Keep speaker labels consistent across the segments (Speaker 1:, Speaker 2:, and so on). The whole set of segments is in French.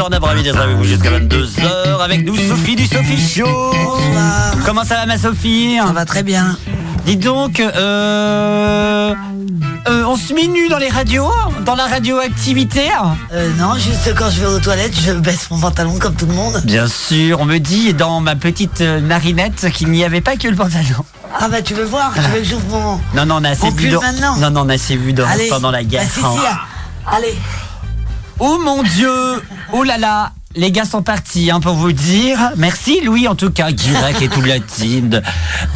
Speaker 1: On a ravi d'être avec vous jusqu'à 22h. Avec nous, Sophie du Sophie Show. Comment ça va, ma Sophie
Speaker 2: Ça va très bien.
Speaker 1: Dis donc, euh, euh, on se met nu dans les radios Dans la radioactivité
Speaker 2: Euh, non, juste quand je vais aux toilettes, je baisse mon pantalon comme tout le monde.
Speaker 1: Bien sûr, on me dit dans ma petite euh, marinette qu'il n'y avait pas que le pantalon.
Speaker 2: Ah bah tu veux voir, tu veux que j'ouvre mon...
Speaker 1: Non, non, on a assez
Speaker 2: On
Speaker 1: vu
Speaker 2: pue
Speaker 1: dans...
Speaker 2: maintenant.
Speaker 1: Non, non, on a assez vu dans...
Speaker 2: Allez.
Speaker 1: pendant la guerre.
Speaker 2: Bah, si, si, ah. Allez.
Speaker 1: Oh mon dieu Oh là là les gars sont partis, hein, pour vous dire. Merci Louis, en tout cas, Guirac et toute la team de,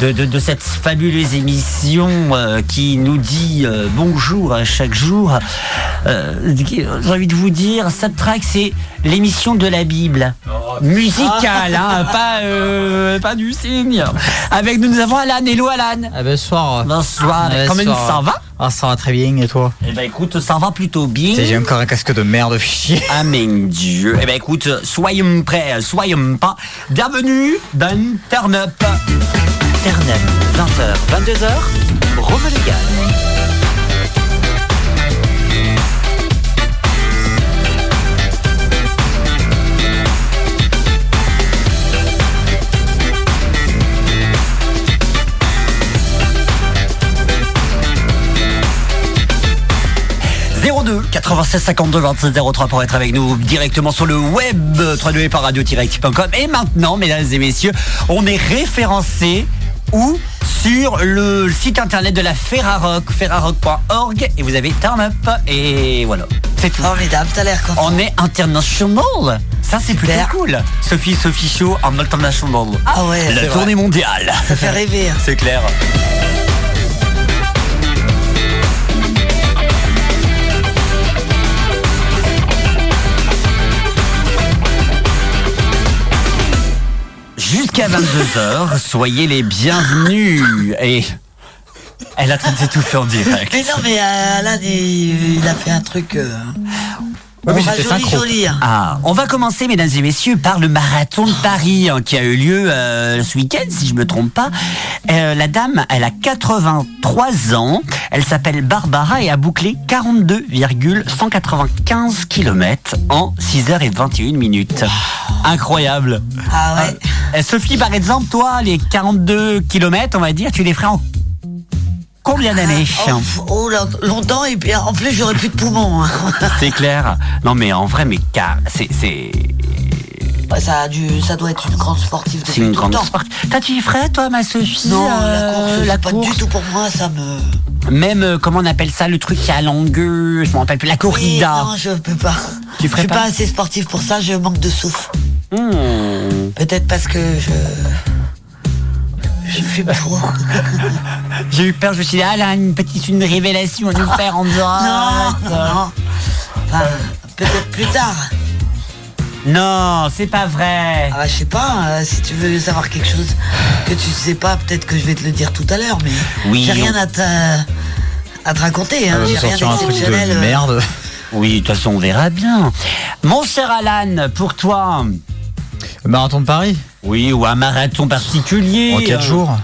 Speaker 1: de, de- de cette fabuleuse émission euh, qui nous dit euh, bonjour à chaque jour. Euh, J'ai envie de vous dire, Subtrack, c'est l'émission de la Bible. Musicale, hein, pas, euh, pas du Seigneur. Avec nous, nous avons Alan. Hello Alan.
Speaker 3: Ah ben soir.
Speaker 1: Bonsoir.
Speaker 3: Ouais,
Speaker 1: Comment
Speaker 3: soir.
Speaker 1: ça va
Speaker 3: Ah ça va très bien et toi
Speaker 1: Eh ben écoute, ça va plutôt bien.
Speaker 3: J'ai encore un casque de merde fichier.
Speaker 1: Amen Dieu. Eh ben écoute, soyons prêts, soyons pas. Bienvenue dans Turn Up. Turn Up, 20h, 22h, Rome Légal. Légal. 02 96 52 26 03 pour être avec nous directement sur le web euh, www.radio-active.com et maintenant mesdames et messieurs on est référencé ou sur le site internet de la Ferrarock ferrarock.org et vous avez turn up et voilà c'est tout
Speaker 2: Formidable, t'as l'air content.
Speaker 1: on est international. Ça, c'est plutôt
Speaker 2: Super.
Speaker 1: cool. Sophie, Sophie Show en international.
Speaker 2: Ah ouais,
Speaker 1: La
Speaker 2: ça
Speaker 1: tournée mondiale.
Speaker 2: fait rêver. hein.
Speaker 1: C'est clair. Jusqu'à 22h, soyez les bienvenus. Et elle a tenté tout fait en direct.
Speaker 2: Mais non, mais euh, Alain, il, il a fait un truc... Euh...
Speaker 3: Oui, mais
Speaker 2: on va
Speaker 3: j'étais
Speaker 2: joli,
Speaker 3: synchro.
Speaker 2: joli, hein.
Speaker 1: Ah, on va commencer, mesdames et messieurs, par le marathon de Paris hein, qui a eu lieu euh, ce week-end, si je me trompe pas. Euh, la dame, elle a 83 ans. Elle s'appelle Barbara et a bouclé 42,195 km en 6h21 minutes. Incroyable.
Speaker 2: Ah ouais.
Speaker 1: Euh, Sophie, par exemple, toi, les 42 km, on va dire, tu les ferais en combien d'années
Speaker 2: Oh, pff, oh, là, longtemps, et puis en plus, j'aurais plus de poumons. hein.
Speaker 1: C'est clair. Non, mais en vrai, mais car- c'est- c'est.
Speaker 2: Bah, ça, a dû, ça doit être une grande sportive depuis
Speaker 1: C'est une
Speaker 2: tout
Speaker 1: grande
Speaker 2: le temps.
Speaker 1: sport. T'as tu y ferais, toi, ma Sophie
Speaker 2: Non,
Speaker 1: euh,
Speaker 2: la course,
Speaker 1: la
Speaker 2: c'est pas
Speaker 1: course
Speaker 2: du tout pour moi, ça me...
Speaker 1: Même, euh, comment on appelle ça, le truc qui est à Langueux, je m'en rappelle plus, la
Speaker 2: Oui,
Speaker 1: corrida.
Speaker 2: non, je peux pas.
Speaker 1: Tu ferais
Speaker 2: je suis
Speaker 1: pas
Speaker 2: pas assez sportif pour ça, je manque de souffle.
Speaker 1: Hmm.
Speaker 2: Peut-être parce que je. Je fume trop.
Speaker 1: J'ai eu peur, je me suis dit, ah là, une petite une révélation à nous faire en
Speaker 2: Ah. non,
Speaker 1: direct.
Speaker 2: non. Enfin, peut-être plus tard.
Speaker 1: Non, c'est pas vrai.
Speaker 2: Ah, bah, je sais pas, euh, si tu veux savoir quelque chose que tu sais pas, peut-être que je vais te le dire tout à l'heure, mais
Speaker 1: Oui,
Speaker 2: j'ai
Speaker 1: on-
Speaker 2: rien à te, à te raconter. Hein.
Speaker 3: Ah,
Speaker 2: j'ai rien
Speaker 3: sortir un truc
Speaker 2: d'exceptionnel.
Speaker 3: de
Speaker 2: euh.
Speaker 3: merde.
Speaker 1: Oui, de toute façon, on verra bien. Mon cher Alan, pour toi,
Speaker 3: Le marathon de Paris
Speaker 1: oui, ou un marathon particulier.
Speaker 3: en 4
Speaker 1: euh,
Speaker 3: jours à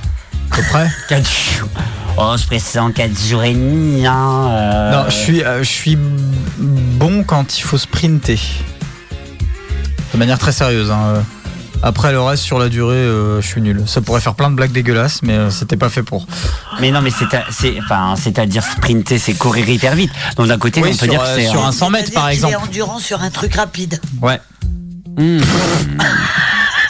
Speaker 3: peu près.
Speaker 1: 4 jours. Oh, je pressens 4 jours et demi. Hein, euh,
Speaker 3: Non, je suis euh, je suis bon quand il faut sprinter. De manière très sérieuse hein, euh. Après le reste sur la durée, euh, je suis nul. Ça pourrait faire plein de blagues dégueulasses, mais euh, c'était pas fait pour.
Speaker 1: Mais non, mais c'est à- c'est enfin, c'est-à-dire sprinter, c'est courir hyper vite. Donc d'un côté,
Speaker 3: Oui,
Speaker 1: on peut
Speaker 3: sur,
Speaker 1: dire
Speaker 3: euh,
Speaker 1: que c'est
Speaker 3: sur un 100 mètres,
Speaker 2: C'est-à-dire
Speaker 3: par
Speaker 2: qu'il est
Speaker 3: exemple.
Speaker 2: endurant sur un truc rapide.
Speaker 3: Ouais.
Speaker 1: Hmm.
Speaker 2: Qu'est-ce que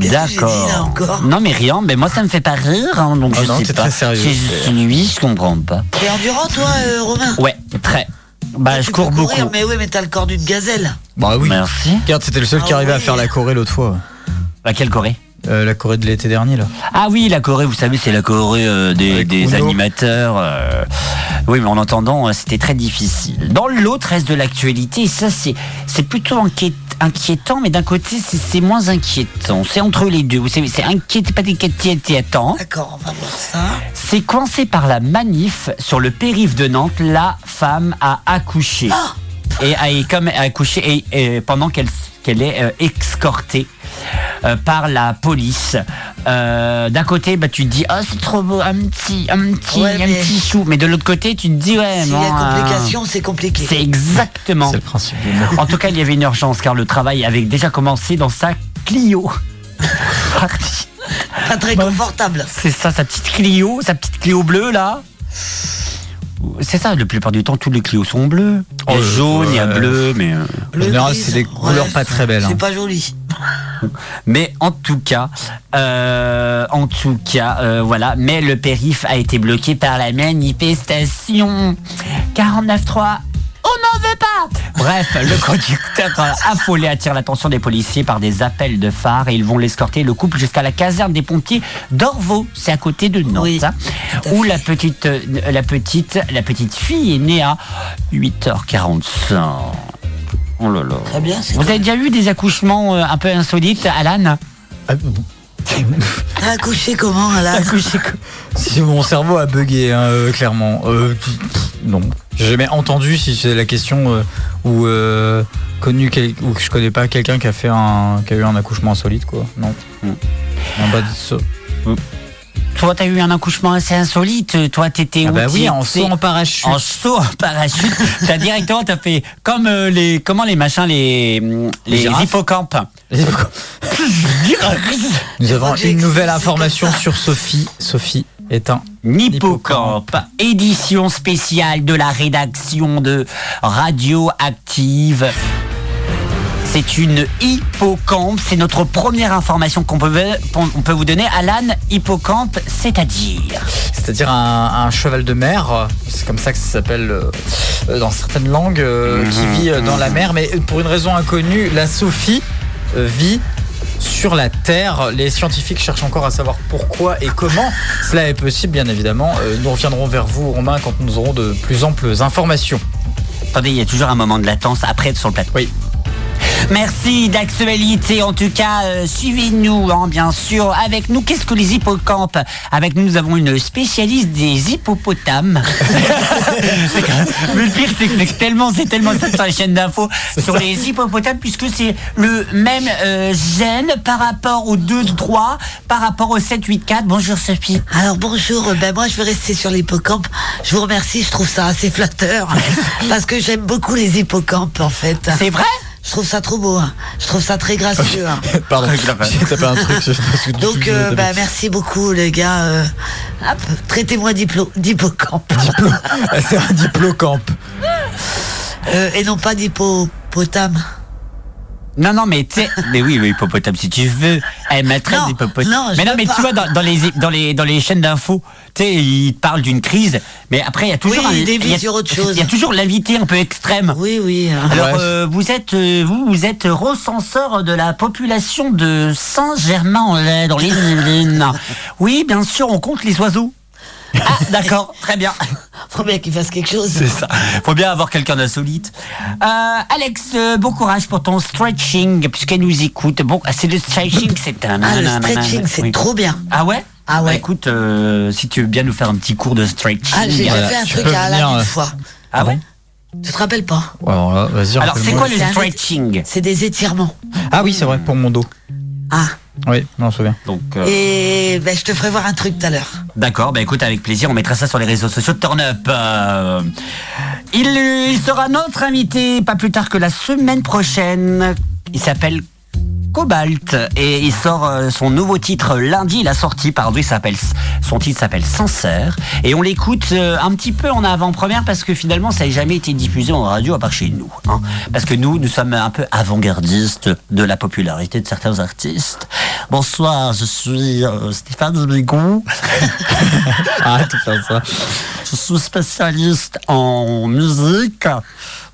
Speaker 2: j'ai dit, là,
Speaker 1: D'accord.
Speaker 2: encore
Speaker 1: Non mais rien, mais moi ça me fait pas rire, hein, donc
Speaker 3: Ah
Speaker 1: je
Speaker 3: non,
Speaker 1: sais
Speaker 3: t'es
Speaker 1: pas.
Speaker 3: très sérieux.
Speaker 1: C'est juste lui, je comprends pas.
Speaker 2: T'es endurant, toi, euh, Romain
Speaker 1: Ouais, très. Bah
Speaker 2: Tu
Speaker 1: je
Speaker 2: peux
Speaker 1: cours
Speaker 2: courir,
Speaker 1: beaucoup.
Speaker 2: Mais oui, mais t'as le corps d'une gazelle.
Speaker 3: Bah oui.
Speaker 1: Merci.
Speaker 3: Regarde, c'était le seul qui
Speaker 2: Ah
Speaker 3: arrivait à
Speaker 2: oui.
Speaker 3: faire la Corée l'autre fois.
Speaker 1: Laquelle Corée
Speaker 3: Euh, la Corée de l'été dernier là.
Speaker 1: Ah oui, la Corée, vous savez, c'est la Corée euh, des,
Speaker 3: Avec
Speaker 1: des
Speaker 3: Uno.
Speaker 1: animateurs. euh, Oui, mais en entendant, euh, c'était très difficile. Dans l'autre reste de l'actualité, et ça, c'est c'est plutôt enquête- inquiétant, mais d'un côté, c'est- c'est moins inquiétant. C'est entre les deux. Vous savez, c'est inquiétant, pas inquiétant.
Speaker 2: D'accord, on va voir ça.
Speaker 1: C'est coincé par la manif sur le périph' de Nantes. La femme a accouché.
Speaker 2: Oh.
Speaker 1: Et, a- et comme a accouché et, et pendant qu'elle qu'elle est euh, escortée euh, par la police euh, d'un côté, bah, tu te dis, ah, c'est trop beau, un petit, un petit,
Speaker 2: Ouais,
Speaker 1: un
Speaker 2: mais-
Speaker 1: petit chou. Mais de l'autre côté, tu te dis, ouais,
Speaker 2: S'il y
Speaker 1: bon,
Speaker 2: a
Speaker 1: euh,
Speaker 2: complication, c'est compliqué.
Speaker 1: c'est exactement.
Speaker 3: hein. C'est le principe du mot.
Speaker 1: En tout cas, il y avait une urgence car le travail avait déjà commencé dans sa Clio. Parti.
Speaker 2: Pas très confortable.
Speaker 1: C'est ça, sa petite Clio, sa petite Clio bleue là. C'est ça, la plupart du temps, tous les Clio sont bleus. Il y a
Speaker 3: Oh,
Speaker 1: jaune, il y a
Speaker 3: ouais.
Speaker 1: bleu, mais. euh,
Speaker 3: En général,
Speaker 2: grise,
Speaker 3: c'est des couleurs pas très belles,
Speaker 2: C'est
Speaker 3: hein.
Speaker 2: pas joli.
Speaker 1: Mais en tout cas, euh, en tout cas, euh, voilà. Mais le périph a été bloqué par la manifestation. 49.3. On n'en veut pas Bref, le conducteur euh, affolé attire l'attention des policiers par des appels de phare et ils vont l'escorter le couple jusqu'à la caserne des pompiers d'Orvaux, c'est à côté de Nantes,
Speaker 2: Oui,
Speaker 1: hein,
Speaker 2: tout à
Speaker 1: où
Speaker 2: fait.
Speaker 1: la petite, euh, la, petite, la petite fille est née à 8h45. Oh là là.
Speaker 2: Très bien, c'est
Speaker 1: Vous avez déjà eu des accouchements euh, un peu insolites, Alan
Speaker 3: Ah, bon.
Speaker 2: T'as accouché comment, là
Speaker 3: Si mon cerveau a bugué, hein, euh, clairement. Euh, pff, non. J'ai jamais entendu si c'est la question euh, où, euh, connu quel- ou que je connais pas quelqu'un qui a fait un, qui a eu un accouchement insolite, quoi. Non.
Speaker 1: Mm.
Speaker 3: Non, pas de ça.
Speaker 2: Mm.
Speaker 1: Toi, t'as eu un accouchement assez insolite. euh, Toi, t'étais
Speaker 3: Ah
Speaker 1: où
Speaker 3: bah oui,
Speaker 1: T'étais-
Speaker 3: en saut en parachute.
Speaker 1: En saut en Oh, parachute. t'as directement, t'as fait comme euh, les, comment les machins, les,
Speaker 3: Les
Speaker 1: les
Speaker 3: girafes
Speaker 1: hippocampes.
Speaker 3: Nous avons
Speaker 2: crois que j'ai
Speaker 3: une
Speaker 2: écrit
Speaker 3: nouvelle
Speaker 2: ça comme
Speaker 3: information
Speaker 2: ça.
Speaker 3: sur Sophie. Sophie est un.
Speaker 1: Hippocampe, édition spéciale de la rédaction de Radio Active. C'est une hippocampe, c'est notre première information qu'on peut, on peut vous donner. Alan, hippocampe, c'est-à-dire
Speaker 3: C'est-à-dire un, un cheval de mer, c'est comme ça que ça s'appelle euh, euh, dans certaines langues, euh,
Speaker 1: Mhm,
Speaker 3: qui vit euh, dans la mer, mais pour une raison inconnue, la Sophie euh, vit sur la Terre. Les scientifiques cherchent encore à savoir pourquoi et comment cela est possible, bien évidemment. Euh, nous reviendrons vers vous, Romain, quand nous aurons de plus amples informations.
Speaker 1: Attendez, il y a toujours un moment de latence après sur le plateau.
Speaker 3: Oui.
Speaker 1: Merci d'actualité. En tout cas, euh, suivez-nous, hein, bien sûr. Avec nous, qu'est-ce que les hippocampes Avec nous, nous avons une spécialiste des hippopotames. C'est quand- Mais le pire, c'est que c'est tellement, c'est tellement ça sur les chaînes d'infos sur les hippopotames, puisque c'est le même euh, gène par rapport au 2-3, par rapport au 7-8-4. Bonjour Sophie.
Speaker 2: Alors bonjour, euh, ben moi je vais rester sur l'hippocampe. Je vous remercie, je trouve ça assez flatteur. parce que j'aime beaucoup les hippocampes en fait.
Speaker 1: C'est vrai
Speaker 2: Je trouve ça trop beau, hein. je trouve ça très gracieux. hein.
Speaker 3: Pardon, j'ai tapé un truc. je sais pas ce que tu
Speaker 2: Donc
Speaker 3: voulais
Speaker 2: euh,
Speaker 3: taper.
Speaker 2: bah, merci beaucoup les gars. Euh, hop, Traitez-moi d'hippo- d'hippocampe.
Speaker 3: C'est un diplocampe.
Speaker 2: Euh, et non pas d'hippopotame.
Speaker 1: Non, non, mais tu sais- mais oui, le hippopotame, si tu veux, Eh, elle m'attrape
Speaker 2: Non,
Speaker 1: l'hippopotame.
Speaker 2: non, je
Speaker 1: mais non,
Speaker 2: veux
Speaker 1: mais
Speaker 2: pas.
Speaker 1: tu vois, dans, dans les, dans, les, dans les chaînes d'infos, tu sais, ils parlent d'une crise, mais après, il y a toujours.
Speaker 2: Oui, ils
Speaker 1: il y a-
Speaker 2: dévient sur autre chose.
Speaker 1: Il y a toujours l'invité un peu extrême.
Speaker 2: Oui, oui. hein.
Speaker 1: Alors,
Speaker 3: Ouais.
Speaker 1: euh, vous êtes, euh, vous, vous êtes recenseur de la population de Saint-Germain-en-Laye, dans les Yvelines. Oui, bien sûr, on compte les oiseaux. Ah, d'accord, très bien.
Speaker 2: Faut bien qu'il fasse quelque chose.
Speaker 1: C'est ça. Faut bien avoir quelqu'un d'insolite. Euh, Alex, euh, bon courage pour ton stretching, puisqu'elle nous écoute. Bon, ah, c'est le stretching, c'est un.
Speaker 2: Ah, le
Speaker 1: nanana,
Speaker 2: stretching, c'est
Speaker 1: oui.
Speaker 2: trop bien.
Speaker 1: Ah ouais
Speaker 2: Ah ouais.
Speaker 1: Bah, écoute, euh, si tu veux bien nous faire un petit cours de stretching.
Speaker 2: Ah, j'ai
Speaker 3: Voilà,
Speaker 2: déjà fait un
Speaker 3: tu
Speaker 2: truc
Speaker 3: peux
Speaker 2: à
Speaker 3: venir,
Speaker 2: Alain
Speaker 3: euh,
Speaker 2: une fois.
Speaker 1: Ah ouais
Speaker 2: Tu te rappelles pas
Speaker 3: Alors là, Ah, vas-y,
Speaker 1: Alors, c'est
Speaker 3: rappelle-moi.
Speaker 1: quoi le
Speaker 2: C'est un-
Speaker 1: stretching
Speaker 2: C'est des étirements.
Speaker 3: Ah oui, c'est vrai, pour mon dos.
Speaker 2: Ah,
Speaker 3: Oui, non, on se souvient.
Speaker 1: Donc, euh,
Speaker 2: et ben, je te ferai voir un truc tout à l'heure.
Speaker 1: d'accord, bah écoute, avec plaisir, on mettra ça sur les réseaux sociaux de Turn Up. Euh, il, il sera notre invité pas plus tard que la semaine prochaine. Il s'appelle Cobalt et il sort euh, son nouveau titre lundi, la sortie pardon, il s'appelle son titre s'appelle Sincère et on l'écoute euh, un petit peu en avant-première parce que finalement ça n'a jamais été diffusé en radio à part chez nous hein. parce que nous nous sommes un peu avant-gardistes de la popularité de certains artistes. Bonsoir, je suis euh, Stéphane Bigon.
Speaker 3: Arrête de faire ça.
Speaker 1: Je suis spécialiste en musique.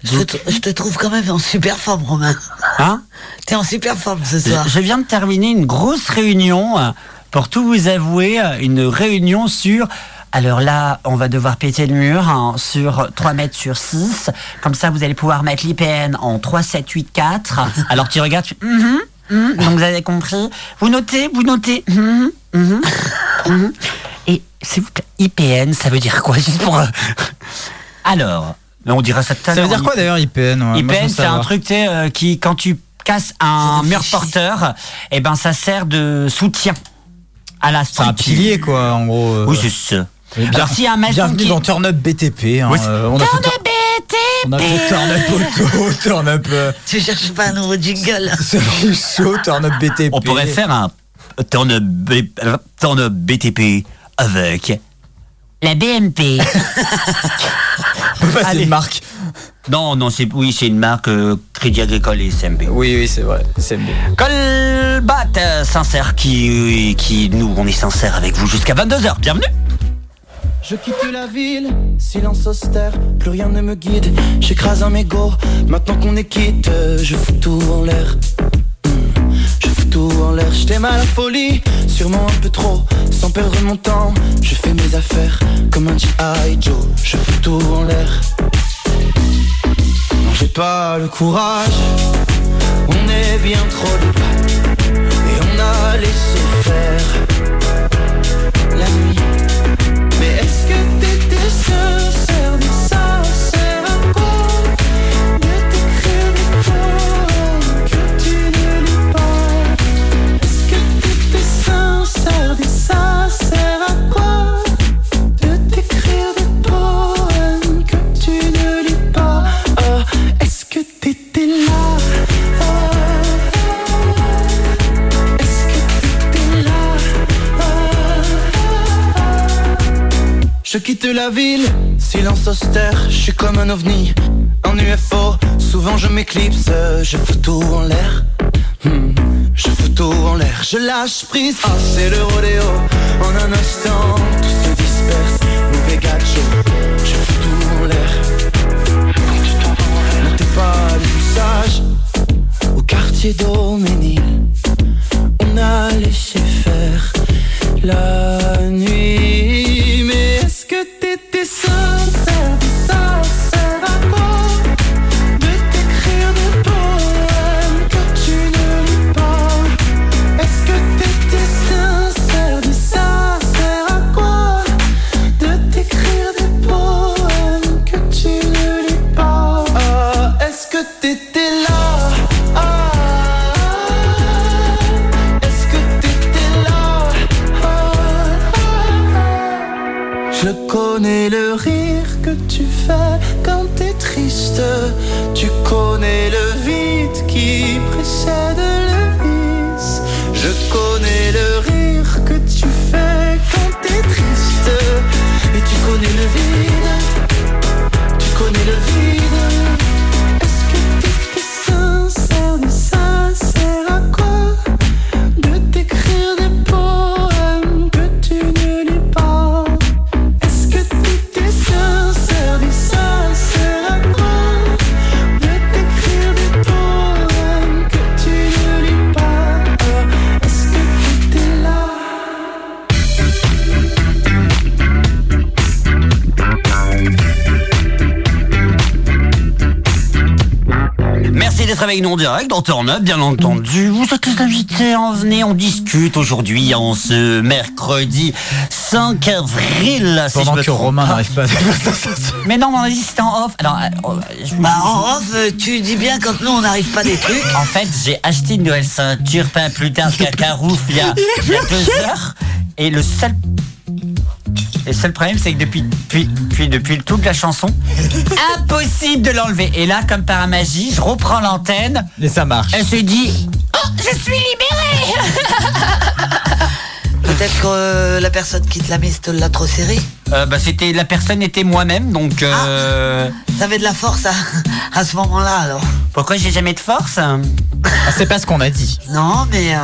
Speaker 2: Je te, je te trouve quand même en super forme, Romain.
Speaker 1: Hein
Speaker 2: T'es en super forme ce
Speaker 1: Je,
Speaker 2: soir.
Speaker 1: je viens de terminer une grosse réunion. euh, Pour tout vous avouer, euh, une réunion sur. Alors là, on va devoir péter le mur hein, sur 3 mètres sur 6. Comme ça, vous allez pouvoir mettre l'IPN en 3, 7, 8, 4. Alors tu regardes, tu... Mhm, mhm. donc vous avez compris. Vous notez, vous notez. Mhm, mhm, mhm. Et s'il vous plaît, IPN, ça veut dire quoi Juste pour. euh, Alors, on dira ça tout
Speaker 3: Ça
Speaker 1: à
Speaker 3: veut
Speaker 1: l'heure,
Speaker 3: dire quoi d'ailleurs IPN ouais, moi, je veux
Speaker 1: IPN, c'est un
Speaker 3: savoir.
Speaker 1: truc tu sais, euh, qui, quand tu casses un
Speaker 2: Je
Speaker 1: mur
Speaker 2: réfléchis.
Speaker 1: porteur, eh ben, ça sert de soutien. à la
Speaker 3: C'est un
Speaker 1: structure.
Speaker 3: pilier, quoi, en gros. euh.
Speaker 1: Oui, c'est ça.
Speaker 3: Et bien-
Speaker 1: Alors, s'il y a un maçon
Speaker 3: Bienvenue
Speaker 1: qui.
Speaker 3: dans Turn Up BTP. hein,
Speaker 1: Oui, c'est-
Speaker 3: euh, on, a fait, tur- on a fait Turn Up Auto, Turn Up euh,
Speaker 2: Tu cherches pas un nouveau jingle
Speaker 3: Sophie Show, Turn Up BTP.
Speaker 1: On pourrait faire un turn-up B- euh, turn-up BTP avec. La BMP.
Speaker 3: On peut passer
Speaker 1: Allez.
Speaker 3: une marque.
Speaker 1: non, non, c'est oui, c'est une marque euh, Crédit Agricole et SMB.
Speaker 3: Oui, oui, c'est vrai. C'est bien.
Speaker 1: Colbat, euh, sincère qui, euh, qui nous, on est sincère avec vous jusqu'à 22h. Bienvenue.
Speaker 4: Je quitte la ville, silence austère, plus rien ne me guide. J'écrase un mégot, maintenant qu'on est quitte, euh, je fous tout en l'air. Mm. Je fous tout en l'air, je t'aime à la folie, sûrement un peu trop, sans perdre mon temps. Je fais mes affaires comme un G.I. Joe, je fous tout en l'air. Non, j'ai pas le courage, on est bien trop lourd, et on a laissé faire la nuit. Mais est-ce que t'étais sincère Mais ça sert à quoi De t'écrire des poèmes que tu ne lis pas Est-ce que t'étais sincère Dis ça sert à quoi De t'écrire des poèmes que tu ne lis pas Ah, Est-ce que t'étais là Ah, Est-ce que t'étais là Ah, je quitte la ville, silence austère, je suis comme un ovni, un UFO, souvent je m'éclipse, je fous tout en l'air. Hmm, Je fous tout en l'air, je lâche prise, ah c'est le rodéo En un instant, tout se disperse, mauvais gacho Je fous tout en l'air Non t'es pas du plus sage, au quartier d'Auménil on a laissé faire la nuit. Mais est-ce que t'étais sincère Dis Ça sert à quoi de t'écrire des poèmes que tu ne lis pas Est-ce que t'étais sincère Dis ça sert à quoi de t'écrire des poèmes que tu ne lis pas Ah, Est-ce que t'étais là Ah, est-ce que t'étais là Ah, ah, ah. Je connais le rire que tu fais quand t'es triste. Tu connais le vide qui précède le vice. Je connais le rire que tu fais quand t'es triste. Et tu connais le vide. Tu connais le vide. Est-ce que t'étais sincère Mais ça sert à quoi de t'écrire des poèmes que tu ne lis pas Est-ce que t'étais sincère Dis ça sert à quoi De t'écrire des poèmes que tu ne lis pas Euh, Est-ce que t'étais là
Speaker 1: Merci d'être avec nous en direct dans Turn Up, bien entendu. Vous êtes les invités, en venez, on discute aujourd'hui en ce mercredi 5 avril. si
Speaker 3: Pendant
Speaker 1: je me
Speaker 3: que
Speaker 1: trompe
Speaker 3: Romain
Speaker 1: pas.
Speaker 3: n'arrive pas à.
Speaker 1: Mais non, on a dit que c'était en off. Alors, euh, je-
Speaker 2: Bah en off, euh, tu dis bien quand nous on n'arrive pas des trucs.
Speaker 1: En fait, j'ai acheté une nouvelle ceinture pas plus tard qu'à Carouf il y a, il y a deux heures. Et le seul. Et le seul problème, c'est que depuis, depuis, depuis, depuis le tout de la chanson, impossible de l'enlever. Et là, comme par magie, je reprends l'antenne.
Speaker 3: Et ça marche.
Speaker 1: Elle se dit Oh, je suis libérée
Speaker 2: Peut-être que euh, la personne qui te l'a mise te l'a trop serré.
Speaker 1: Euh, bah, c'était, La personne était moi-même, donc. euh,
Speaker 2: T'avais de la force hein. à, à ce moment-là alors.
Speaker 1: Pourquoi j'ai jamais de force
Speaker 3: Ah, c'est pas ce qu'on a dit.
Speaker 2: Non mais euh,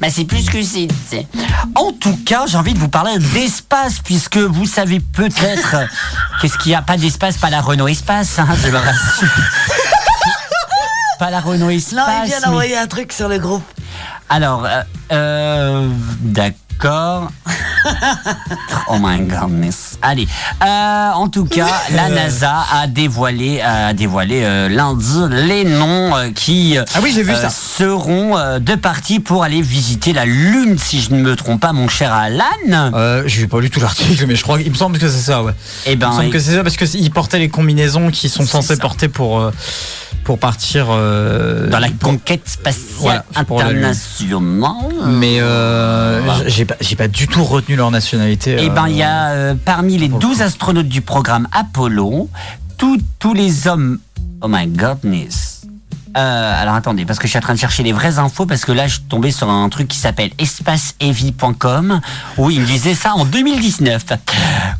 Speaker 1: Bah c'est plus que c'est. c'est- En tout cas, j'ai envie de vous parler d'espace, puisque vous savez peut-être euh, qu'est-ce qu'il n'y a pas d'espace, pas la Renault Espace, hein, je le rassure. Pas la Renault
Speaker 2: non il
Speaker 1: Espace.
Speaker 2: vient
Speaker 1: mais-
Speaker 2: d'envoyer un truc sur le groupe.
Speaker 1: Alors, euh, euh, d'accord. Oh my goodness. Allez, euh, en tout cas, la NASA a dévoilé, a dévoilé euh, lundi les noms euh, qui euh,
Speaker 3: Ah oui, j'ai vu ça.
Speaker 1: seront euh, de partie pour aller visiter la Lune, si je ne me trompe pas, mon cher Alan.
Speaker 3: Euh, j'ai pas lu tout l'article, mais je crois. Il me semble que c'est ça, ouais.
Speaker 1: Eh
Speaker 3: Il me
Speaker 1: ben,
Speaker 3: semble que c'est ça parce qu'ils portaient les combinaisons qui sont
Speaker 1: C'est
Speaker 3: censées
Speaker 1: ça.
Speaker 3: porter pour, euh, pour partir. euh,
Speaker 1: dans la conquête spatiale
Speaker 3: Voilà, pour la Lune.
Speaker 1: internationale.
Speaker 3: Mais euh, j'ai pas, j'ai pas du tout retenu leur nationalité.
Speaker 1: Ah. Eh
Speaker 3: euh,
Speaker 1: ben, il y a euh, parmi les 12 astronautes du programme Apollo, tous- tous les hommes. Oh my goodness. Euh, alors attendez, parce que je suis en train de chercher les vraies infos, parce que là je suis tombé sur un truc qui s'appelle espaceheavy.com, où il me disait ça en 2019.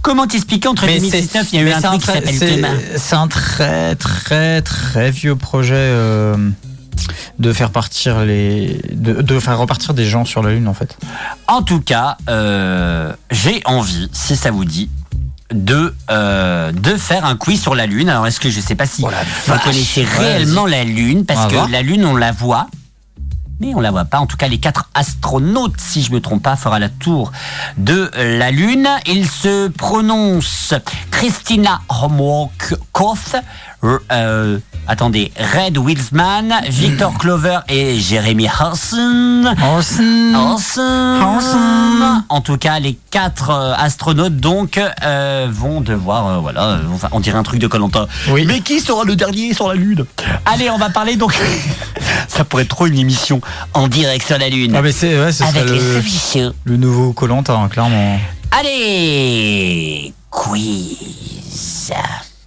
Speaker 1: Comment t'expliquer entre
Speaker 3: mais
Speaker 1: 2019,
Speaker 3: c'est-
Speaker 1: il y a eu
Speaker 3: mais
Speaker 1: un
Speaker 3: c'est
Speaker 1: truc qui
Speaker 3: très-
Speaker 1: s'appelle
Speaker 3: c'est-
Speaker 1: Théma.
Speaker 3: C'est un très très très vieux projet euh, de faire partir les, de, de faire repartir des gens sur la lune en fait.
Speaker 1: En tout cas, euh, j'ai envie, si ça vous dit, de, euh, de faire un quiz sur la Lune. Alors, est-ce que je sais pas si
Speaker 3: Oh la
Speaker 1: vous
Speaker 3: vache.
Speaker 1: connaissez
Speaker 3: Ouais,
Speaker 1: réellement la Lune
Speaker 3: On
Speaker 1: Parce
Speaker 3: va
Speaker 1: que
Speaker 3: voir.
Speaker 1: la Lune, on la voit. Mais on la voit pas. En tout cas, les quatre astronautes, si je me trompe pas, fera la tour de la Lune. Ils se prononcent Christina Homwalk-Koff, euh, euh, attendez, Red Wilsman, Victor Clover et Jeremy Hansen.
Speaker 3: Oh, c'est-
Speaker 1: Ensemble.
Speaker 3: Ensemble.
Speaker 1: En tout cas, les quatre euh, astronautes donc euh, vont devoir, euh, voilà, euh, enfin, on dirait un truc de Colanta.
Speaker 3: Oui.
Speaker 1: Mais qui sera le dernier sur la Lune Allez, on va parler donc. Ça pourrait être trop une émission en direct sur la Lune
Speaker 3: Ah mais c'est ouais, ce serait
Speaker 1: avec les
Speaker 3: le,
Speaker 1: solutions.
Speaker 3: le nouveau collant clairement.
Speaker 1: Allez, quiz.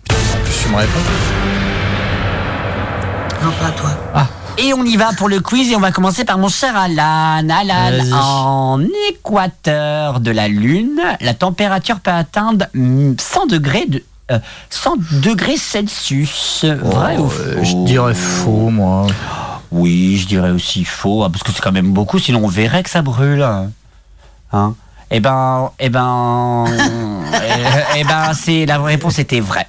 Speaker 3: Tu me réponds.
Speaker 2: Non, pas toi.
Speaker 3: Ah.
Speaker 1: Et on y va pour le quiz et on va commencer par mon cher Alan.
Speaker 3: Vas-y.
Speaker 1: Alan, en équateur de la Lune, la température peut atteindre mm, 100 degrés de... euh, 100 degrés Celsius, vrai
Speaker 3: Oh,
Speaker 1: ou
Speaker 3: euh,
Speaker 1: faux
Speaker 3: Je dirais faux moi.
Speaker 1: Oui, je dirais aussi faux, hein, parce que c'est quand même beaucoup, sinon on verrait que ça brûle. Hein Eh ben, eh ben, eh- eh ben, c'est la réponse était vraie.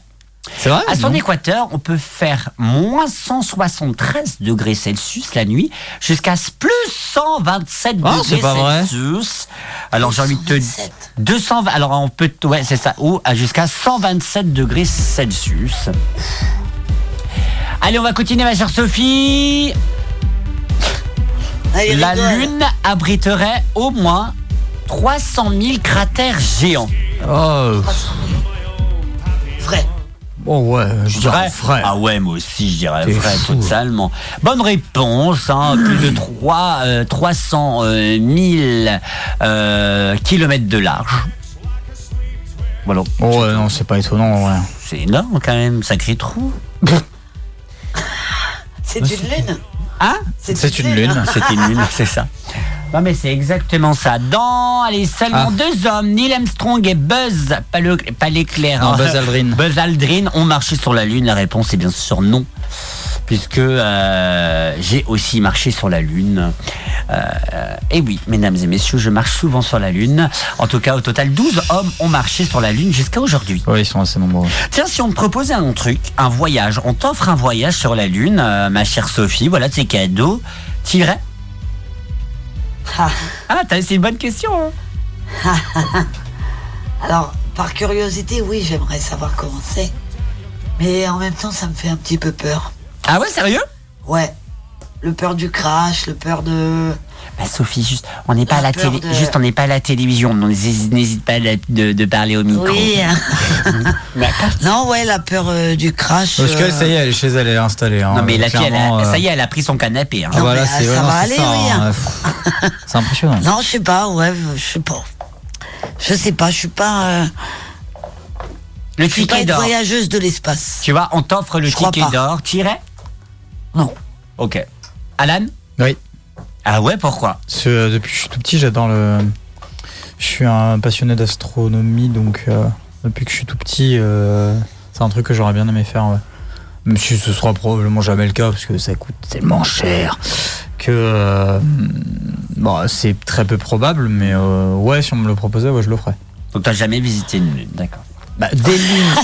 Speaker 3: C'est vrai
Speaker 1: À son équateur, on peut faire moins 173 degrés Celsius la nuit jusqu'à plus 127
Speaker 3: Ah, c'est
Speaker 1: degrés
Speaker 3: pas vrai.
Speaker 1: Celsius. Alors j'ai envie de te
Speaker 2: 127.
Speaker 1: 220 alors on peut ouais, c'est ça ou à jusqu'à 127 degrés Celsius. Allez, on va continuer ma chère Sophie.
Speaker 2: Allez,
Speaker 1: La
Speaker 2: rigole.
Speaker 1: lune abriterait au moins 300 000 cratères géants.
Speaker 3: Oh,
Speaker 2: Vrai.
Speaker 3: oh ouais, je dirais vrai.
Speaker 1: Ah ouais, moi aussi, je dirais
Speaker 3: T'es
Speaker 1: vrai,
Speaker 3: fou.
Speaker 1: totalement. Bonne réponse, hein, plus de euh, 3, 300 000 euh, kilomètres de large. Voilà,
Speaker 3: Oh ouais, non, c'est pas étonnant ouais.
Speaker 1: c'est énorme quand même, sacré trou.
Speaker 2: C'est une lune.
Speaker 1: Hein
Speaker 3: C'est une lune.
Speaker 1: C'était nul, c'est ça. Non mais c'est exactement ça. Dans allez seulement
Speaker 3: Ah.
Speaker 1: deux hommes, Neil Armstrong et Buzz, pas le- pas l'éclair.
Speaker 3: Non,
Speaker 1: hein.
Speaker 3: Buzz Aldrin.
Speaker 1: Buzz Aldrin ont marché sur la Lune. La réponse est bien sûr non, puisque euh, j'ai aussi marché sur la Lune. Euh, et oui, mesdames et messieurs, je marche souvent sur la Lune. En tout cas, au total, 12 hommes ont marché sur la Lune jusqu'à aujourd'hui.
Speaker 3: Ouais, ils sont assez nombreux.
Speaker 1: Tiens, si on te proposait un truc, un voyage, on t'offre un voyage sur la Lune, euh, ma chère Sophie, voilà tes cadeaux, t'irais
Speaker 2: Ah.
Speaker 1: Ah, t'as- c'est une bonne question. hein.
Speaker 2: Alors, par curiosité, oui, j'aimerais savoir comment c'est. Mais en même temps, ça me fait un petit peu peur.
Speaker 1: Ah ouais, sérieux
Speaker 2: Ouais. Le peur du crash, le peur de.
Speaker 1: Bah Sophie, juste, on n'est pas à la
Speaker 2: J'ai peur
Speaker 1: télé,
Speaker 2: de-
Speaker 1: juste on n'est pas à la télévision, donc n'hésite n'hésite pas de, de- de parler au micro.
Speaker 2: hein. non, ouais, la peur euh, du crash.
Speaker 3: Parce que
Speaker 2: euh,
Speaker 3: ça y est, elle est chez elle, elle est installée. hein,
Speaker 1: Non mais la fille, elle a-
Speaker 3: clairement, euh,
Speaker 1: ça y est, elle a pris son canapé. hein.
Speaker 3: Ah,
Speaker 2: Non,
Speaker 3: voilà,
Speaker 2: mais,
Speaker 3: c'est
Speaker 2: ah,
Speaker 3: ouais,
Speaker 2: ça
Speaker 3: non,
Speaker 2: va
Speaker 3: c'est
Speaker 2: aller, oui,
Speaker 3: hein,
Speaker 2: hein.
Speaker 3: pff. C'est impressionnant.
Speaker 2: Non, je sais pas, ouais, je sais pas. Je sais pas, je suis pas. euh,
Speaker 1: Le
Speaker 2: je suis pas
Speaker 1: ticket
Speaker 2: une
Speaker 1: d'or.
Speaker 2: voyageuse de l'espace.
Speaker 1: Tu vois, on t'offre le
Speaker 2: Je crois
Speaker 1: ticket
Speaker 2: pas.
Speaker 1: d'or, t'irais
Speaker 2: Non.
Speaker 1: Ok. Alan
Speaker 3: Oui.
Speaker 1: Ah ouais, pourquoi
Speaker 3: Parce que, euh, depuis que je suis tout petit, j'adore le. Je suis un passionné d'astronomie, donc euh, depuis que je suis tout petit, euh, c'est un truc que j'aurais bien aimé faire. ouais. Même si ce sera probablement jamais le cas, parce que ça coûte tellement cher que euh, bon, c'est très peu probable, mais euh, ouais, si on me le proposait, ouais, je le ferais.
Speaker 1: Donc t'as jamais visité une lune, d'accord.
Speaker 3: Bah, des lunes,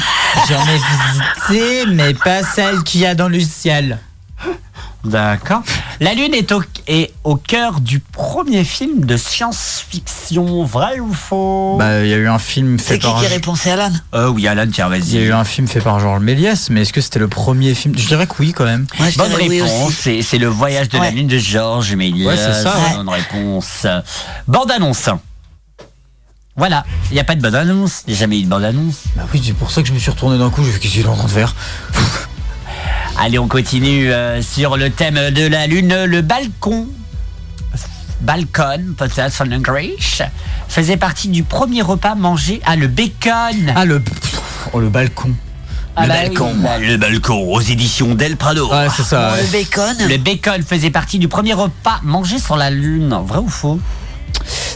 Speaker 3: j'en ai visité, mais pas celle qu'il y a dans le ciel.
Speaker 1: D'accord. La Lune est au, est au cœur du premier film de science-fiction, vrai ou faux
Speaker 3: Bah, il y a eu un film fait
Speaker 2: C'est qui
Speaker 3: par.
Speaker 2: qui répond C'est Alan
Speaker 1: Euh, Oui, Alan, tiens,
Speaker 3: Il y a eu
Speaker 1: vas-y.
Speaker 3: un film fait par Georges Méliès, mais est-ce que c'était le premier film Je dirais que oui, quand même.
Speaker 2: Moi, je
Speaker 1: Bonne
Speaker 2: dirais oui
Speaker 1: réponse,
Speaker 2: aussi.
Speaker 1: c'est- c'est le voyage de la
Speaker 2: Ouais.
Speaker 1: Lune de Georges Méliès.
Speaker 3: Ouais, c'est ça,
Speaker 2: ouais.
Speaker 1: Bonne réponse. Bande annonce. Voilà, il n'y a pas de bande annonce. Il n'y a jamais eu de bande annonce.
Speaker 3: Bah oui, c'est pour ça que je me suis retourné d'un coup, j'ai fait qu'est-ce qu'il est en train de faire
Speaker 1: Allez, on continue euh, sur le thème de la Lune, le balcon. balcon, peut-être en English, faisait partie du premier repas mangé à le bacon.
Speaker 3: Ah, le. Oh, le balcon.
Speaker 1: Ah
Speaker 5: le
Speaker 1: bah
Speaker 5: balcon.
Speaker 1: oui.
Speaker 5: Le balcon aux éditions Del Prado.
Speaker 3: Ouais, c'est ça. ouais.
Speaker 2: Le bacon.
Speaker 1: Ah, Le bacon faisait partie du premier repas mangé sur la Lune. Vrai ou faux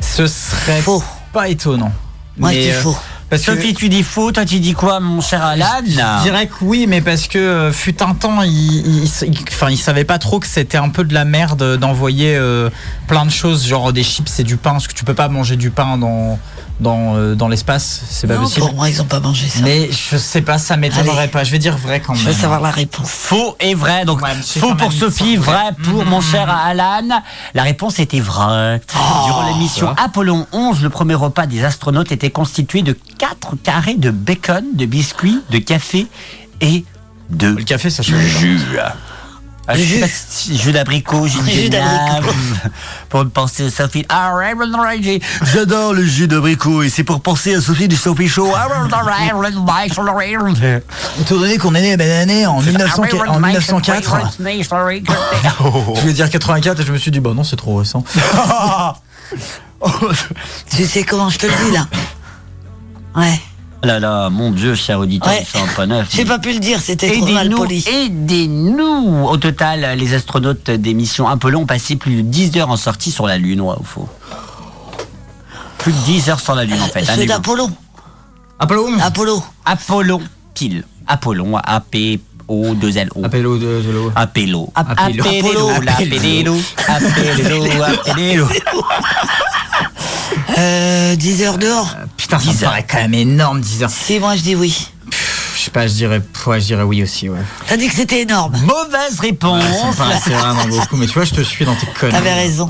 Speaker 3: Ce serait
Speaker 2: Faux.
Speaker 3: pas étonnant.
Speaker 2: Moi, je dis
Speaker 3: euh,
Speaker 2: faux.
Speaker 3: Parce que
Speaker 1: Sophie, tu dis faux, toi tu dis quoi, mon cher Alan
Speaker 3: je dirais que oui, mais parce que euh, fut un temps, ils il, il- enfin, ils savaient pas trop que c'était un peu de la merde d'envoyer euh, plein de choses, genre des chips et du pain, parce que tu peux pas manger du pain dans, dans, euh, dans l'espace, c'est pas
Speaker 2: Non,
Speaker 3: possible.
Speaker 2: pour moi, ils ont pas mangé ça.
Speaker 3: Mais je sais pas, ça m'étonnerait
Speaker 2: Allez.
Speaker 3: pas. Je vais dire vrai quand même.
Speaker 2: Je veux savoir la réponse.
Speaker 1: Faux et vrai. Donc,
Speaker 3: Ouais, c'est
Speaker 1: faux
Speaker 3: quand
Speaker 1: pour
Speaker 3: même Mm-hmm.
Speaker 1: Sophie,
Speaker 3: ça.
Speaker 1: vrai pour mon cher Alan. La réponse était vraie.
Speaker 2: Oh.
Speaker 1: Durant la mission Apollo 11, le premier repas des astronautes était constitué de 4 carrés de bacon, de biscuits, de café et de
Speaker 3: Le café, ça change.
Speaker 5: Jus.
Speaker 1: Ah, je sais
Speaker 2: Jus.
Speaker 1: pas si- jus d'abricot, jus de
Speaker 2: Jus
Speaker 1: grenade. Pour penser à Sophie. Ah, Raymond Reggie. J'adore le jus d'abricot et c'est pour penser à Sophie du Sophie Show. Ah, Raymond Reggie, Raymond Reggie.
Speaker 3: Étant donné qu'on est né la même année, en, 1900
Speaker 1: Ah
Speaker 3: en 1904, je voulais dire 84 et je me suis dit, bah non, c'est trop récent.
Speaker 2: Tu sais comment je te le dis là Ouais.
Speaker 1: Oh Là là, mon Dieu, cher auditeur,
Speaker 2: Ouais.
Speaker 1: c'est un pas neuf.
Speaker 2: J'ai pas pu le dire, c'était trop mal
Speaker 1: Aidez-nous,
Speaker 2: poli.
Speaker 1: aidez-nous Au total, les astronautes des missions Apollo ont passé plus de 10 heures en sortie sur la Lune, ouais, ou faux Plus de 10 heures sur la Lune, en fait. hein,
Speaker 2: Euh, Ceux
Speaker 1: les gars.
Speaker 2: d'Apollo.
Speaker 3: Apollo
Speaker 2: Apollo.
Speaker 1: Apollo, pile. Apollo, A-P-O-2-L-O.
Speaker 3: Apollo de, de l'eau.
Speaker 1: Apello.
Speaker 3: Apello.
Speaker 1: Apello. Apello. Apello. Apello.
Speaker 2: Euh, 10 heures dehors.
Speaker 3: Putain, ça me
Speaker 1: 10 heures.
Speaker 3: paraît quand même énorme, 10 heures.
Speaker 2: Si, moi je dis oui.
Speaker 3: Je sais pas, je dirais, ouais, je dirais oui aussi, ouais.
Speaker 2: T'as dit que c'était énorme.
Speaker 3: Ça
Speaker 1: Mauvaise
Speaker 3: me
Speaker 1: réponse.
Speaker 3: paraissait vraiment beaucoup, mais tu vois, je te suis dans tes conneries.
Speaker 2: T'avais raison.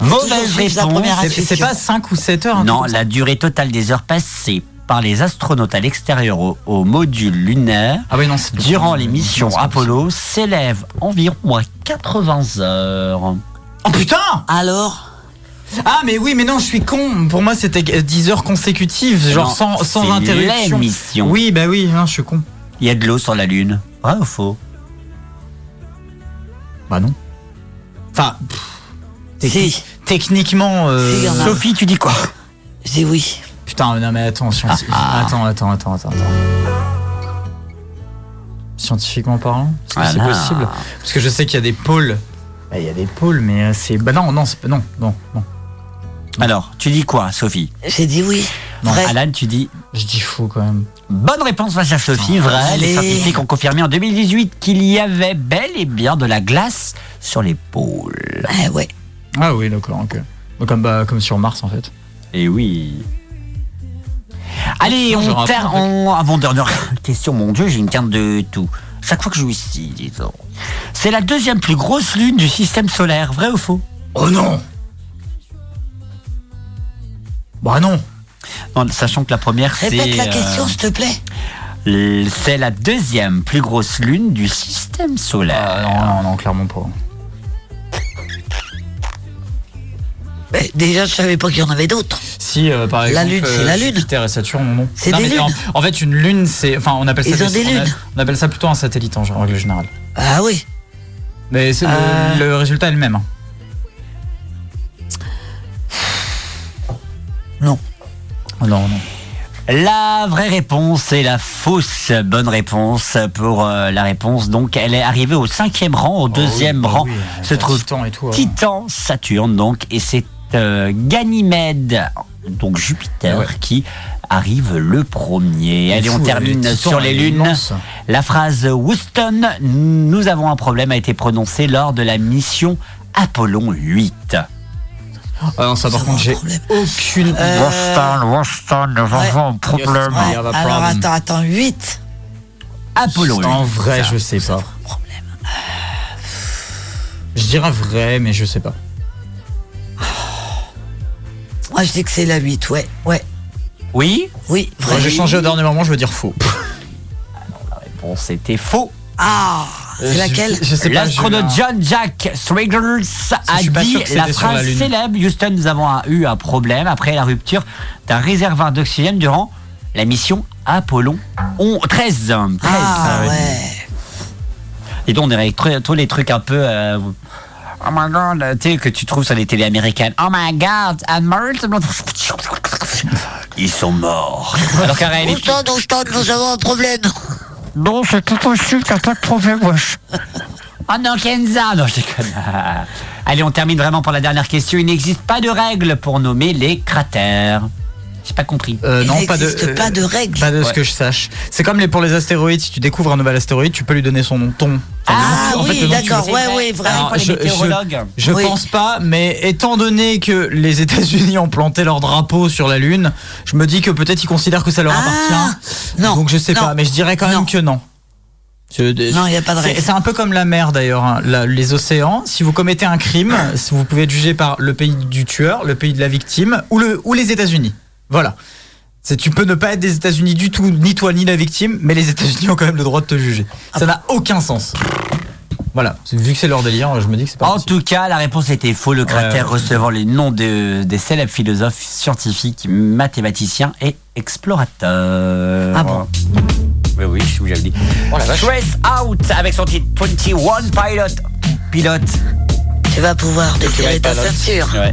Speaker 1: Mauvaise
Speaker 2: Toujours suivre sa
Speaker 1: réponse.
Speaker 2: première
Speaker 3: C'est- C'est
Speaker 2: intuition.
Speaker 3: pas 5 ou 7 heures hein,
Speaker 1: Non,
Speaker 3: tout
Speaker 1: la durée totale des heures passées par les astronautes à l'extérieur au, au module lunaire
Speaker 3: Ah oui, non, c'est
Speaker 1: durant les
Speaker 3: Non,
Speaker 1: missions
Speaker 3: c'est pas
Speaker 1: Apollo s'élève environ à 80 heures.
Speaker 3: possible. Oh putain
Speaker 2: Alors
Speaker 3: Ah, mais oui, mais non, je suis con. Pour moi, c'était 10 heures consécutives, genre
Speaker 1: Non,
Speaker 3: sans, sans
Speaker 1: c'est
Speaker 3: interruption.
Speaker 1: la mission.
Speaker 3: Oui, bah oui, non, je suis con.
Speaker 1: Il y a de l'eau sur la Lune. Vrai ou faux
Speaker 3: Bah non. Enfin, pff, techni-
Speaker 2: Si.
Speaker 3: techniquement. euh,
Speaker 2: Si, y en a. Non.
Speaker 1: Sophie, tu dis quoi
Speaker 2: Je dis oui. Ah,
Speaker 3: Putain, non mais attends, scientifique. Attends, attends, attends, attends, attends. Scientifiquement parlant, est-ce que
Speaker 1: Ah
Speaker 3: c'est
Speaker 1: là.
Speaker 3: possible Parce que je sais qu'il y a des pôles. Bah, Il y a des pôles, mais euh, c'est. Bah non, non, c'est pas. Non, non, non.
Speaker 1: Alors, tu dis quoi, Sophie
Speaker 2: J'ai dit oui.
Speaker 3: Non,
Speaker 2: Vrai.
Speaker 1: Alan, tu dis
Speaker 3: Je dis faux quand même.
Speaker 1: Bonne réponse, ma chère
Speaker 3: Ah,
Speaker 1: Sophie. Vrai, les
Speaker 2: Allez.
Speaker 1: scientifiques ont confirmé en 2018 qu'il y avait bel et bien de la glace sur les pôles.
Speaker 2: Eh ouais.
Speaker 3: Ah oui, d'accord, ok. Donc, Comme, bah, comme sur Mars en fait.
Speaker 1: Et oui. Allez,
Speaker 3: Non,
Speaker 1: on
Speaker 3: j'aurais
Speaker 1: termine
Speaker 3: appris un
Speaker 1: en avant-dernière question. Mon Dieu, j'ai une quinte de tout. Chaque fois que je joue ici, disons. C'est la deuxième plus grosse lune du système solaire. Vrai ou faux
Speaker 3: Oh non Bah non
Speaker 1: Non, Sachant que la première, c'est.
Speaker 2: Répète la
Speaker 1: euh,
Speaker 2: question, s'il te plaît.
Speaker 1: l- c'est la deuxième plus grosse lune du système
Speaker 3: Ah,
Speaker 1: solaire.
Speaker 3: Non, non, non, clairement pas.
Speaker 2: Mais déjà, je savais pas qu'il y en avait d'autres.
Speaker 3: Si, euh, par
Speaker 2: La
Speaker 3: exemple,
Speaker 2: Lune, c'est
Speaker 3: euh,
Speaker 2: la Lune.
Speaker 3: Jupiter et Saturne, non.
Speaker 2: C'est
Speaker 3: Non,
Speaker 2: des
Speaker 3: mais
Speaker 2: lunes.
Speaker 3: En, en fait, une lune, c'est. Enfin, on appelle ça.
Speaker 2: Ils ont des
Speaker 3: on a-
Speaker 2: lunes.
Speaker 3: On appelle ça plutôt un satellite en en règle générale.
Speaker 2: Ah oui.
Speaker 3: Mais c'est- le-
Speaker 2: Euh.
Speaker 3: le, résultat est le même. hein.
Speaker 2: Non.
Speaker 3: Oh Non, non.
Speaker 1: La vraie réponse est la fausse bonne réponse pour euh, la réponse. Donc, elle est arrivée au cinquième rang, au deuxième
Speaker 3: Oh oui, bah
Speaker 1: rang.
Speaker 3: oui,
Speaker 1: se
Speaker 3: avec
Speaker 1: trouve
Speaker 3: Titan et tout. ouais.
Speaker 1: Titan, Saturne, donc, et c'est euh, Ganymède, donc Jupiter,
Speaker 3: Ouais.
Speaker 1: qui arrive le premier. Allez, on
Speaker 3: fou,
Speaker 1: termine
Speaker 3: le Titan,
Speaker 1: sur les
Speaker 3: il est
Speaker 1: lunes.
Speaker 3: immense.
Speaker 1: La phrase Houston, nous avons un problème, a été prononcée lors de la mission Apollon 8.
Speaker 3: Ah non, ça par
Speaker 2: avons
Speaker 3: contre,
Speaker 2: un
Speaker 3: j'ai
Speaker 2: problème.
Speaker 3: aucune.
Speaker 2: Euh,
Speaker 1: Houston, nous
Speaker 2: avons
Speaker 1: un
Speaker 3: problème. Ah,
Speaker 2: Ouais,
Speaker 3: Il y a un
Speaker 2: Alors
Speaker 3: problème.
Speaker 2: attends, attends, 8.
Speaker 1: Apollon 8.
Speaker 3: En vrai, je sais pas. Euh, Je dirais vrai, mais je sais pas.
Speaker 2: Moi, je dis que c'est la 8, ouais. Ouais.
Speaker 1: Oui
Speaker 2: Oui, vrai.
Speaker 3: Moi, J'ai changé au dernier moment, je veux dire faux.
Speaker 1: Bon, c'était faux.
Speaker 2: Ah C'est laquelle
Speaker 3: Euh, je, je sais pas.
Speaker 1: L'astronaute
Speaker 3: j'ai-
Speaker 1: Eh John Jack Swigels a
Speaker 3: je suis pas
Speaker 1: dit
Speaker 3: sûr que c'était
Speaker 1: la
Speaker 3: sur
Speaker 1: phrase
Speaker 3: la Lune.
Speaker 1: célèbre Houston, nous avons un- eu un problème après la rupture d'un réservoir d'oxygène durant la mission Apollo on- 13. 13.
Speaker 2: Ah ouais.
Speaker 1: Et donc, on dirait tr- tous les trucs un peu. euh, oh my god, tu sais, que tu trouves sur les télés américaines. Oh my god, Anne
Speaker 6: Ils sont morts.
Speaker 1: Alors qu'en réalité,
Speaker 2: Houston, Houston, nous avons un problème.
Speaker 1: non, c'est tout possible, t'as pas de problème, wesh. Oh non, Kenza Non, je déconne. Allez, on termine vraiment pour la dernière question. Il n'existe pas de règle pour nommer les cratères. J'ai pas compris.
Speaker 3: Euh,
Speaker 2: Il
Speaker 3: non,
Speaker 2: n'existe
Speaker 3: pas de, euh,
Speaker 2: pas de règles.
Speaker 3: Pas de ce
Speaker 1: Ouais.
Speaker 3: que je sache. C'est comme les, pour les astéroïdes, si tu découvres un nouvel astéroïde, tu peux lui donner son nom, ton.
Speaker 2: Ah
Speaker 1: en fait,
Speaker 2: oui,
Speaker 1: le nom,
Speaker 2: d'accord,
Speaker 1: tu
Speaker 2: ouais,
Speaker 1: sais,
Speaker 2: ouais, vrai.
Speaker 1: Alors,
Speaker 3: je,
Speaker 1: les météorologues.
Speaker 3: je- je
Speaker 2: Oui.
Speaker 3: pense pas, mais étant donné que les États-Unis ont planté leur drapeau sur la Lune, je me dis que peut-être ils considèrent que ça leur
Speaker 2: Ah,
Speaker 3: appartient.
Speaker 2: non,
Speaker 3: Donc je sais
Speaker 2: non,
Speaker 3: pas, mais je dirais quand même
Speaker 2: non.
Speaker 3: que non. Je-
Speaker 2: Non, il n'y a pas de
Speaker 3: C'est-
Speaker 2: règles.
Speaker 3: C'est un peu comme la mer d'ailleurs, hein. La- les océans. Si vous commettez un crime, si vous pouvez être jugé par le pays du tueur, le pays de la victime ou, le, ou les États-Unis. Voilà. C'est- Tu peux ne pas être des États-Unis du tout, ni toi ni la victime, mais les États-Unis ont quand même le droit de te juger.
Speaker 2: Ah.
Speaker 3: Ça n'a aucun sens. Voilà. Vu que c'est leur délire, je me dis que c'est pas.
Speaker 1: En
Speaker 3: possible.
Speaker 1: tout cas, la réponse était faux. Le cratère recevant les noms de- des célèbres philosophes, scientifiques, mathématiciens et explorateurs.
Speaker 2: Ah bon
Speaker 1: Oui, oui, je vous l'avais dit.
Speaker 3: Oh
Speaker 1: Stress Out avec son titre 21 Pilot. Pilote.
Speaker 2: Tu vas pouvoir détirer ta ceinture.
Speaker 1: Ouais.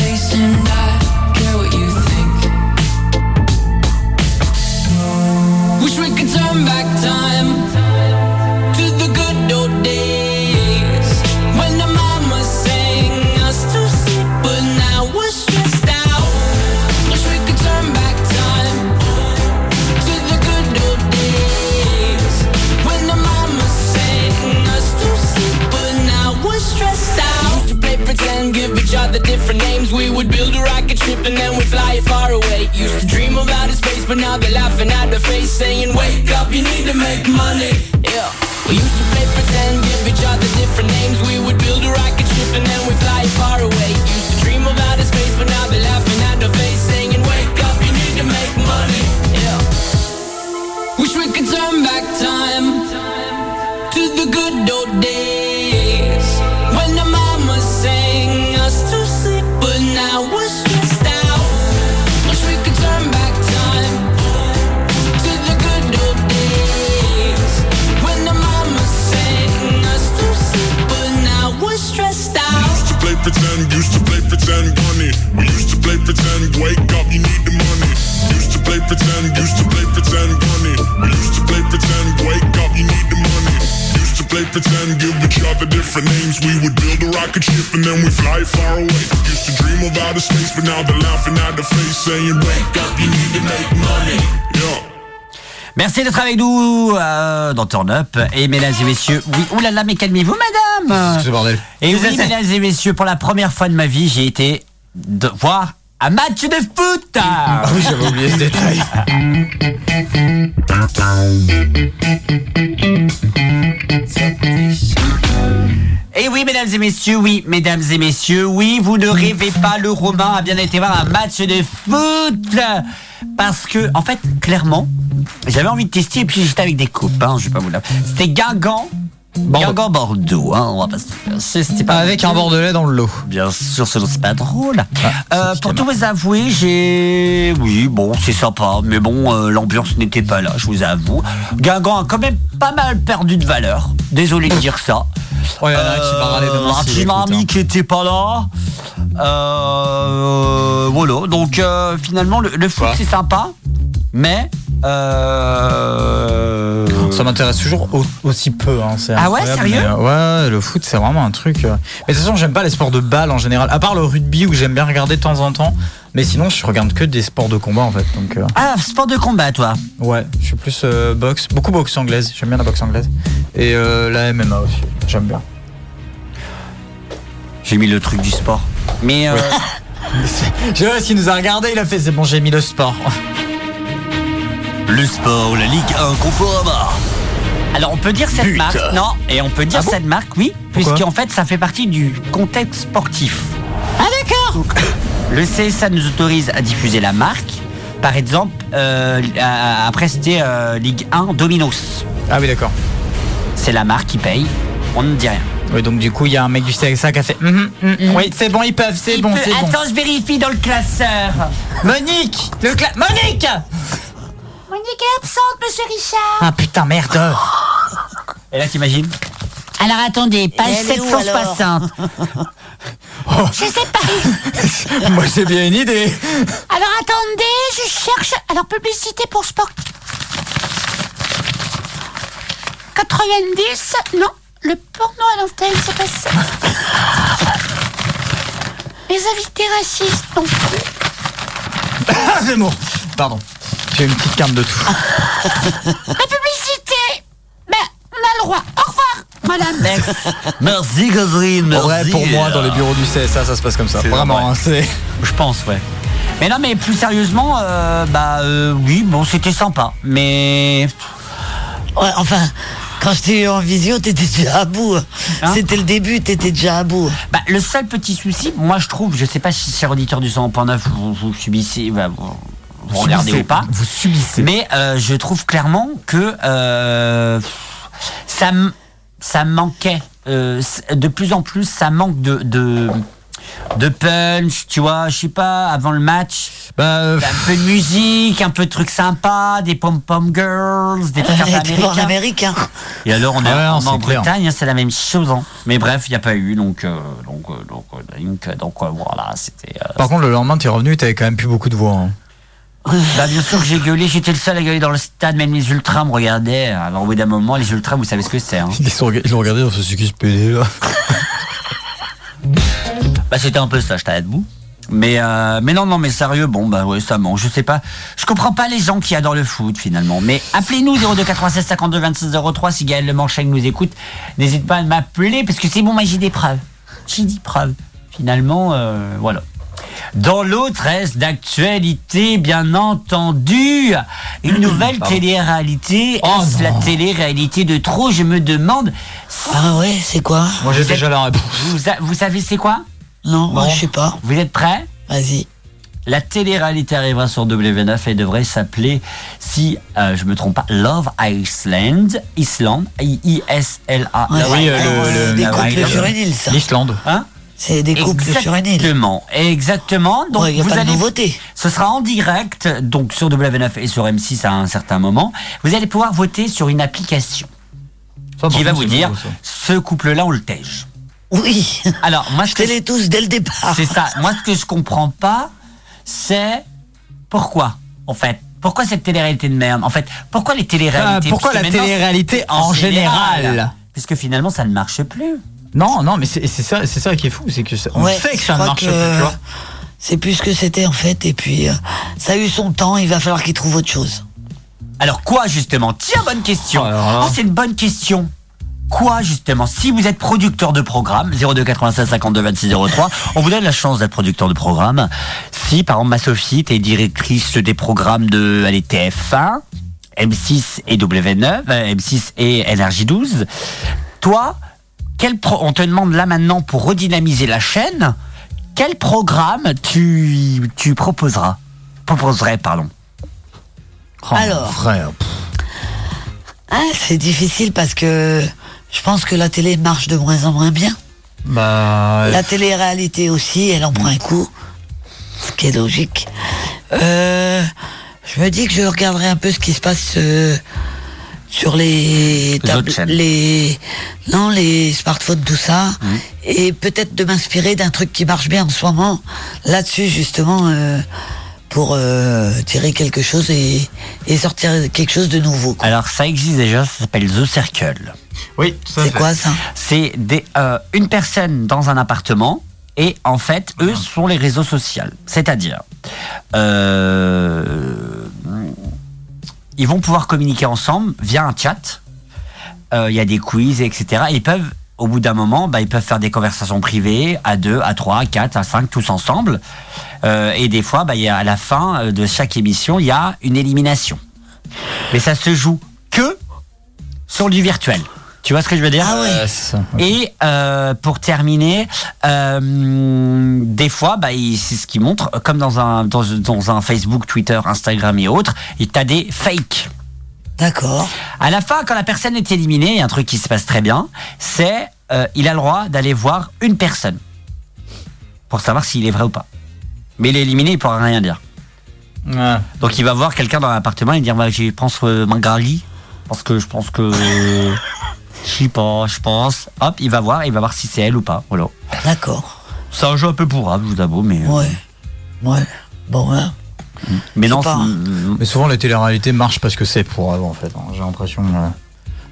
Speaker 7: Face and I care what you think.
Speaker 8: Wish we could turn back time to the good old days when the mama sang us to sleep, but now we're stressed out. Wish we could turn back time to the good old days when the mama sang us to sleep, but now we're stressed out. Used to play pretend, give each other different names. We would build a rocket ship and then we'd fly it far away. Used to dream of outer space, but now they're laughing at the face, saying, Wake up, you need to make money. Yeah. We used to play pretend, give each other different names. We would build a rocket ship and then we'd fly it far away. Used to dream of outer space, but now they're laughing at the face, saying, Wake up, you need to make money. Yeah. Wish we could turn back time to the good old days when the mama sang us to sleep, but now we're stressed out. Wish we could turn back time to the good old days when the mama sang us to sleep, but now we're stressed out.
Speaker 9: used to play pretend, used to play pretend, bunny. We used to play pretend, wake up, you need the money. Used to play pretend, used to play pretend, bunny. We used to play pretend, wake up, you need the money. Used to play pretend, give each other different names. We would build a rocket ship and then we fly far away. Used to dream of outer space, but now they're laughing at the face, saying, Wake up, you need to make money. Yeah.
Speaker 1: Merci d'être avec nous euh, dans Turn Up. Et mesdames et messieurs, oui, oulala, mais calmez-vous, madame.
Speaker 3: ce bordel.
Speaker 1: Et oui,
Speaker 3: Qu'est-ce que c'est
Speaker 1: mesdames et messieurs, pour la première fois de ma vie, j'ai été de- voir un match de foot.
Speaker 3: Ah oui, j'avais oublié ce détail.
Speaker 1: Et Eh oui, mesdames et messieurs, oui, mesdames et messieurs, oui, vous ne rêvez pas, le Romain a bien été voir un match de foot. Parce que, en fait, clairement, J'avais envie de tester, et puis j'étais avec des copains, je vais pas vous la. C'était Guingamp. Guingamp Bordeaux, hein, on va pas se faire chier, c'était pas
Speaker 3: Avec un bordelais dans le lot. Ah,
Speaker 1: Bien sûr, sinon c'est pas drôle. Euh,
Speaker 3: c'est
Speaker 1: pour tout vous avouer, j'ai. Oui, bon, c'est sympa, mais bon, euh, l'ambiance n'était pas là, je vous avoue. Guingamp a quand même pas mal perdu de valeur. Désolé de dire ça.
Speaker 3: Ouais, il y en a un qui va râler demain
Speaker 1: Euh, un
Speaker 3: s'il
Speaker 1: petit
Speaker 3: écoute,
Speaker 1: Marmi
Speaker 3: hein.
Speaker 1: qui était pas là. Euh, voilà, donc euh, finalement, le, le foot
Speaker 3: Quoi
Speaker 1: c'est sympa, mais. euh,
Speaker 3: Ça m'intéresse toujours au- aussi peu. hein, c'est
Speaker 1: Ah ouais,
Speaker 3: incroyable,
Speaker 1: sérieux
Speaker 3: mais, euh, Ouais, le foot, c'est vraiment un truc. euh. Mais de toute façon, j'aime pas les sports de balle en général, à part le rugby où j'aime bien regarder de temps en temps. Mais sinon, je regarde que des sports de combat en fait. Donc, euh,
Speaker 1: Ah, sport de combat, toi.
Speaker 3: ouais, je suis plus euh, boxe, beaucoup boxe anglaise. J'aime bien la boxe anglaise. Et euh, la MMA aussi, j'aime bien.
Speaker 1: J'ai mis le truc du sport. Mais. euh,
Speaker 3: J'ai vu s'il nous a regardé, il a fait c'est bon, j'ai mis le sport.
Speaker 5: Le sport, la Ligue 1, Conforama.
Speaker 1: Alors on peut dire cette
Speaker 5: But.
Speaker 1: marque, non Et on peut dire
Speaker 3: Ah bon
Speaker 1: cette marque, oui,
Speaker 3: Pourquoi
Speaker 1: puisqu'en fait ça fait partie du contexte sportif. Ah d'accord Le CSA nous autorise à diffuser la marque, par exemple, euh, à- après c'était euh, Ligue 1 Dominos.
Speaker 3: Ah oui, d'accord.
Speaker 1: C'est la marque qui paye, on ne dit rien. Mm-hmm.
Speaker 3: Oui, donc du coup, il y a un mec du CSA qui a fait. Mhm, mhm, Oui, c'est bon, ils peuvent, c'est
Speaker 1: Il
Speaker 3: bon,
Speaker 1: peut-
Speaker 3: c'est bon.
Speaker 1: Attends, je vérifie dans le classeur.
Speaker 3: Monique le cla- Monique
Speaker 10: Monique est absente, monsieur Richard.
Speaker 3: Ah putain, merde
Speaker 1: Et là t'imagines Alors attendez,
Speaker 2: page 760.
Speaker 10: Je sais pas.
Speaker 3: Oh. Moi, j'ai bien une idée
Speaker 10: Alors attendez, je cherche. Alors publicité pour sport. 90, non, le porno à l'antenne, c'est pas ça. Les invités racistes, non.
Speaker 3: Ah, c'est bon Pardon. J'ai une petite carte de tout.
Speaker 10: La publicité, ben, on a le droit. Au revoir, madame.
Speaker 1: Merci Catherine,
Speaker 3: En
Speaker 1: merci.
Speaker 3: vrai, pour moi, dans les bureaux du CSA, ça se passe comme ça.
Speaker 1: C'est
Speaker 3: Vraiment,
Speaker 1: normal.
Speaker 3: hein, c'est.
Speaker 1: Je pense, ouais. Mais non, mais plus sérieusement, euh, bah euh, oui, bon, c'était sympa. Mais
Speaker 2: Ouais, enfin, quand je t'ai eu en visio, t'étais déjà à bout. C'était le début, t'étais déjà à bout.
Speaker 1: Hein bah, le seul petit souci, moi je trouve, je sais pas si cher auditeur du 100.9, vous, vous subissez, bah, vous, vous regardez ou pas,
Speaker 3: Vous subissez.
Speaker 1: mais euh, je trouve clairement que euh, ça, m- ça manquait. euh, c- de plus en plus, ça manque de, de, de punch, tu vois, je sais pas, avant le match.
Speaker 3: Bah, euh,
Speaker 1: Un peu de musique, un peu de trucs sympas, des pom-pom girls, des trucs un peu
Speaker 2: T'étais pas en
Speaker 1: américains.
Speaker 2: américain.
Speaker 1: Et alors, on est,
Speaker 3: Ah ouais, non,
Speaker 1: on est en
Speaker 3: c'est clair.
Speaker 1: Bretagne, c'est la même chose. hein. Mais bref, il n'y a pas eu, donc, euh, donc, euh, donc, euh, donc, euh, donc, euh, voilà, c'était. euh,
Speaker 3: par contre, le lendemain, t'es revenu, t'avais quand même plus beaucoup de voix. hein.
Speaker 1: Bah, bien sûr que j'ai gueulé, j'étais le seul à gueuler dans le stade, même les ultras me regardaient. Alors, au bout d'un moment, les ultras, vous savez ce que c'est. hein.
Speaker 3: Ils l'ont regardé, dans ce qui se pédé là.
Speaker 1: Bah, c'était un peu ça, j'étais à debout. Mais, euh, mais non, non, mais sérieux, bon, bah ouais, ça manque, je sais pas. Je comprends pas les gens qui adorent le foot finalement. Mais appelez-nous 02 96 52 26 03 si Gaël Le Manchec nous écoute. N'hésite pas à m'appeler parce que c'est bon, magie des preuves. J'ai dit preuves. Finalement, euh, voilà. Dans l'autre est d'actualité, bien entendu, une nouvelle télé-réalité.
Speaker 3: Oh
Speaker 1: Est-ce la
Speaker 3: non.
Speaker 1: télé-réalité de trop Je me demande.
Speaker 2: Ah ouais, c'est quoi
Speaker 3: Moi, j'ai
Speaker 1: Vous êtes-
Speaker 3: déjà la réponse.
Speaker 1: Vous, a- vous savez c'est quoi
Speaker 2: Non, moi,
Speaker 1: Bon.
Speaker 2: je sais pas.
Speaker 1: Vous êtes prêts
Speaker 2: Vas-y.
Speaker 1: La télé-réalité arrivera sur W9 et devrait s'appeler, si euh, je me trompe pas, Love Iceland, Island, I-S-L-A.
Speaker 2: Ouais,
Speaker 1: Love
Speaker 3: oui,
Speaker 1: Island.
Speaker 3: euh, le-
Speaker 2: c'est
Speaker 3: le-
Speaker 2: des
Speaker 1: la
Speaker 2: couples
Speaker 1: Wilde.
Speaker 2: sur une île, ça.
Speaker 3: L'Islande.
Speaker 1: Hein
Speaker 2: C'est des couples sur une île.
Speaker 1: Exactement, exactement. Donc
Speaker 2: Ouais, y a
Speaker 1: vous
Speaker 2: pas de
Speaker 1: allez,
Speaker 2: nouveauté.
Speaker 1: ce sera en direct, donc sur W9 et sur M6 à un certain moment. Vous allez pouvoir voter sur une application
Speaker 3: Ça, par
Speaker 1: qui va
Speaker 3: contre,
Speaker 1: vous
Speaker 3: c'est
Speaker 1: dire
Speaker 3: nouveau, ça.
Speaker 1: ce couple-là on le tège.
Speaker 2: Oui,
Speaker 1: Alors moi ce
Speaker 2: je
Speaker 1: que
Speaker 2: les tous dès le départ.
Speaker 1: C'est ça. Moi, ce que je comprends pas, c'est pourquoi, en fait. Pourquoi cette télé-réalité de merde En fait, pourquoi les téléréalités
Speaker 3: Ah, pourquoi
Speaker 1: Parce que
Speaker 3: la
Speaker 1: maintenant,
Speaker 3: télé-réalité
Speaker 1: c'est-
Speaker 3: en général
Speaker 1: Puisque finalement, ça ne marche plus.
Speaker 3: Non, non, mais c'est c'est ça, c'est ça qui est fou, c'est que ça, on
Speaker 2: Ouais,
Speaker 3: sait que
Speaker 2: je
Speaker 3: ça ne
Speaker 2: crois
Speaker 3: marche
Speaker 2: que-
Speaker 3: plus, tu vois.
Speaker 2: C'est plus ce que c'était en fait, et puis euh, ça a eu son temps, il va falloir qu'il trouve autre chose.
Speaker 1: Alors quoi, justement Tiens, bonne question.
Speaker 3: Alors là.
Speaker 1: Oh, c'est une bonne question. Quoi, justement Si vous êtes producteur de programme, 02 96 52 26 03, on vous donne la chance d'être producteur de programme. Si, par exemple, ma Sophie, t'es directrice des programmes de allez, TF1, M6 et W9, euh, M6 et NRJ12, toi, quel pro- on te demande là maintenant pour redynamiser la chaîne, quel programme tu, tu proposeras Proposerais, pardon
Speaker 2: Alors.
Speaker 3: Frère.
Speaker 2: Hein, c'est difficile parce que je pense que la télé marche de moins en moins bien.
Speaker 3: Bah.
Speaker 2: La télé-réalité aussi, elle en prend un coup, ce qui est logique. Euh, je me dis que je regarderai un peu ce qui se passe euh, sur les,
Speaker 1: Les autres
Speaker 2: tab-
Speaker 1: chaînes.
Speaker 2: les non les smartphones tout ça,
Speaker 1: Mmh.
Speaker 2: et peut-être de m'inspirer d'un truc qui marche bien en ce moment là-dessus justement euh, pour euh, tirer quelque chose et, et sortir quelque chose de nouveau. quoi.
Speaker 1: Alors ça existe déjà, ça s'appelle The Circle.
Speaker 3: Oui, tout à
Speaker 2: C'est
Speaker 3: fait.
Speaker 2: quoi ça
Speaker 1: C'est des, euh, une personne dans un appartement et en fait, eux sont les réseaux sociaux. C'est-à-dire, euh, ils vont pouvoir communiquer ensemble via un chat. Euh, Il y a des quiz, etc. Et ils peuvent, au bout d'un moment, bah, ils peuvent faire des conversations privées à deux, à trois, à quatre, à cinq, tous ensemble. Euh, et des fois, bah, il y a, à la fin euh, de chaque émission, il y a une élimination. Mais ça se joue que sur du virtuel. Tu vois ce que je veux dire
Speaker 2: Ah ouais.
Speaker 3: Ouais, c'est ça.
Speaker 1: et euh, pour terminer, euh, des fois, bah, il- c'est ce qu'ils montrent, comme dans un, dans, dans un Facebook, Twitter, Instagram et autres, et t'as des fakes.
Speaker 2: D'accord.
Speaker 1: À la fin, quand la personne est éliminée, il y a un truc qui se passe très bien, c'est euh, il a le droit d'aller voir une personne pour savoir s'il est vrai ou pas. Mais il est éliminé, il pourra rien dire.
Speaker 3: Ouais.
Speaker 1: Donc il va voir quelqu'un dans l'appartement et dire bah, je pense euh, Mangali parce que je pense que euh, je sais pas, je pense. Hop, il va voir, il va voir si c'est elle ou pas. Voilà.
Speaker 2: D'accord.
Speaker 1: C'est un jeu un peu pourrave, je vous avoue, mais euh,
Speaker 2: Ouais. Ouais. Bon, hein. voilà.
Speaker 1: mais
Speaker 2: je
Speaker 1: non.
Speaker 2: sais pas, hein.
Speaker 1: c'est-
Speaker 3: Mais souvent, la télé-réalité marche parce que c'est pour avant, en fait. hein. J'ai l'impression. euh,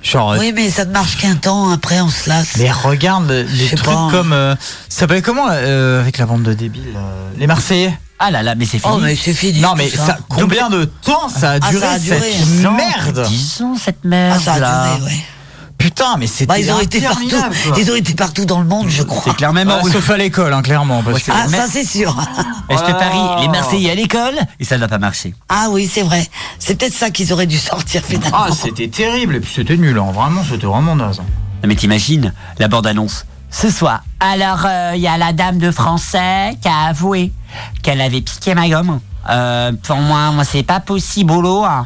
Speaker 3: Genre. euh,
Speaker 2: Oui, mais ça ne marche qu'un temps, après on se lasse.
Speaker 3: Mais regarde les
Speaker 2: sais
Speaker 3: trucs
Speaker 2: pas.
Speaker 3: comme. euh, ça s'appelle comment là, euh, avec la bande de débiles euh, Les Marseillais
Speaker 1: Ah là là, mais c'est fini.
Speaker 2: Oh, mais c'est fini.
Speaker 3: Non,
Speaker 2: tout
Speaker 3: mais ça, combien de temps ça a
Speaker 2: Ah,
Speaker 3: duré
Speaker 2: ça a duré,
Speaker 3: cette
Speaker 2: hein.
Speaker 3: merde
Speaker 1: Disons cette merde
Speaker 2: Ah, ça a
Speaker 1: là.
Speaker 2: duré, ouais.
Speaker 3: Putain, mais c'était.
Speaker 2: Bah, ils ont été partout.
Speaker 3: interminable, quoi.
Speaker 2: Ils ont été partout dans le monde, je crois.
Speaker 1: C'est clair même.
Speaker 3: Ouais,
Speaker 1: en-
Speaker 3: sauf à l'école, hein, clairement. Parce
Speaker 1: Ouais,
Speaker 3: que...
Speaker 1: bah, c'est-
Speaker 2: Ah,
Speaker 1: Mais-
Speaker 2: ça, c'est sûr. Oh.
Speaker 1: Et je te parie, les Marseillais à l'école et ça n'a pas marché.
Speaker 2: Ah oui, c'est vrai. C'est peut-être ça qu'ils auraient dû sortir finalement.
Speaker 3: Ah, c'était terrible, et puis c'était nul, hein. vraiment, c'était vraiment naze. hein.
Speaker 1: Non, mais t'imagines la bande-annonce ce soir. Alors, euh, il y a la dame de français qui a avoué qu'elle avait piqué ma gomme. Euh, pour moi, moi c'est pas possible. hein.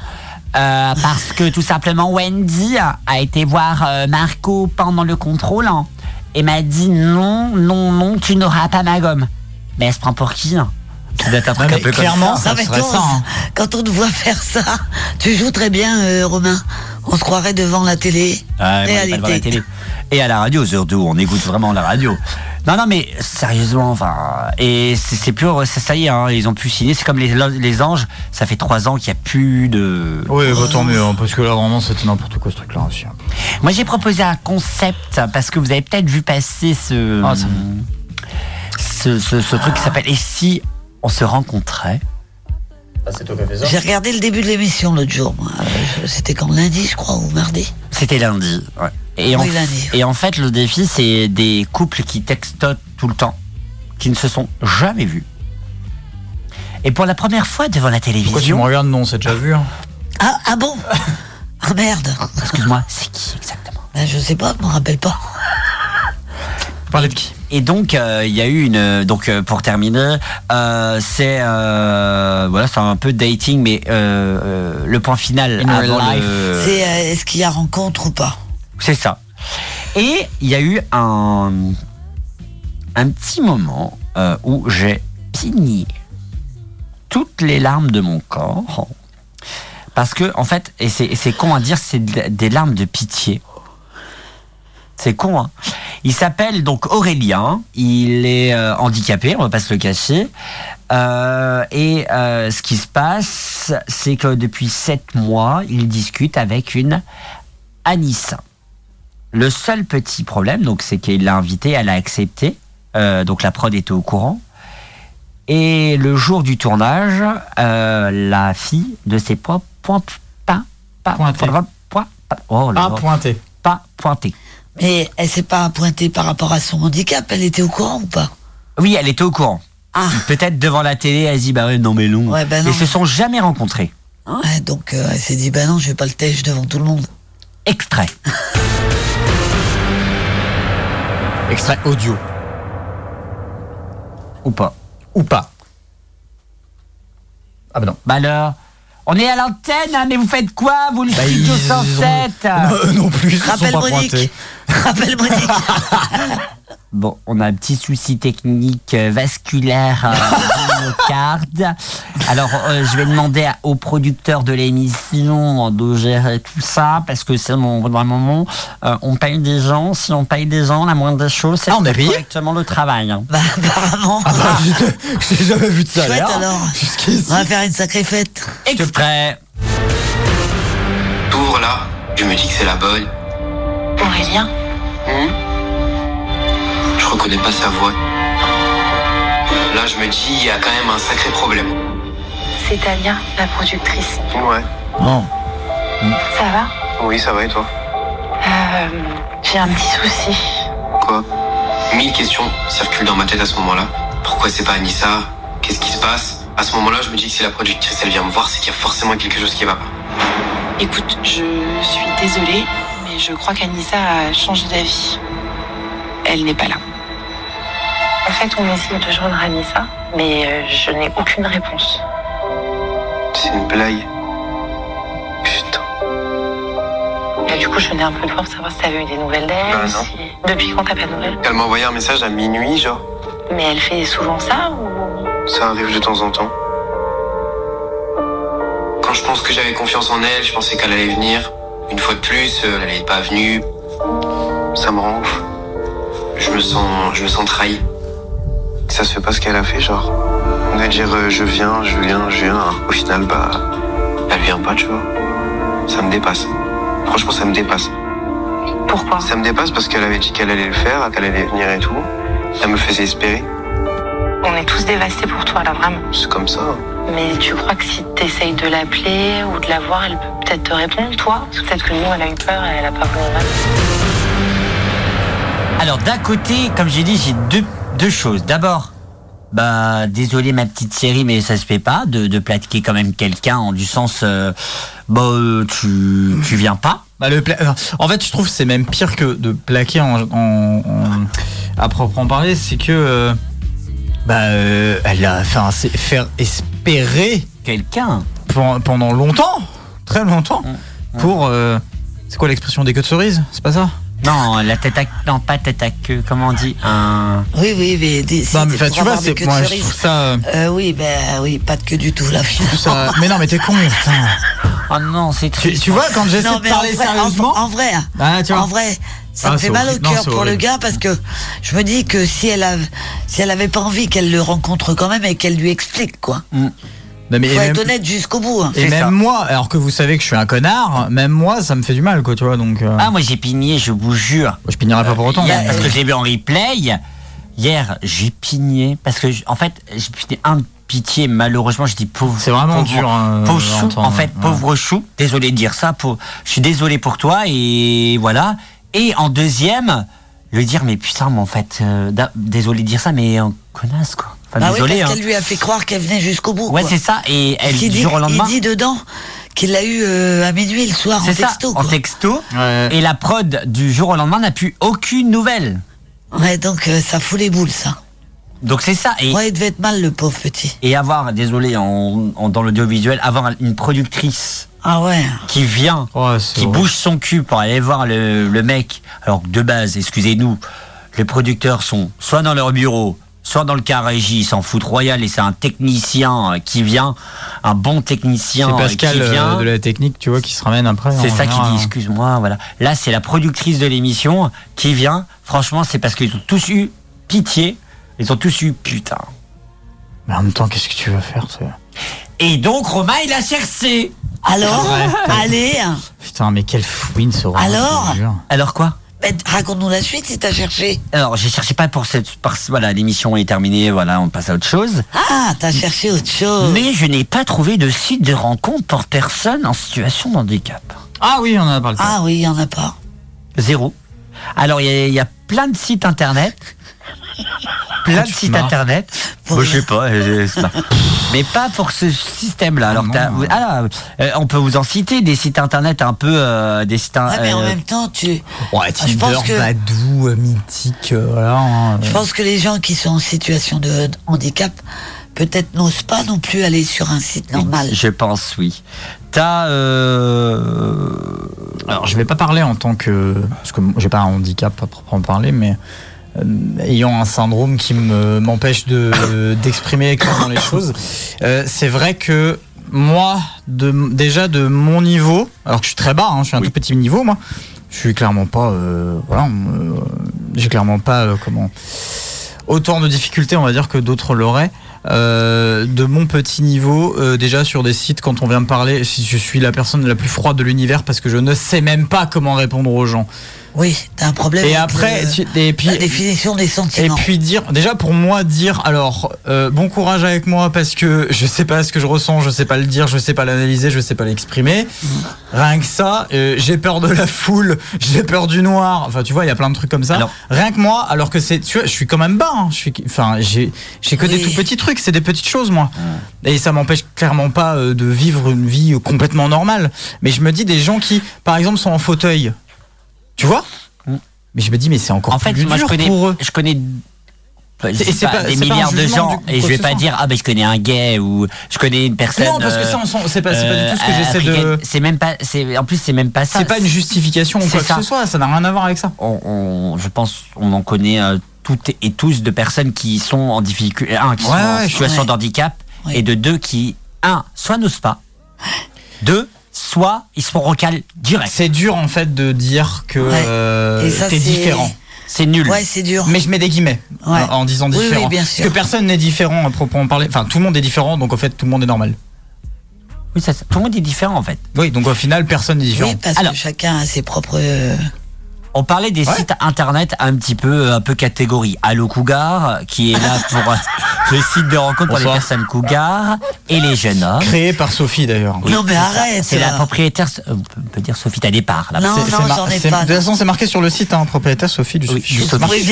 Speaker 1: Euh, parce que tout simplement, Wendy a été voir euh, Marco pendant le contrôle hein, et m'a dit non, non, non, tu n'auras pas ma gomme. Mais elle se prend pour qui hein Ça doit être un truc
Speaker 3: Ouais,
Speaker 1: un
Speaker 3: mais
Speaker 1: peu comme
Speaker 3: clairement,
Speaker 1: ça.
Speaker 3: ça
Speaker 2: Non, mais
Speaker 3: serait
Speaker 2: toi,
Speaker 3: ça, hein.
Speaker 2: quand on te voit faire ça, tu joues très bien, euh, Romain. On se croirait devant la télé.
Speaker 1: Ah, Ouais, moi, j'ai pas le droit à la télé. Et à la radio, aux heures d'eau, on écoute vraiment la radio. Non, non, mais sérieusement, enfin, et c'est c'est pur, ça, ça y est, hein, ils ont pu signer. C'est comme les, les anges, ça fait trois ans qu'il n'y a plus de.
Speaker 3: Oui, bah, tant mieux, hein, parce que là, vraiment, c'était n'importe quoi ce truc-là aussi. hein.
Speaker 1: Moi, j'ai proposé un concept parce que vous avez peut-être vu passer ce
Speaker 3: Ah, ça-
Speaker 1: ce, ce- ce truc qui s'appelle Et si on se rencontrait
Speaker 2: J'ai regardé le début de l'émission l'autre jour. moi. Euh, C'était quand lundi, je crois, ou mardi.
Speaker 1: C'était lundi. ouais. Et, en,
Speaker 2: Oui, lundi.
Speaker 1: et en fait, le défi, c'est des couples qui textotent tout le temps, qui ne se sont jamais vus. Et pour la première fois devant la
Speaker 3: Pourquoi tu me
Speaker 1: télévision,
Speaker 3: regardes Non, c'est déjà vu. hein.
Speaker 2: Ah, ah bon Ah merde.
Speaker 1: excuse-moi, c'est qui exactement
Speaker 2: Ben, je sais pas, je m'en rappelle pas.
Speaker 3: Vous parlez de qui
Speaker 1: Et donc, euh, il y a eu une. euh, Donc, euh, pour terminer, euh, c'est euh, voilà, c'est un peu dating, mais euh, euh, le point final
Speaker 3: In real
Speaker 1: avant
Speaker 3: life.
Speaker 1: le-
Speaker 2: Ah, C'est euh, est-ce qu'il y a rencontre ou pas
Speaker 1: C'est ça. Et il y a eu un, un petit moment euh, où j'ai pigné toutes les larmes de mon corps. Parce que, en fait, et c'est et c'est con à dire, c'est de- des larmes de pitié. C'est con, hein. Il s'appelle donc Aurélien, il est euh, handicapé, on va pas se le cacher. Euh, et euh, ce qui se passe, c'est que depuis sept mois, il discute avec une Anissa. Le seul petit problème, donc, c'est qu'il l'a invitée, elle a accepté. Euh, donc la prod était au courant. Et le jour du tournage, euh, la fille de ses points point, pas, pas,
Speaker 3: Pointée.
Speaker 1: point, point- pas- oh là
Speaker 3: Ah,
Speaker 1: là,
Speaker 3: pointé.
Speaker 1: pas pointée.
Speaker 2: Mais elle s'est pas pointée par rapport à son handicap, elle était au courant ou pas
Speaker 1: Oui, elle était au courant.
Speaker 2: Ah,
Speaker 1: Peut-être devant la télé, elle se dit bah ouais, non mais non.
Speaker 2: Ouais, bah non.
Speaker 1: Ils se sont jamais rencontrés.
Speaker 2: ouais, donc euh, elle s'est dit, bah non, je vais pas le tèche devant tout le monde.
Speaker 1: Extrait.
Speaker 3: Extrait audio.
Speaker 1: Ou pas.
Speaker 3: Ou pas. Ah, bah non.
Speaker 1: Bah alors, On est à l'antenne, hein, mais vous faites quoi, vous, le studio 107
Speaker 3: Bah, Non plus,
Speaker 1: Euh, ils se sont Rappelle pas Monique. pointés.
Speaker 2: Rappelle Monique.
Speaker 1: Bon, on a un petit souci technique euh, vasculaire euh, myocarde. Alors, euh, je vais demander à- au producteur de l'émission de gérer tout ça, parce que c'est mon d'un moment. euh, on paye des gens. Si on paye des gens, la moindre des choses, c'est
Speaker 3: Ah, on a
Speaker 1: faire
Speaker 3: payé
Speaker 1: correctement le travail. hein.
Speaker 2: apparemment.
Speaker 3: Ah bah, J'ai jamais vu de ça.
Speaker 2: Chouette
Speaker 3: alors.
Speaker 2: alors. On va faire une sacrée fête.
Speaker 1: Exprès.
Speaker 11: T'ouvres là, je me dis que c'est la bonne. Hmm?
Speaker 12: Aurélien
Speaker 11: Je reconnais pas sa voix. Là, je me dis, il y a quand même un sacré problème.
Speaker 12: C'est Tania, la productrice.
Speaker 11: Ouais.
Speaker 3: Non.
Speaker 12: Ça va
Speaker 11: Oui, ça va et toi
Speaker 12: Euh, J'ai un petit souci.
Speaker 11: Quoi Mille questions circulent dans ma tête à ce moment-là. Pourquoi c'est pas Anissa Qu'est-ce qui se passe À ce moment-là, je me dis que si la productrice, elle vient me voir, c'est qu'il y a forcément quelque chose qui va pas.
Speaker 12: Écoute, je suis désolée, mais je crois qu'Anissa a changé d'avis. Elle n'est pas là. En fait, on essaie de joindre Anissa, mais euh, je n'ai aucune réponse.
Speaker 11: C'est une blague.
Speaker 12: Et Bah, du coup, je venais un peu te voir savoir si t'avais eu des nouvelles d'elle.
Speaker 11: Bah, non.
Speaker 12: si- Depuis quand t'as pas de nouvelles
Speaker 11: Elle m'a envoyé un message à minuit, genre.
Speaker 12: Mais elle fait souvent ça ou...
Speaker 11: Ça arrive de temps en temps. Quand je pense que j'avais confiance en elle, je pensais qu'elle allait venir. Une fois de plus, euh, elle n'est pas venue. Ça me rend ouf. Je me sens, je me sens trahi. Ça se fait pas ce qu'elle a fait, genre. On va dire euh, je viens, je viens, je viens. Au final, bah, elle vient pas, tu vois. Ça me dépasse. Franchement, ça me dépasse.
Speaker 12: Pourquoi
Speaker 11: Ça me dépasse parce qu'elle avait dit qu'elle allait le faire, qu'elle allait venir et tout. Elle me faisait espérer.
Speaker 12: On est tous dévastés pour toi, là, vraiment.
Speaker 11: C'est comme ça. hein.
Speaker 12: Mais tu crois que si t'essayes de l'appeler ou de la voir, elle peut peut-être te répondre, toi Parce que peut-être que nous, elle a eu peur et elle a pas voulu répondre.
Speaker 1: Alors d'un côté, comme j'ai dit, j'ai deux, deux choses. D'abord, bah désolé ma petite chérie, mais ça se fait pas de, de platiquer quand même quelqu'un en du sens, euh, bah euh, tu, tu viens pas.
Speaker 3: Bah, le pla- non. En fait, je trouve que c'est même pire que de plaquer en, en- en- à proprement parler. C'est que. euh, bah, euh, elle a fait un- c'est faire espérer.
Speaker 1: Quelqu'un.
Speaker 3: pen- Pendant longtemps. Très longtemps. Pour. euh, c'est quoi l'expression des queues de cerise C'est pas ça
Speaker 1: Non, Oh, la tête à non pas tête à queue, comment on dit un.
Speaker 2: Oui, oui, mais des,
Speaker 3: Bah,
Speaker 2: si,
Speaker 3: mais, enfin,
Speaker 2: pour
Speaker 3: tu vois,
Speaker 2: avoir des
Speaker 3: c'est-
Speaker 2: queues de
Speaker 3: moi, je
Speaker 2: cerises.
Speaker 3: trouve ça, euh,
Speaker 2: Euh, oui, ben oui, pas de que du tout là.
Speaker 3: Ça- Euh, Mais non, mais t'es con, putain.
Speaker 2: Ah
Speaker 1: Oh non, c'est
Speaker 3: Tu, tu vois, quand j'essaie
Speaker 2: Non,
Speaker 3: de
Speaker 2: mais en
Speaker 3: parler
Speaker 2: vrai, en-
Speaker 3: sérieusement.
Speaker 2: En, vrai, hein.
Speaker 3: Ah, tu vois.
Speaker 2: en vrai, ça
Speaker 3: Ah,
Speaker 2: me fait
Speaker 3: c'est
Speaker 2: mal au
Speaker 3: horrible. Non,
Speaker 2: cœur
Speaker 3: c'est
Speaker 2: pour le
Speaker 3: horrible.
Speaker 2: gars parce que je me dis que si elle a, si elle avait pas envie qu'elle le rencontre quand même et qu'elle lui explique quoi.
Speaker 1: Mm.
Speaker 3: Non, mais-
Speaker 2: Faut
Speaker 3: et
Speaker 2: être
Speaker 3: même-
Speaker 2: honnête jusqu'au bout. hein.
Speaker 3: Et même moi, alors que vous savez que je suis un connard, même moi, ça me fait du mal, quoi, tu vois. Donc, euh,
Speaker 1: Ah moi j'ai pigné, je vous jure.
Speaker 3: je finirai pas pour autant.
Speaker 1: Hier,
Speaker 3: mais-
Speaker 1: parce que je l'ai vu en replay. Hier, j'ai pigné. Parce que, je- en fait, j'ai pigné un de pitié, malheureusement, je dis pauvre.
Speaker 3: C'est vraiment
Speaker 1: pauvre-
Speaker 3: dur, hein,
Speaker 1: pauvre
Speaker 3: à
Speaker 1: chou,
Speaker 3: entendre,
Speaker 1: en fait,
Speaker 3: ouais.
Speaker 1: pauvre chou. Désolé de dire ça. pauvre- je suis désolé pour toi. Et voilà. Et en deuxième, lui dire, mais putain, mais en fait, euh, da- désolé de dire ça, mais euh, connasse, quoi. Enfin,
Speaker 2: Bah oui,
Speaker 1: désolé.
Speaker 2: parce
Speaker 1: hein.
Speaker 2: qu'elle lui a fait croire qu'elle venait jusqu'au bout.
Speaker 1: Ouais,
Speaker 2: quoi.
Speaker 1: c'est ça. Et elle,
Speaker 2: Parce qu'il
Speaker 1: du
Speaker 2: dit,
Speaker 1: jour au lendemain.
Speaker 2: il dit dedans qu'il l'a eu euh, à minuit le soir en
Speaker 1: C'est ça,
Speaker 2: texto.
Speaker 1: en
Speaker 2: quoi.
Speaker 1: texto.
Speaker 3: Ouais.
Speaker 1: Et la prod du jour au lendemain n'a plus aucune nouvelle.
Speaker 2: Ouais, donc euh, ça fout les boules ça.
Speaker 1: Donc c'est ça. Et
Speaker 2: Ouais, il devait être mal le pauvre petit.
Speaker 1: et avoir, désolé, en, en- dans l'audiovisuel, avoir une productrice
Speaker 2: Ah ouais.
Speaker 1: qui vient,
Speaker 3: Ouais, c'est
Speaker 1: qui
Speaker 3: horrible.
Speaker 1: bouge son cul pour aller voir le, le mec, alors que de base, excusez-nous, les producteurs sont soit dans leur bureau, soit dans le cas régie, ils s'en foutent royal, et c'est un technicien euh, qui vient, un bon technicien
Speaker 3: C'est
Speaker 1: euh,
Speaker 3: Pascal
Speaker 1: qui
Speaker 3: euh,
Speaker 1: vient.
Speaker 3: de la technique, tu vois, qui se ramène après.
Speaker 1: C'est
Speaker 3: en
Speaker 1: ça qui
Speaker 3: général.
Speaker 1: dit, excuse-moi, voilà. Là, c'est la productrice de l'émission qui vient. Franchement, c'est parce qu'ils ont tous eu pitié. Ils ont tous eu putain.
Speaker 3: Mais en même temps, qu'est-ce que tu veux faire c'est-
Speaker 1: Et donc, Romain, il a cherché.
Speaker 2: Alors,
Speaker 3: Ouais.
Speaker 2: allez, hein.
Speaker 3: Putain, mais quelle fouine ce Romain,
Speaker 2: Alors
Speaker 3: je te jure.
Speaker 1: Alors quoi
Speaker 2: Ben, raconte-nous la suite si t'as cherché.
Speaker 1: Alors, j'ai cherché pas pour cette. Parce, voilà, l'émission est terminée, voilà, on passe à autre chose.
Speaker 2: Ah, t'as cherché autre chose.
Speaker 1: Mais je n'ai pas trouvé de site de rencontre pour personnes en situation de handicap.
Speaker 3: Ah oui, on en a parlé.
Speaker 2: Ah oui, il y en a pas.
Speaker 1: Zéro. Alors, il y, a- il y a plein de sites internet. plein de
Speaker 3: tu te
Speaker 1: sites
Speaker 3: marres
Speaker 1: internet. Moi, je sais pas. euh, je sais pas. Mais pas pour ce système-là. Alors,
Speaker 3: non.
Speaker 1: t'as- vous- ah, euh, on peut vous en citer des sites internet un peu. euh, des sites.
Speaker 2: Ouais, Ah, mais en
Speaker 1: euh, bah,
Speaker 2: même temps, tu.
Speaker 3: Ouais,
Speaker 2: Ah, je pense que-
Speaker 3: Badou, euh, Mythique, euh, voilà. hein, euh.
Speaker 2: Je pense que les gens qui sont en situation de handicap peut-être n'osent pas non plus aller sur un site normal.
Speaker 1: Je pense, oui. T'as. euh,
Speaker 3: Alors, je vais pas parler en tant que. Parce que j'ai pas un handicap à proprement parler, mais euh, ayant un syndrome qui me- m'empêche de d'exprimer clairement les choses, euh, c'est vrai que moi, de, déjà de mon niveau, alors que je suis très bas, hein, je suis un tout petit niveau, moi, je suis clairement pas. euh, voilà, euh, j'ai clairement pas. euh, comment autant de difficultés, on va dire, que d'autres l'auraient. Euh, de mon petit niveau, euh, déjà sur des sites, quand on vient me parler, si je suis la personne la plus froide de l'univers parce que je ne sais même pas comment répondre aux gens.
Speaker 2: Oui, t'as un problème.
Speaker 3: Et
Speaker 2: avec
Speaker 3: après,
Speaker 2: le-
Speaker 3: tu- et puis,
Speaker 2: la définition des sentiments.
Speaker 3: Et puis dire, déjà pour moi dire, alors euh, bon courage avec moi parce que je sais pas ce que je ressens, je sais pas le dire, je sais pas l'analyser, je sais pas l'exprimer.
Speaker 2: Mm.
Speaker 3: Rien que ça, euh, j'ai peur de la foule, j'ai peur du noir. Enfin, tu vois, il y a plein de trucs comme ça. Rien que moi, alors que c'est, tu vois, je suis quand même bas. hein, je suis, enfin, j'ai, j'ai que des tout petits trucs, c'est des petites choses moi. Et ça m'empêche clairement pas euh, de vivre une vie euh, complètement normale. Mais je me dis des gens qui, par exemple, sont en fauteuil. Tu vois Mais je me dis, mais c'est encore
Speaker 1: En fait,
Speaker 3: plus
Speaker 1: moi, je
Speaker 3: dur
Speaker 1: connais,
Speaker 3: pour eux.
Speaker 1: je connais je
Speaker 3: C'est-
Speaker 1: sais
Speaker 3: Bah, c'est
Speaker 1: pas,
Speaker 3: pas- c'est
Speaker 1: des
Speaker 3: pas un
Speaker 1: milliards de
Speaker 3: jugement du-
Speaker 1: gens
Speaker 3: quoi
Speaker 1: et je
Speaker 3: que
Speaker 1: vais
Speaker 3: ce
Speaker 1: pas
Speaker 3: soit.
Speaker 1: dire ah ben je connais un gay ou je connais une personne euh,
Speaker 3: Non, parce que ça, on s'en- c'est pas- c'est pas du tout ce que j'essaie de-
Speaker 1: africaine. c'est même pas c'est en plus c'est même pas ça
Speaker 3: C'est pas une justification ou
Speaker 1: C'est
Speaker 3: quoi que
Speaker 1: ça.
Speaker 3: ce soit, ça n'a rien à voir avec ça.
Speaker 1: on, on- je pense on en connaît euh, toutes et tous de personnes qui sont en difficulté un qui
Speaker 3: Ouais,
Speaker 1: sont en
Speaker 3: ouais,
Speaker 1: situation
Speaker 3: ouais.
Speaker 1: d'handicap et de deux qui un soit n'osent pas deux soit ils se font recal direct
Speaker 3: C'est dur en fait de dire que
Speaker 1: Ouais.
Speaker 3: euh,
Speaker 1: Et ça,
Speaker 3: t'es
Speaker 1: c'est-
Speaker 3: différent.
Speaker 1: C'est nul.
Speaker 2: Ouais, c'est dur.
Speaker 3: Mais je mets des guillemets hein,
Speaker 2: Ouais.
Speaker 3: en- en disant
Speaker 2: Oui, oui,
Speaker 3: différent.
Speaker 2: bien
Speaker 3: Parce
Speaker 2: sûr.
Speaker 3: que personne n'est différent à proprement parler. Enfin, tout le monde est différent, donc en fait, tout le monde est normal.
Speaker 1: Oui, ça, tout le monde est différent en fait.
Speaker 3: Oui, donc au final, personne n'est différent.
Speaker 2: Oui, parce que chacun a ses propres. euh,
Speaker 1: On parlait des sites internet un petit peu, euh, un peu catégorie. Allo Cougar, qui est là pour euh, le site de rencontre pour les
Speaker 3: Bonsoir.
Speaker 1: personnes cougars et les jeunes hommes.
Speaker 3: Créé par Sophie d'ailleurs.
Speaker 1: Ah. Oui,
Speaker 2: Non, mais
Speaker 1: c'est ça.
Speaker 2: arrête,
Speaker 1: C'est la
Speaker 2: là.
Speaker 1: propriétaire, euh, on peut dire Sophie, t'as des parts là.
Speaker 3: C'est- c'est mar- c'est- De toute façon, c'est marqué sur le site, hein, propriétaire Sophie du Sophie Show. C'est marqué.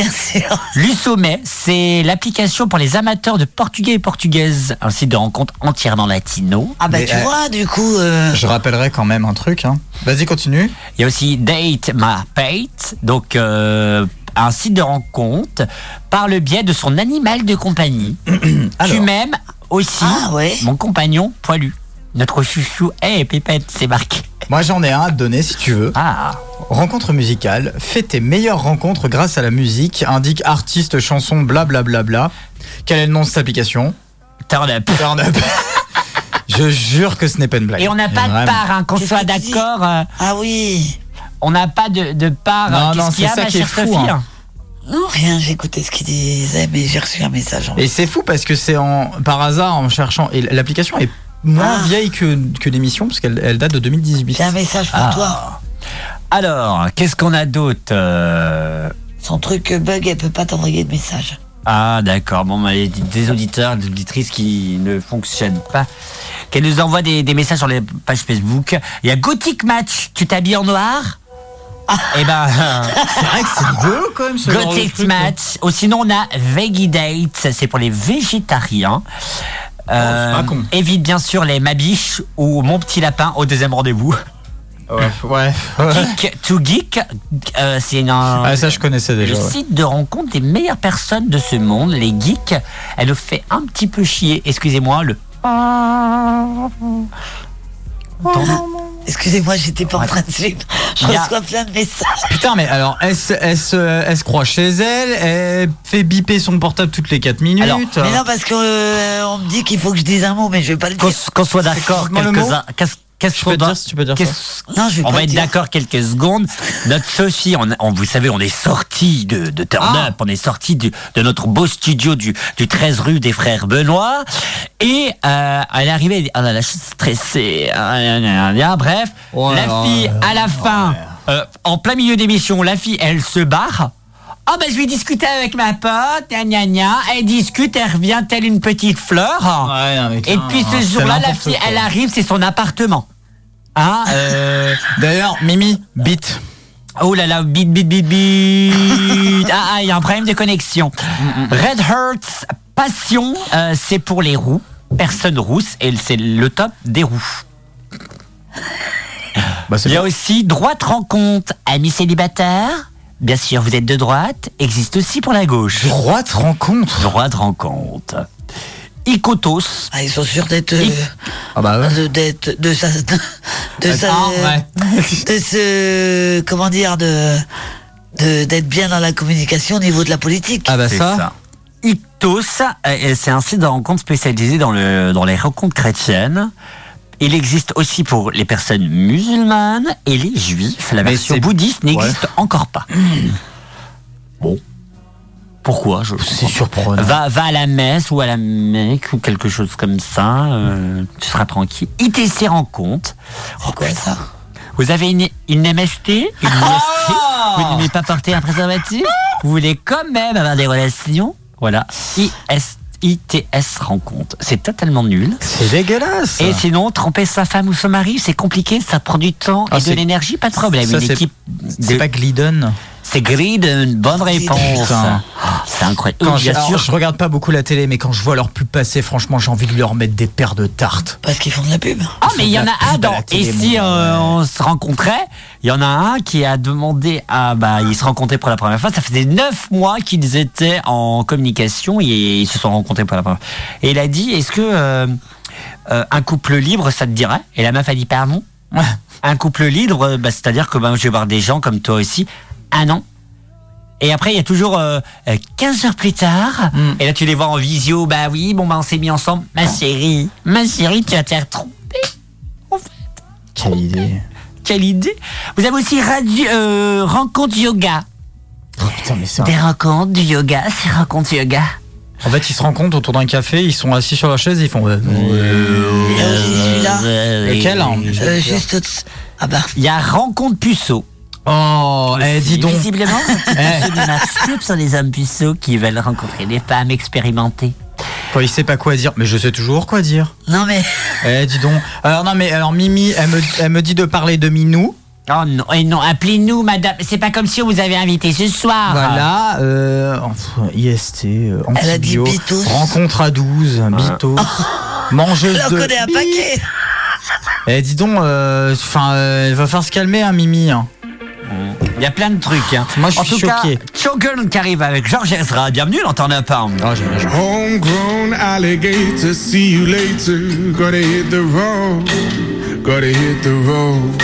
Speaker 1: Lusommet, c'est l'application pour les amateurs de portugais et portugaises, un site de rencontre entièrement latino.
Speaker 2: Ah bah
Speaker 3: Mais,
Speaker 2: tu
Speaker 3: euh,
Speaker 2: vois, du coup.
Speaker 3: Je rappellerai quand même un truc. hein. Vas-y, continue.
Speaker 1: Il y a aussi Date My Pate, donc euh, un site de rencontre par le biais de son animal de compagnie. Tu m'aimes aussi,
Speaker 2: Ah,
Speaker 1: mon compagnon poilu. Notre chouchou, hé Pépette, c'est Ah. marqué.
Speaker 3: Moi, j'en ai un à te donner si tu veux. Rencontre musicale. Fais tes meilleures rencontres grâce à la musique. Indique artiste, chanson, blablabla. Bla, bla. Quel est le nom de cette application
Speaker 1: Turn up.
Speaker 3: Turn up. Je jure que ce n'est pas une
Speaker 2: Bah,
Speaker 3: blague.
Speaker 1: Et on n'a pas
Speaker 3: Vraiment.
Speaker 1: de part, hein, qu'on soit d'accord. euh,
Speaker 2: ah oui.
Speaker 1: On n'a pas de, de part.
Speaker 3: Non,
Speaker 1: euh,
Speaker 3: non,
Speaker 1: Qu'est-ce qu'il y
Speaker 3: c'est
Speaker 1: a,
Speaker 3: ça
Speaker 1: ma
Speaker 3: qui est
Speaker 1: chère
Speaker 3: fou,
Speaker 1: Sophie
Speaker 3: hein.
Speaker 2: Non, rien, j'écoutais ce qu'ils disaient, mais j'ai reçu un message. en-
Speaker 3: Et c'est fou parce que c'est en par hasard en cherchant et l'application est
Speaker 1: Ah.
Speaker 3: moins vieille que, que l'émission parce qu'elle elle date de 2018.
Speaker 2: J'ai un message pour
Speaker 1: Ah.
Speaker 2: toi.
Speaker 1: Alors, qu'est-ce qu'on a d'autre euh,
Speaker 2: Son truc euh, bug, elle peut pas t'envoyer de message.
Speaker 1: Ah d'accord, bon, bah, il y a des auditeurs, des auditrices qui ne fonctionnent pas, qui nous envoient des, des messages sur les pages Facebook. Il y a Gothic Match, tu t'habilles en noir Eh ben,
Speaker 3: c'est vrai que c'est beau quand même ce genre de
Speaker 1: Gothic
Speaker 3: truc, quoi.
Speaker 1: Match. Ou sinon on a Veggie Date, ça, c'est pour les végétariens. Euh,
Speaker 3: Oh, pas con.
Speaker 1: évite bien sûr les mabiches ou mon petit lapin au deuxième rendez-vous.
Speaker 3: Ouais, ouais.
Speaker 1: Geek to Geek, euh, c'est une-
Speaker 3: Ah, ça je connaissais déjà.
Speaker 1: le
Speaker 3: ouais.
Speaker 1: site de rencontre des meilleures personnes de ce monde, les geeks. Elle nous fait un petit peu chier, excusez-moi, le.
Speaker 2: Excusez-moi, j'étais pas en train de suivre. Je
Speaker 3: Il y a-
Speaker 2: reçois plein de messages.
Speaker 3: Putain, mais alors, elle, se- elle, se- elle se croit chez elle, elle fait biper son portable toutes les 4 minutes.
Speaker 2: mais non, parce qu'on me dit qu'il faut que je dise un mot, mais je vais pas le dire.
Speaker 1: Qu'on soit d'accord,
Speaker 2: Moi, le mot
Speaker 1: quelques-uns. Qu'est-ce qu'est-ce qu'on doit- qu'est-ce-
Speaker 2: Non, je vais
Speaker 1: on
Speaker 2: pas
Speaker 1: va
Speaker 2: le
Speaker 1: être
Speaker 2: dire.
Speaker 1: d'accord quelques secondes. Notre Sophie, on, on- vous savez, on est sorti de, de Turn
Speaker 2: Ah.
Speaker 1: Up, on est sorti du- de notre beau studio du, du 13 rue des Frères Benoît. Et euh, elle est arrivée, elle dit, oh là là, je suis stressée. Ah, ah, ah, ah, ah. Bref,
Speaker 3: Ouais,
Speaker 1: la
Speaker 3: ouais,
Speaker 1: fille, à la fin, euh, en plein milieu d'émission, la fille, elle se barre. Ah ben je vais discuter avec ma pote, gna gna gna. Elle discute, elle revient telle une petite fleur. Ah.
Speaker 3: Ah,
Speaker 1: Et puis
Speaker 3: c'est
Speaker 1: ce jour-là, la
Speaker 3: n'importe
Speaker 1: fille,
Speaker 3: quoi.
Speaker 1: elle arrive, c'est son appartement. Hein euh,
Speaker 3: D'ailleurs, Mimi, bite.
Speaker 1: Oh là là, bit, bit, bit, bit. Ah, ah, il y a un problème de connexion. Red Hearts Passion, euh, c'est pour les roux. Personne rousse, et c'est le top des roux.
Speaker 3: Bah,
Speaker 1: il y a aussi Droite Rencontre, amis célibataires. Bien sûr, vous êtes de droite, existe aussi pour la gauche.
Speaker 3: Droite Rencontre
Speaker 1: Droite Rencontre. Icotos.
Speaker 2: Ah, ils sont sûrs d'être.
Speaker 3: Ah bah ouais.
Speaker 2: de, d'être- de sa. De, sa-
Speaker 1: Attends, ouais.
Speaker 2: de ce. Comment dire de, de- D'être bien dans la communication au niveau de la politique.
Speaker 3: Ah
Speaker 13: Ah bah
Speaker 3: bah
Speaker 1: C'est Ictos, euh, c'est un site de rencontre spécialisé dans, le, dans les rencontres chrétiennes. Il existe aussi pour les personnes musulmanes et les juifs. La
Speaker 3: Mais
Speaker 1: version
Speaker 3: c'est-
Speaker 1: bouddhiste n'existe encore pas. Bon. Pourquoi je
Speaker 3: C'est surprenant.
Speaker 1: va, va à la messe ou à la Mecque ou quelque chose comme ça, euh, tu seras tranquille. ITC rencontre. Oh, putain. Vous avez une, une MST Une
Speaker 3: Ah
Speaker 1: MST Vous n'aimez pas porter un préservatif Vous voulez quand même avoir des relations Voilà. IS, ITS rencontre. C'est totalement nul.
Speaker 3: C'est dégueulasse.
Speaker 1: Et sinon, tromper sa femme ou son mari, c'est compliqué, ça prend du temps
Speaker 3: Ah,
Speaker 1: et de
Speaker 3: c'est-
Speaker 1: l'énergie, pas de problème.
Speaker 3: Ça,
Speaker 1: Une
Speaker 3: c'est-
Speaker 1: équipe
Speaker 3: C'est
Speaker 1: de-
Speaker 3: pas Glidden.
Speaker 1: C'est Grid, une bonne réponse.
Speaker 3: Putain.
Speaker 1: Ah, C'est incroyable.
Speaker 3: Quand
Speaker 1: Oui,
Speaker 3: je,
Speaker 1: bien
Speaker 3: alors,
Speaker 1: sûr.
Speaker 3: je regarde pas beaucoup la télé, mais quand je vois leur pub passer, franchement, j'ai envie de leur mettre des paires de tartes.
Speaker 2: Parce qu'ils font de la pub.
Speaker 1: Ah, mais il y en
Speaker 3: de la pub
Speaker 1: a un
Speaker 3: à
Speaker 1: dans.
Speaker 3: la télé,
Speaker 1: Et si
Speaker 3: mon
Speaker 1: euh, on se rencontrait, il y en a un qui a demandé à. Bah, ils se rencontraient pour la première fois. Ça faisait neuf mois qu'ils étaient en communication et ils se sont rencontrés pour la première fois. Et il a dit Est-ce que euh, euh, un couple libre, ça te dirait Et la meuf a dit Pardon Un couple libre, euh, bah, c'est-à-dire que bah, je vais voir des gens comme toi aussi. Ah non et après, il y a toujours euh, euh, 15 heures plus tard.
Speaker 3: Hmm.
Speaker 1: Et là, tu les vois en visio. Bah oui, bon, bah on s'est mis ensemble. Ma chérie, ma chérie, tu vas te faire tromper.
Speaker 3: Quelle idée.
Speaker 1: Quelle idée Vous avez aussi radio, euh, rencontre yoga.
Speaker 3: Oh, putain, mais c'est un-
Speaker 1: Des rencontres du yoga, c'est rencontre yoga.
Speaker 3: En fait, ils se rencontrent autour d'un café, ils sont assis sur leur chaise et ils font. euh,
Speaker 2: celui-là.
Speaker 3: Lequel hein
Speaker 2: Euh, juste au-dessus. Ah bah.
Speaker 1: Il y a rencontre puceau.
Speaker 3: Oh, eh, dis donc. Eh.
Speaker 1: Visiblement, c'est du masque sur les hommes puceaux qui veulent rencontrer des femmes expérimentées.
Speaker 3: Quand il sait pas quoi dire, mais je sais toujours quoi dire.
Speaker 2: Non, mais.
Speaker 3: Eh, dis donc. Alors, non, mais alors Mimi, elle me, elle me dit de parler de Minou.
Speaker 1: Oh non,
Speaker 2: eh,
Speaker 1: et non, appelez-nous, madame. C'est pas comme si on vous avait invité ce soir.
Speaker 3: Voilà, euh, enfin, IST, euh,
Speaker 2: Elle a dit
Speaker 3: antibio,
Speaker 2: Bitos. Ah.
Speaker 3: rencontre à 12, Bitos, mangeuse
Speaker 2: Elle en
Speaker 3: de...
Speaker 2: connaît un paquet.
Speaker 3: Eh, dis donc, euh, enfin, euh, il va falloir se calmer, hein, Mimi. hein.
Speaker 1: Il y a plein de trucs. hein.
Speaker 3: Moi, je
Speaker 1: en
Speaker 3: suis
Speaker 1: tout
Speaker 3: choqué.
Speaker 1: Cas, Shogun qui arrive avec Georges Ezra. Bienvenue, dans Turn Up.
Speaker 3: Ah, j'aime bien jouer.
Speaker 14: Homegrown alligator, see you later. Gotta hit the road, gotta hit the road.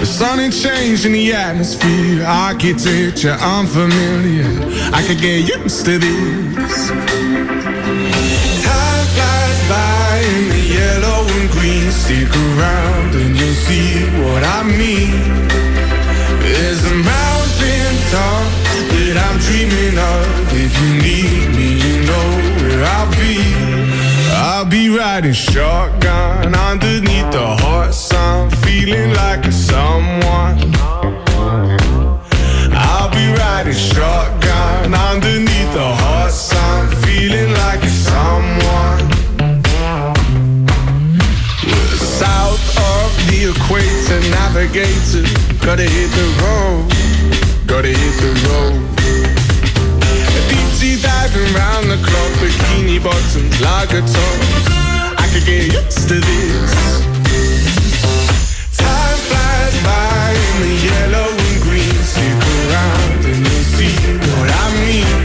Speaker 14: The sun ain't changing the atmosphere, architecture unfamiliar. I could get used to this. Time flies by in the yellow and green. Stick around and you'll see what I mean. There's a mountain top that I'm dreaming of. If you need me, you know where I'll be. I'll be riding shotgun underneath the hot sun, feeling like a someone. I'll be riding shotgun underneath the hot sun, feeling like a someone. South of the equator, navigator. Gotta hit the road, gotta hit the road. Deep sea diving round the clock, bikini bottoms, lager tops. I could get used to this. Time flies by in the yellow and green. Stick around and you'll see what I mean.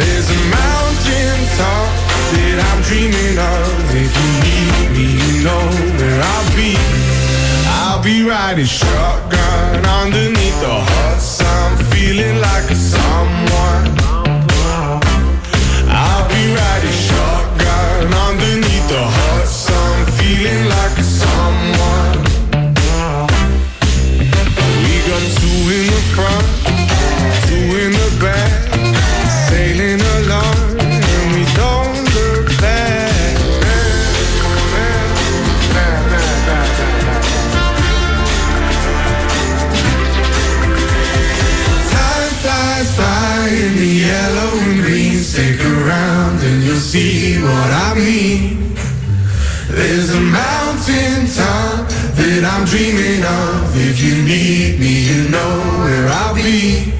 Speaker 14: There's a mountain top that I'm dreaming of. If you need me, you know where I'll be. I'll be riding shotgun underneath the hot sun, feeling like a someone. I'll be riding shotgun underneath the hot sun, feeling like a someone. We got two in the front, two in the back, sailing along, and we don't look back. Time flies by in the yellow and green. Stick around and you'll see what I mean. There's a mountain top that I'm dreaming of. If you need me, you know where I'll be.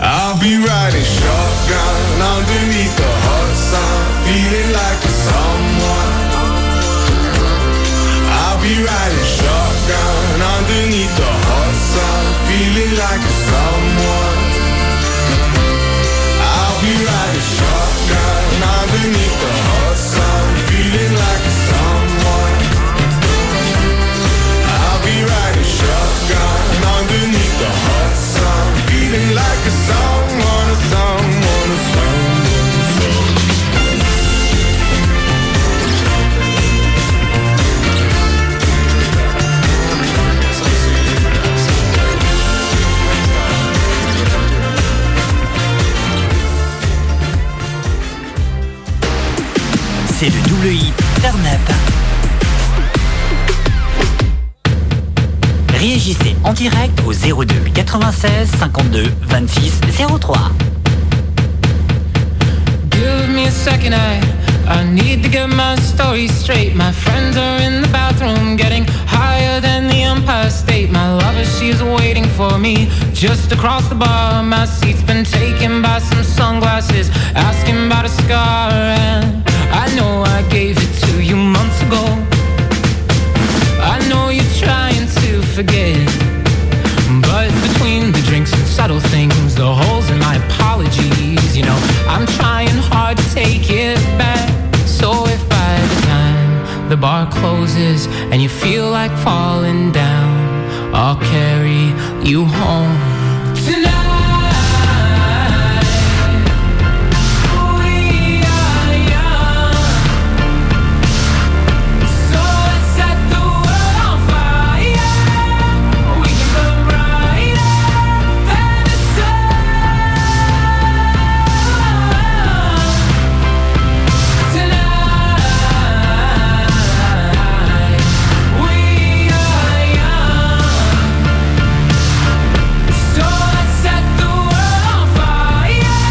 Speaker 14: I'll be riding shotgun underneath the hot sun, feeling like a someone. I'll be riding shotgun underneath the hot sun, feeling like a someone. I'll be riding shotgun underneath the
Speaker 1: le hit turn up. Réagissez en direct au 02 96 52 26 03.
Speaker 15: Give me a second, I I need to get my story straight. My friends are in the bathroom, getting higher than the Empire State. My lover, she's waiting for me just across the bar. My seat's been taken by some sunglasses, asking about a scar, and I know I gave it to you months ago. I know you're trying to forget. But between the drinks and subtle things, the holes in my apologies, you know, I'm trying hard to take it back. So if by the time the bar closes and you feel like falling down, I'll carry you home. Tonight, we are young. So let's set the world on fire. We can burn brighter than the sun tonight. We are young, so let's set the world on fire.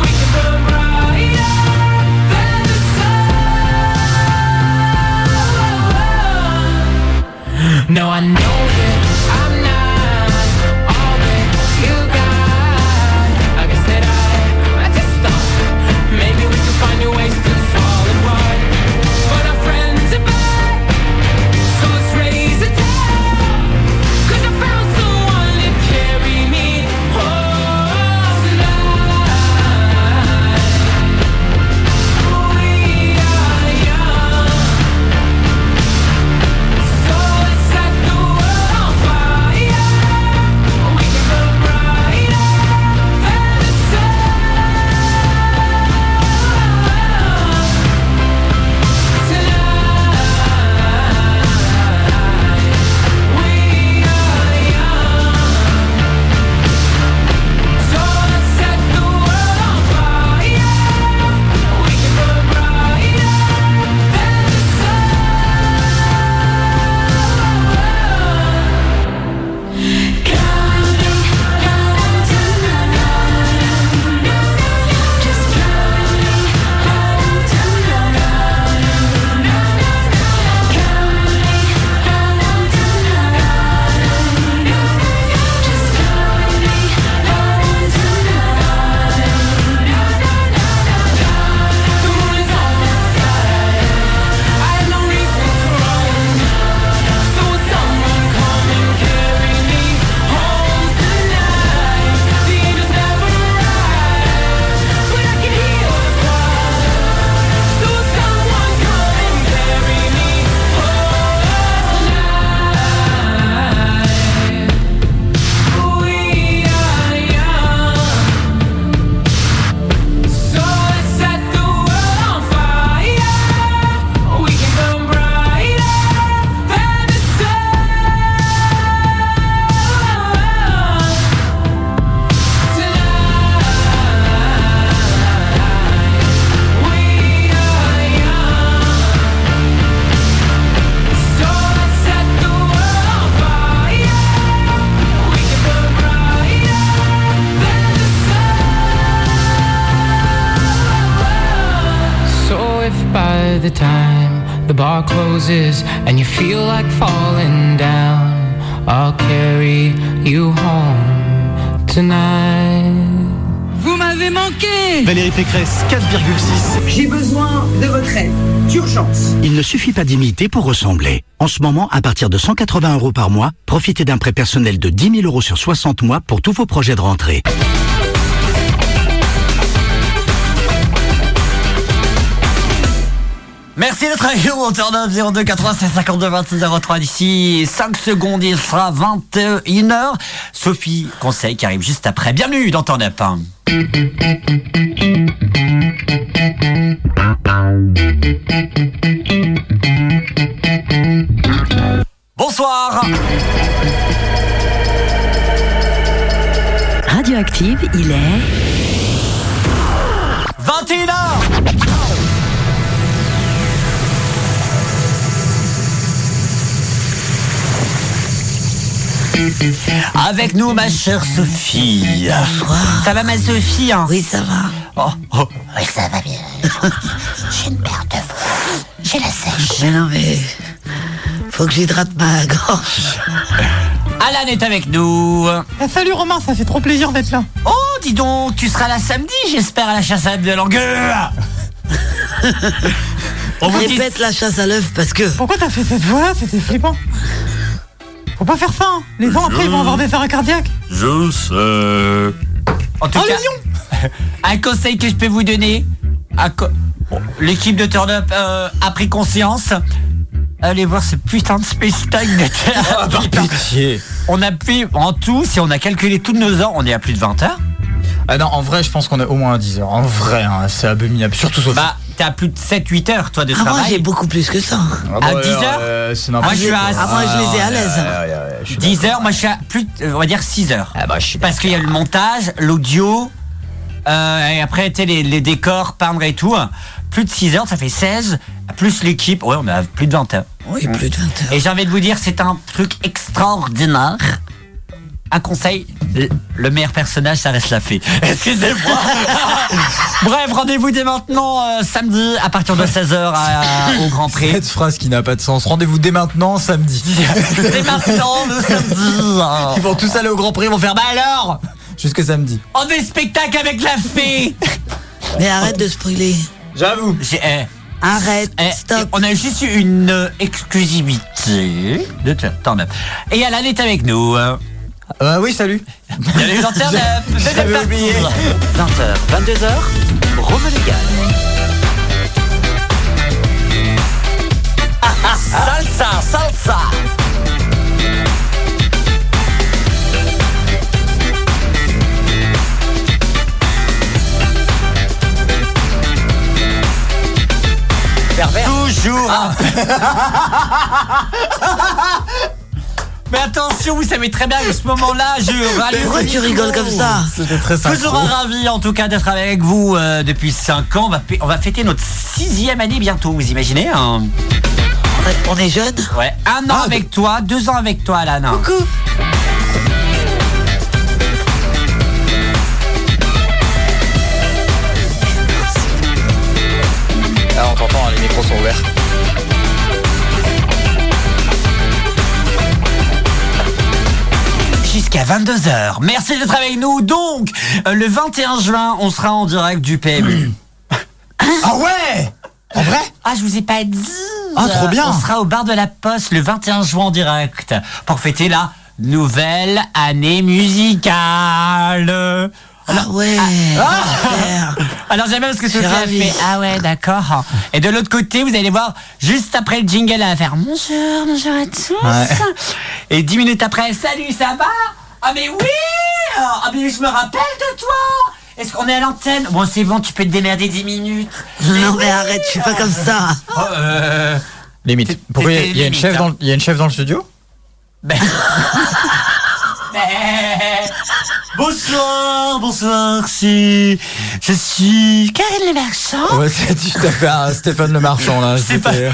Speaker 15: We can burn brighter than the sun. No, I know that I'm not all that you got. I guess that I, I just thought maybe we could find new ways to fall apart. But our friends are back, so let's raise a town. 'Cause I found someone to carry me home tonight. We are young. So let's set the world on fire. We can burn brighter than the sun tonight. We are young, so let's set the world on fire. We can burn brighter than the sun. So if by the time the bar closes and you feel like falling down, I'll carry you home tonight.
Speaker 16: Vous m'avez manqué Valérie Pécresse, 4,6. J'ai besoin de votre aide. D'urgence.
Speaker 17: Il ne suffit pas d'imiter pour ressembler. En ce moment, à partir de 180 euros par mois, profitez d'un prêt personnel de 10 000 euros sur 60 mois pour tous vos projets de rentrée.
Speaker 1: Merci d'être avec nous, on tourne au 02 96 52 26 03 d'ici 5 secondes, il sera 21h. Sophie Conseil qui arrive juste après. Bienvenue dans Turn Up. Bonsoir
Speaker 13: Radioactive, il est
Speaker 1: 21h Avec nous, ma chère Sophie. Ça va, ma Sophie hein Oh, Oui, ça va. Oui, ça va bien.
Speaker 2: J'ai une perte de voix. J'ai la sèche. Mais non, mais. Faut que j'hydrate ma gorge.
Speaker 1: Alan est avec nous.
Speaker 13: Ah, salut Romain, ça fait trop plaisir d'être là.
Speaker 1: Oh, dis donc, tu seras là samedi, j'espère, à la chasse à l'œuf de l'engueule. On vous dit-
Speaker 2: Répète la chasse à l'œuf parce que.
Speaker 13: Pourquoi t'as fait cette voix-là C'était flippant. Faut pas faire ça. hein. Les
Speaker 2: Mmh.
Speaker 13: gens après ils vont avoir des arrêts cardiaques.
Speaker 1: Je sais. En tout cas, un conseil que je peux vous donner. à co- Bon, L'équipe de Turn Up euh, a pris conscience. Allez voir ce putain de space tag de Turn Up. On a plus, en tout, si on a calculé toutes nos heures, on est à plus de 20 heures.
Speaker 3: Ah non, en vrai, je pense qu'on est au moins à 10 heures. En vrai, hein, c'est abominable. Surtout Sophie.
Speaker 1: Bah, t'as plus de 7-8 heures, toi, de
Speaker 3: Ah, moi,
Speaker 1: travail.
Speaker 3: j'ai
Speaker 2: beaucoup plus que ça.
Speaker 3: Ah,
Speaker 1: à
Speaker 3: bah,
Speaker 1: 10 heures
Speaker 3: euh, c'est
Speaker 1: Moi,
Speaker 3: n'importe
Speaker 1: je suis à.
Speaker 3: quoi. Ah, moi, je les ai à l'aise.
Speaker 1: 10 heures, moi, je suis à plus, de- euh, on va dire 6 heures.
Speaker 2: Ah bah,
Speaker 1: Parce qu'il y a le montage, l'audio, euh, et après, tu sais, les, les décors, peindre et tout. Plus de 6 heures, ça fait 16, plus l'équipe. Ouais, on a plus de 20 heures.
Speaker 2: Oui, plus de 20 heures.
Speaker 1: Et j'ai envie de vous dire, c'est un truc extraordinaire. Un conseil, le- le meilleur personnage, ça reste la fée. Excusez-moi. Bref, rendez-vous dès maintenant, euh, samedi, à partir de 16h au Grand Prix.
Speaker 3: Cette phrase qui n'a pas de sens. Rendez-vous dès maintenant, samedi.
Speaker 1: Dès maintenant, le samedi.
Speaker 3: Ils vont tous aller au Grand Prix, ils vont faire Bah alors Jusque samedi.
Speaker 1: On fait spectacle avec la fée
Speaker 2: Mais arrête de spoiler.
Speaker 3: J'avoue.
Speaker 2: Arrête,
Speaker 1: stop. euh, On a juste eu une euh, exclusivité de Turn Turn Up. Et Alan est avec nous. hein.
Speaker 3: Euh, oui, salut.
Speaker 1: Salut dans Turn Up.
Speaker 3: J'avais
Speaker 1: Deuxième partie.
Speaker 3: oublié.
Speaker 1: 20h, 22h, Rome salsa, salsa. Toujours. Mais attention, vous savez très bien que ce moment-là, je rallume.
Speaker 2: Pourquoi
Speaker 1: le
Speaker 2: tu
Speaker 1: micro.
Speaker 2: rigoles comme ça
Speaker 3: C'était très
Speaker 1: Toujours un ravi en tout cas d'être avec vous euh, depuis 5 ans. On va, fê- on va fêter notre sixième année bientôt, vous imaginez hein
Speaker 2: On est jeune
Speaker 1: Ouais, un
Speaker 3: Ah,
Speaker 1: an avec toi, deux ans avec toi Alan.
Speaker 2: Coucou
Speaker 3: Ah, on t'entend, hein, les micros sont ouverts.
Speaker 1: Jusqu'à 22h. Merci d'être avec nous. Donc, euh, le 21 juin, on sera en direct du PMU.
Speaker 3: ah ouais En vrai
Speaker 1: Ah, je vous ai pas dit
Speaker 3: Ah, trop bien.
Speaker 1: On sera au bar de la Poste le 21 juin en direct pour fêter la nouvelle année musicale. Alors,
Speaker 3: Ah
Speaker 1: ah,
Speaker 2: ouais.
Speaker 1: Alors j'aime bien parce que
Speaker 2: Je suis
Speaker 1: Sophie a
Speaker 2: ravie.
Speaker 1: fait Ah ouais, d'accord. Et de l'autre côté, vous allez voir juste après le jingle elle va faire Bonjour, bonjour à tous.
Speaker 7: Ouais.
Speaker 1: Et dix minutes après, salut, ça va Ah mais oui Ah mais je me rappelle de toi Est-ce qu'on est à l'antenne Bon c'est bon, tu peux te démerder 10 minutes.
Speaker 2: Non, mais arrête, je suis pas comme ça.
Speaker 1: Oh, euh,
Speaker 3: Limite. Pourquoi il y a- il y, a une
Speaker 1: limite,
Speaker 3: chef
Speaker 1: hein.
Speaker 3: dans le- il y a une chef dans le studio
Speaker 1: mais- Bah. Bonsoir, bonsoir, c'est... Je suis Karine Le Marchand.
Speaker 3: Ouais, c'est tout à fait
Speaker 1: euh,
Speaker 3: un Stéphane Le Marchand là. C'était-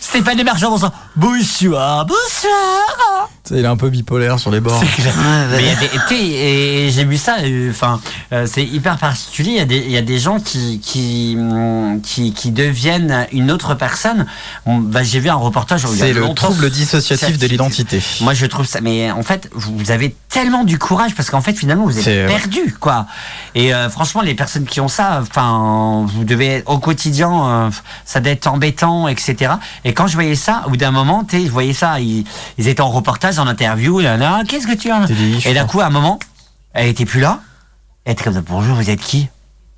Speaker 1: Stéphane Le Marchand, bonsoir. Bonsoir, bonsoir.
Speaker 3: Tu sais, Il est un peu bipolaire sur les bords.
Speaker 1: Mais il y a des- tu sais, et j'ai vu ça, euh, enfin, euh, c'est hyper particulier. Il y a des- Il y, a des gens qui qui, mm, qui qui deviennent une autre personne. Bon, bah, j'ai vu un reportage. il y a
Speaker 3: C'est le
Speaker 1: longtemps.
Speaker 3: trouble dissociatif de l'identité.
Speaker 1: Moi, je trouve ça. Mais en fait, vous vous avez tellement du courage parce qu'en fait, finalement, vous
Speaker 3: C'est-
Speaker 1: êtes perdu, quoi. Et euh, franchement, les personnes qui ont ça, enfin, vous devez au quotidien, euh, ça doit être embêtant, etc. Et quand je voyais ça, au bout d'un moment, tu sais, je voyais ça, ils, ils étaient en reportage, en interview, là, là, qu'est-ce que tu as Et d'un coup, à un moment, elle était plus là. Elle était comme ça, bonjour, vous êtes qui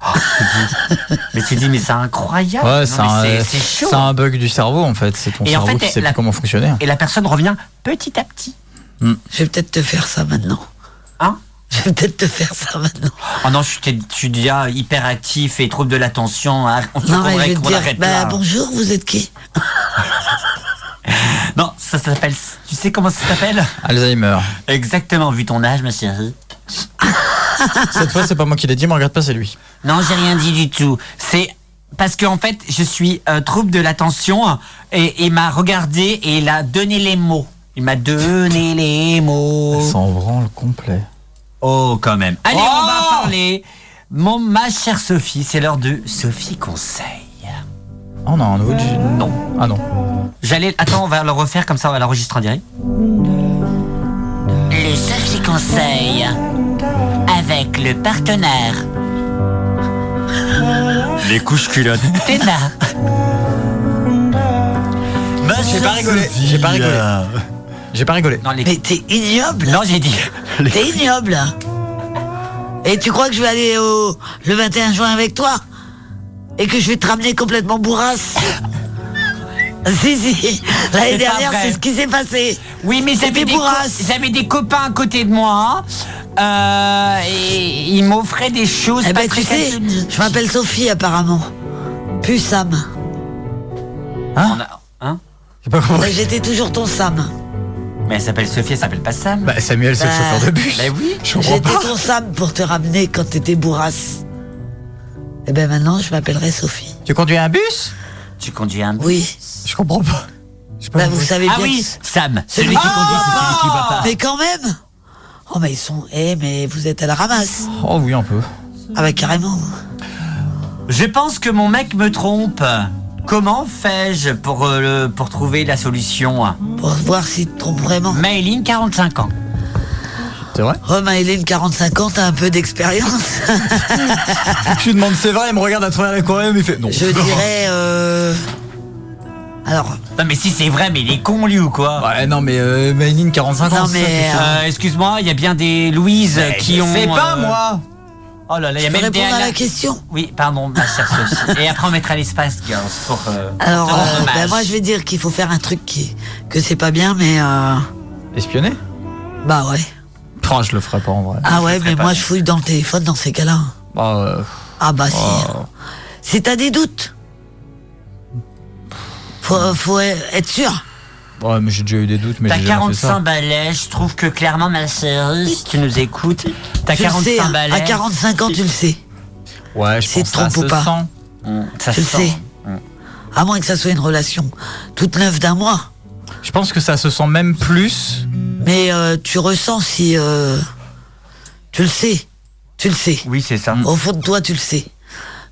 Speaker 1: Oh, tu te dis- Mais tu te dis, mais c'est incroyable.
Speaker 3: Ouais,
Speaker 1: Non,
Speaker 3: c'est
Speaker 1: mais
Speaker 3: un,
Speaker 1: c'est-
Speaker 3: euh,
Speaker 1: c'est chaud.
Speaker 3: c'est un bug du cerveau en fait. C'est ton
Speaker 1: Et en
Speaker 3: cerveau
Speaker 1: fait,
Speaker 3: qui sait
Speaker 1: la-
Speaker 3: plus comment fonctionner.
Speaker 1: Et la personne revient petit à petit.
Speaker 2: Je vais peut-être te faire ça maintenant.
Speaker 1: Hein
Speaker 2: Je vais peut-être te faire ça maintenant.
Speaker 1: Oh non, je t'ai- tu dis ah, hyperactif et trouble de l'attention. ah, On
Speaker 2: Non, mais je vais
Speaker 1: on
Speaker 2: te dire,
Speaker 1: arrête
Speaker 2: bah,
Speaker 1: là.
Speaker 2: bonjour, vous êtes qui
Speaker 1: Non, ça s'appelle. Tu sais comment ça s'appelle
Speaker 3: Alzheimer.
Speaker 1: Exactement, vu ton âge, ma chérie.
Speaker 3: Cette fois, c'est pas moi qui l'ai dit, mais regarde pas, c'est lui.
Speaker 1: Non, j'ai rien dit du tout. C'est parce qu'en fait, je suis euh, trouble de l'attention et il m'a regardé et il a donné les mots. Il m'a donné les mots.
Speaker 3: Sans branle complet.
Speaker 1: Oh, quand même. Allez, on
Speaker 3: Oh
Speaker 1: va parler. Mon, ma chère Sophie, c'est l'heure de Sophie Conseil. Euh,
Speaker 3: Oh non, un nouveau
Speaker 1: Non.
Speaker 3: Ah non.
Speaker 1: J'allais. Attends, on va le refaire comme ça, on va l'enregistrer en direct. Le Sophie Conseil. Avec le partenaire. Les couches culottes. Téna. Bah,
Speaker 3: J'ai pas rigolé. J'ai pas rigolé.
Speaker 1: euh.
Speaker 3: J'ai pas rigolé.
Speaker 2: Mais t'es ignoble
Speaker 1: Non, j'ai dit.
Speaker 2: T'es ignoble Et tu crois que je vais aller au... le 21 juin avec toi Et que je vais te ramener complètement bourrasse Si, si L'année
Speaker 1: C'est pas
Speaker 2: dernière,
Speaker 1: vrai.
Speaker 2: c'est ce qui s'est passé
Speaker 1: Oui, mais j'avais
Speaker 2: C'était
Speaker 1: des,
Speaker 2: bourrasse.
Speaker 1: co- j'avais des copains à côté de moi. euh, et ils m'offraient des choses
Speaker 2: Eh
Speaker 1: pas
Speaker 2: ben,
Speaker 1: très
Speaker 2: tu sais,
Speaker 1: catholiques.
Speaker 2: je m'appelle Sophie apparemment. Plus Sam.
Speaker 1: On a- hein
Speaker 2: Ouais, J'étais toujours ton Sam.
Speaker 1: Mais elle s'appelle Sophie, elle s'appelle pas Sam.
Speaker 3: Bah, Samuel,
Speaker 2: c'est le Bah, chauffeur de
Speaker 1: bus. Bah oui.
Speaker 2: J'étais ton Sam pour te ramener quand t'étais bourrasse. Et ben maintenant, je m'appellerai Sophie.
Speaker 3: Tu conduis un bus
Speaker 1: Tu conduis un bus
Speaker 2: Oui.
Speaker 3: Je comprends pas.
Speaker 2: Bah, vous savez
Speaker 1: Ah
Speaker 2: bien
Speaker 1: oui,
Speaker 2: que c'est-
Speaker 1: Sam. Celui qui conduit, c'est celui qui va pas.
Speaker 2: Ah, Mais quand même Oh, mais ils sont. Eh, mais vous êtes à la ramasse.
Speaker 3: Oh oui, un peu.
Speaker 2: Ah, bah, carrément.
Speaker 1: Je pense que mon mec me trompe. Comment fais-je pour, euh, le- pour trouver la solution
Speaker 2: Pour voir s'il te trompe vraiment.
Speaker 1: Maëline, 45 ans.
Speaker 3: C'est vrai
Speaker 2: Oh, Maëline, 45 ans, t'as un peu d'expérience.
Speaker 3: Tu lui demandes c'est vrai, il me regarde à travers l'aquarium, il fait non.
Speaker 2: Je dirais. euh, Alors.
Speaker 1: Non mais si c'est vrai, mais il est con lui ou quoi
Speaker 3: Ouais, non mais euh, Maëline, 45 ans.
Speaker 2: Non,
Speaker 3: c'est
Speaker 2: mais,
Speaker 3: ça, c'est ça.
Speaker 1: Euh, Excuse-moi, il y a bien des Louise
Speaker 3: Mais
Speaker 1: qui
Speaker 3: je
Speaker 1: ont... euh,
Speaker 3: sais pas, moi.
Speaker 1: Oh là là, il y a
Speaker 2: Je peux
Speaker 1: même des...
Speaker 2: répondre à
Speaker 1: Anna-
Speaker 2: la question
Speaker 1: Oui, pardon, ma chère Sophie. Et après on mettra l'espace, girls, pour... euh,
Speaker 2: Alors,
Speaker 1: te rendre
Speaker 2: euh,
Speaker 1: hommage.
Speaker 2: bah, moi, je vais dire qu'il faut faire un truc qui... que c'est pas bien, mais. euh,
Speaker 3: Espionner
Speaker 2: Bah, ouais.
Speaker 3: Oh, je le ferai pas en vrai.
Speaker 2: Ah ouais, mais
Speaker 3: pas
Speaker 2: moi je fouille dans le téléphone dans ces cas-là.
Speaker 3: Bah, euh,
Speaker 2: Ah bah si.
Speaker 3: oh.
Speaker 2: Si t'as des doutes, faut, faut être sûr.
Speaker 3: euh, Ouais, mais j'ai déjà eu des doutes, mais
Speaker 1: T'as
Speaker 3: j'ai jamais fait
Speaker 1: 45
Speaker 3: ça.
Speaker 1: balais, je trouve que clairement ma chérie, si tu nous écoutes, t'as
Speaker 2: Tu le
Speaker 1: 45
Speaker 2: sais, hein.
Speaker 1: balais.
Speaker 2: à 45 ans tu le sais.
Speaker 3: Ouais, je
Speaker 2: Si
Speaker 3: pense
Speaker 2: tu trompes
Speaker 3: ça
Speaker 2: ou
Speaker 3: se
Speaker 2: pas.
Speaker 3: sent.
Speaker 1: Mm, ça
Speaker 2: tu
Speaker 1: se
Speaker 2: le
Speaker 1: sent.
Speaker 2: sais. Hein. À moins que ça soit une relation toute neuve d'un mois.
Speaker 3: Je pense que ça se sent même plus.
Speaker 2: Mais euh, tu ressens si... euh, tu le sais. Tu le sais.
Speaker 1: Oui, c'est ça.
Speaker 2: Au fond de toi, tu le sais.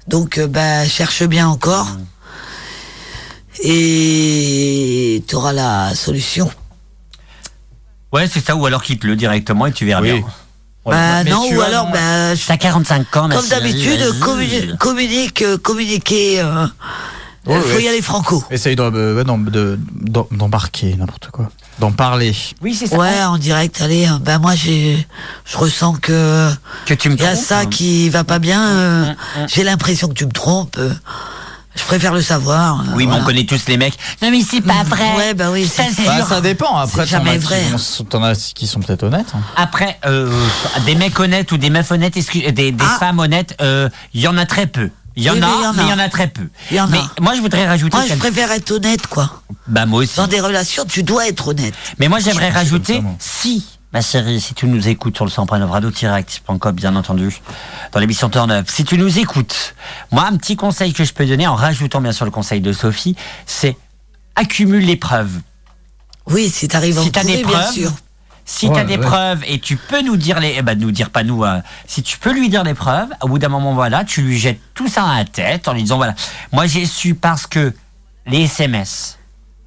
Speaker 2: Donc, euh, bah, cherche bien encore. Et tu auras la solution.
Speaker 1: Ouais, c'est ça, ou alors quitte-le directement et tu verras bien.
Speaker 2: Bah non, ou alors, bah, je-
Speaker 1: T'as 45 ans, ma
Speaker 2: comme
Speaker 1: chérie,
Speaker 2: d'habitude,
Speaker 1: vas-y.
Speaker 2: communi- communique, euh, communiquer. euh,
Speaker 3: Ouais,
Speaker 2: faut y
Speaker 3: ouais.
Speaker 2: aller franco.
Speaker 3: Essaye d'en- euh, ouais, d'en- de- d'en- d'embarquer, n'importe quoi. D'en parler.
Speaker 1: Oui, c'est ça.
Speaker 2: Ouais, en direct, allez. euh, Bah moi, j'ai, je ressens que
Speaker 1: Que tu me
Speaker 2: il y a
Speaker 1: trompes,
Speaker 2: ça
Speaker 1: hein.
Speaker 2: qui va pas bien. euh,
Speaker 1: mm.
Speaker 2: J'ai l'impression que tu me trompes. euh, je préfère le savoir. euh,
Speaker 1: Oui, mais on
Speaker 2: voilà.
Speaker 1: connaît tous les mecs. Non, mais c'est pas vrai.
Speaker 2: Ouais, bah oui, c'est
Speaker 1: t'assure.
Speaker 3: Bah, ça dépend. Après,
Speaker 2: C'est
Speaker 3: t'en
Speaker 2: jamais
Speaker 3: as,
Speaker 2: vrai.
Speaker 3: Qui, vont- t'en as qui sont peut-être honnêtes. hein.
Speaker 1: Après, euh, des mecs honnêtes ou des meufs honnêtes, excuse- des, des femmes honnêtes, euh, il y en a très peu. Il y en
Speaker 2: Ah. Oui, mais il y en
Speaker 1: a,
Speaker 2: a.
Speaker 1: mais il y en a très peu.
Speaker 2: Il y en a.
Speaker 1: mais moi, je voudrais rajouter.
Speaker 2: Moi, je
Speaker 1: quelque-
Speaker 2: préfère être honnête, quoi.
Speaker 1: Bah, moi aussi.
Speaker 2: Dans des relations, tu dois être honnête.
Speaker 1: Mais moi, j'aimerais rajouter,
Speaker 3: moi.
Speaker 1: si, ma chérie, si tu nous écoutes sur le 100.9 radio direct.com, bien entendu, dans l'émission Turn Up, si tu nous écoutes, moi, un petit conseil que je peux donner, en rajoutant bien sûr le conseil de Sophie, c'est accumule les preuves.
Speaker 2: Oui, si t'arrives à en
Speaker 1: Si t'as
Speaker 2: trouver,
Speaker 1: des
Speaker 2: bien sûr.
Speaker 1: preuves, si
Speaker 3: Ouais,
Speaker 1: t'as des
Speaker 3: ouais.
Speaker 1: preuves et tu peux nous dire les, eh ben, nous dire pas nous, euh, si tu peux lui dire les preuves, au bout d'un moment voilà, tu lui jettes tout ça à la tête en lui disant voilà, moi j'ai su parce que les SMS,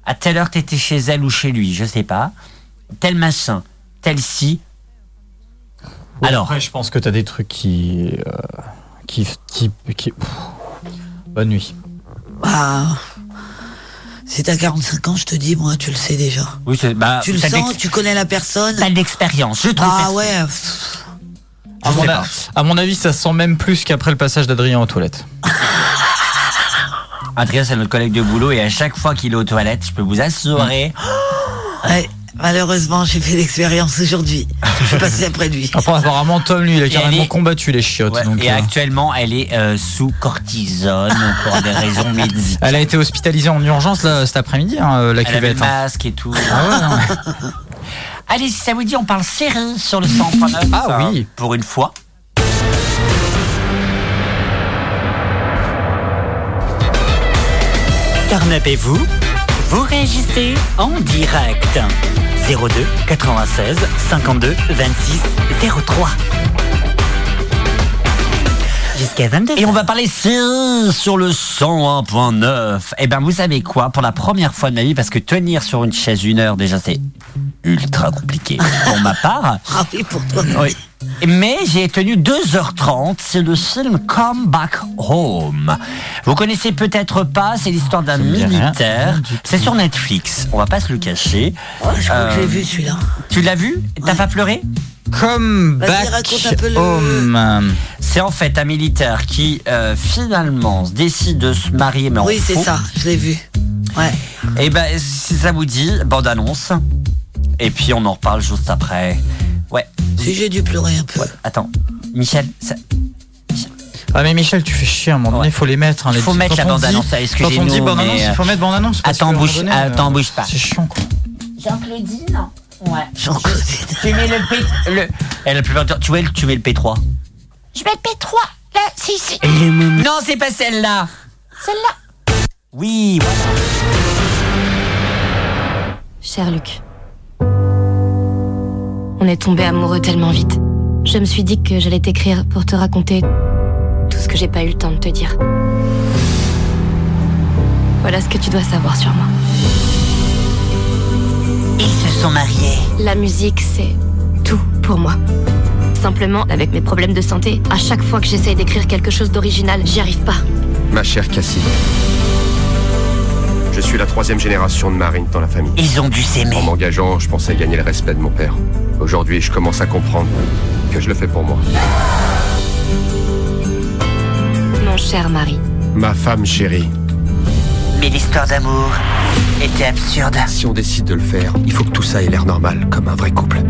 Speaker 1: à telle heure t'étais chez elle ou chez lui, je sais pas, tel machin, tel ci. Alors,
Speaker 3: Après, je pense que t'as des trucs qui. euh, qui. qui. qui- pff. Bonne nuit.
Speaker 2: Bah, si t'as 45 ans, je te dis, moi, tu le sais déjà.
Speaker 1: oui, c'est- bah,
Speaker 2: Tu le
Speaker 1: t'as
Speaker 2: sens,
Speaker 1: d'ex-
Speaker 2: tu connais la personne.
Speaker 1: t'as de l'expérience, je trouve.
Speaker 2: Ah
Speaker 1: perso-
Speaker 2: ouais. pff,
Speaker 3: À
Speaker 1: Je
Speaker 3: mon,
Speaker 1: sais
Speaker 3: a-
Speaker 1: pas.
Speaker 3: à mon avis, ça se sent même plus qu'après le passage d'Adrien aux toilettes.
Speaker 1: Adrien, c'est notre collègue de boulot et à chaque fois qu'il est aux toilettes, je peux vous assurer.
Speaker 3: Mm.
Speaker 2: ouais, malheureusement, j'ai fait l'expérience aujourd'hui. Je suis passé après lui.
Speaker 3: Après, apparemment, Tom, lui, il a
Speaker 1: Et
Speaker 3: carrément
Speaker 1: elle est-
Speaker 3: combattu les chiottes.
Speaker 1: Ouais,
Speaker 3: donc,
Speaker 1: et
Speaker 3: euh,
Speaker 1: actuellement, elle est euh, sous cortisone pour des raisons médicales.
Speaker 3: Elle a été hospitalisée en urgence là, cet après-midi, hein, euh, la
Speaker 1: Elle avait le
Speaker 3: cuvette. hein.
Speaker 1: masque et tout.
Speaker 3: Ah ouais, non, mais-
Speaker 1: Allez, si ça vous dit, on parle série sur le 100.9.
Speaker 3: Ah
Speaker 1: hein,
Speaker 3: oui.
Speaker 1: Pour une fois. Turn up et vous Vous réagissez en direct. 02 96 52 26 03. Jusqu'à 22. Et on va parler séance sur le 101.9. Eh ben, vous savez quoi Pour la première fois de ma vie, parce que tenir sur une chaise une heure, déjà, c'est ultra compliqué pour ma part. Ah oui, pour toi. Mais j'ai tenu 2h30, c'est le film Come Back Home. Vous connaissez peut-être pas, c'est l'histoire d'un
Speaker 2: me dit rien.
Speaker 1: militaire. C'est sur Netflix, on va pas se le cacher.
Speaker 2: Je crois que je
Speaker 1: Euh,
Speaker 2: l'ai vu celui-là.
Speaker 1: tu l'as vu T'as pas pleuré
Speaker 3: Come
Speaker 2: Vas-y, back raconte un peu le-
Speaker 1: home. C'est en fait un militaire qui euh, finalement se décide de se marier, mais en
Speaker 2: Oui, c'est
Speaker 1: faux.
Speaker 2: ça, je l'ai vu. Ouais.
Speaker 1: Et ben, si ça vous dit, bande annonce. Et puis on en reparle juste après. Ouais.
Speaker 2: Si j'ai dû pleurer un peu.
Speaker 1: Attends, Michel, ça-
Speaker 3: Ah mais Michel, tu fais chier, à un moment donné, il faut les mettre. hein,
Speaker 1: il
Speaker 3: les-
Speaker 1: faut mettre
Speaker 3: quand
Speaker 1: la
Speaker 3: on
Speaker 1: bande
Speaker 3: dit-
Speaker 1: annonce.
Speaker 3: Quand on
Speaker 1: Excusez-nous.
Speaker 3: dit bande
Speaker 1: mais,
Speaker 3: annonce, il faut
Speaker 1: euh,
Speaker 3: mettre bande annonce. parce
Speaker 1: Attends,
Speaker 3: qu'à un
Speaker 1: bouge, ah,
Speaker 3: moment donné,
Speaker 1: attends,
Speaker 3: euh,
Speaker 1: bouge pas.
Speaker 3: C'est chiant, quoi.
Speaker 1: Jean-Claudine Ouais. Tu mets le P. Le... Elle a plus peur de- Tu mets le- tu mets le P3.
Speaker 10: Je mets le P3. Là, si, si.
Speaker 1: Non, c'est pas celle-là.
Speaker 10: Celle-là.
Speaker 1: Oui.
Speaker 18: Cher Luc, on est tombé amoureux tellement vite. Je me suis dit que j'allais t'écrire pour te raconter tout ce que j'ai pas eu le temps de te dire. Voilà ce que tu dois savoir sur moi.
Speaker 1: Ils se sont mariés.
Speaker 18: La musique, c'est tout pour moi. Simplement, avec mes problèmes de santé, à chaque fois que j'essaye d'écrire quelque chose d'original, j'y arrive pas.
Speaker 11: Ma chère Cassie, je suis la troisième génération de marines dans la famille.
Speaker 1: Ils ont dû s'aimer.
Speaker 11: En m'engageant, je pensais gagner le respect de mon père. Aujourd'hui, je commence à comprendre que je le fais pour moi.
Speaker 18: Mon cher mari,
Speaker 11: Ma femme chérie.
Speaker 1: Mais l'histoire d'amour était absurde.
Speaker 11: Si on décide de le faire, il faut que tout ça ait l'air normal, comme un vrai couple.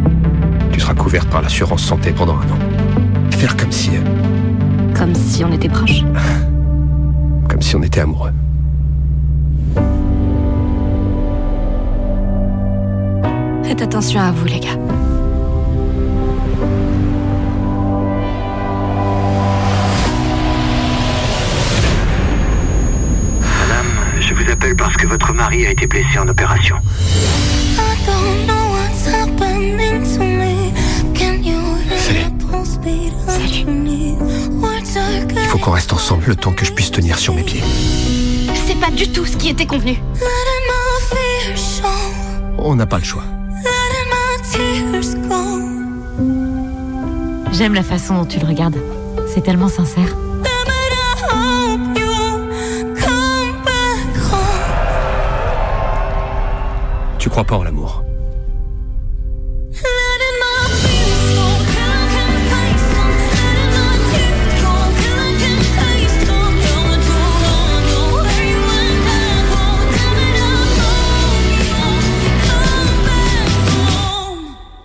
Speaker 11: Tu seras couverte par l'assurance santé pendant un an. Faire comme si, euh,
Speaker 18: comme si on était proches.
Speaker 11: comme si on était amoureux.
Speaker 18: Faites attention à vous, les gars.
Speaker 19: Madame, je vous appelle parce que votre mari a été blessé en opération.
Speaker 11: Il faut qu'on reste ensemble le temps que je puisse tenir sur mes pieds.
Speaker 18: C'est pas du tout ce qui était convenu.
Speaker 11: On n'a pas le choix.
Speaker 20: J'aime la façon dont tu le regardes. C'est tellement sincère.
Speaker 11: Tu crois pas en l'amour.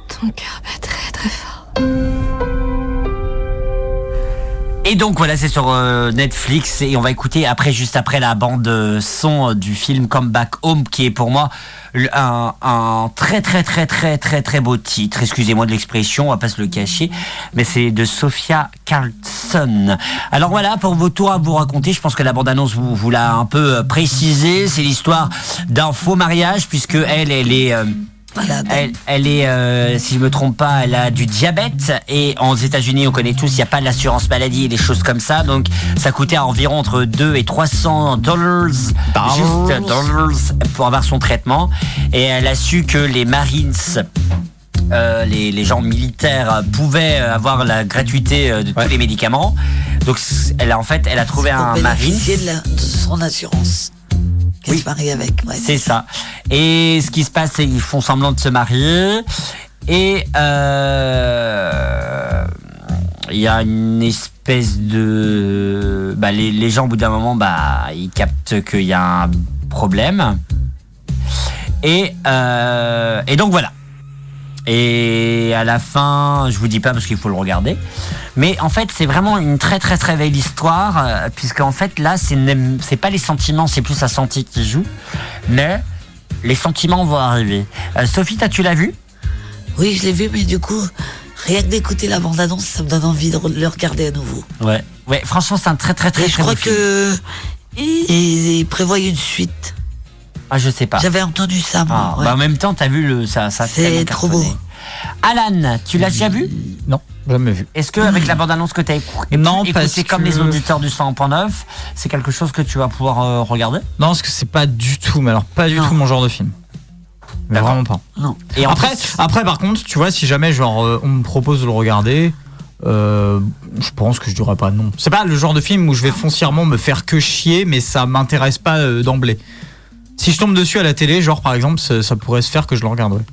Speaker 18: Ton cœur bat très très fort.
Speaker 1: Et donc voilà, c'est sur euh, Netflix et on va écouter après, juste après la bande euh, son euh, du film Come Back Home, qui est pour moi l- un, un très très très très très très beau titre. Excusez-moi de l'expression, on va pas se le cacher, mais c'est de Sophia Carlson. Alors voilà, pour vos tours à vous raconter, je pense que la bande annonce vous, vous l'a un peu euh, précisé. C'est l'histoire d'un faux mariage puisque elle, elle est euh, elle, elle est, euh, si je me trompe pas, elle a du diabète et aux États-Unis, on connaît tous, il n'y a pas de l'assurance maladie et des choses comme ça, donc ça coûtait environ entre 2 et 300 dollars, juste dollars pour avoir son traitement. Et elle a su que les Marines euh, les, les gens militaires euh, pouvaient euh, avoir la gratuité euh, de tous les médicaments. Donc c- elle a en fait, elle a trouvé un marine.
Speaker 2: Bénéficier de, la- de son assurance. Qu'elle se marie avec. ouais.
Speaker 1: C'est ça. Et ce qui se passe, c'est qu'ils font semblant de se marier. Et euh, il y a une espèce de... Bah, les, les gens, au bout d'un moment, bah, ils captent qu'il y a un problème. Et, euh, et donc voilà. Et à la fin, je vous dis pas parce qu'il faut le regarder. Mais en fait, c'est vraiment une très très très belle histoire, euh, puisque en fait là, c'est nem- c'est pas les sentiments, c'est plus la santé qui joue. Mais les sentiments vont arriver. Euh, Sophie, t'as- tu l'as vu
Speaker 2: Oui, je l'ai vu, mais du coup, rien que d'écouter la bande-annonce, ça me donne envie de re- le regarder à nouveau.
Speaker 1: Ouais. Ouais, franchement, c'est un très très très
Speaker 2: Et je
Speaker 1: très
Speaker 2: crois
Speaker 1: beau film.
Speaker 2: que. Ils ils prévoient une suite.
Speaker 1: Ah, je sais pas.
Speaker 2: J'avais entendu ça, moi.
Speaker 1: Ah,
Speaker 2: ouais.
Speaker 1: bah, en même temps, t'as vu le, ça, ça a
Speaker 2: C'est
Speaker 1: tellement
Speaker 2: trop
Speaker 1: cartonné.
Speaker 2: beau.
Speaker 1: Alan, tu l'as déjà vu
Speaker 3: Non, jamais vu.
Speaker 1: Est-ce que avec la bande-annonce que t'as écoutée, non,
Speaker 3: parce
Speaker 1: c'est comme
Speaker 3: que-
Speaker 1: les auditeurs du 100.9, c'est quelque chose que tu vas pouvoir euh, regarder
Speaker 3: Non, parce que c'est pas du tout, mais alors pas du tout mon genre de film. Mais vraiment pas.
Speaker 2: Non.
Speaker 1: Et en
Speaker 3: après, après, par contre, tu vois, si jamais genre euh, on me propose de le regarder, euh, je pense que je dirais pas non. C'est pas le genre de film où je vais foncièrement me faire que chier, mais ça m'intéresse pas euh, d'emblée. Si je tombe dessus à la télé, genre par exemple, ça, ça pourrait se faire que je le regarderais.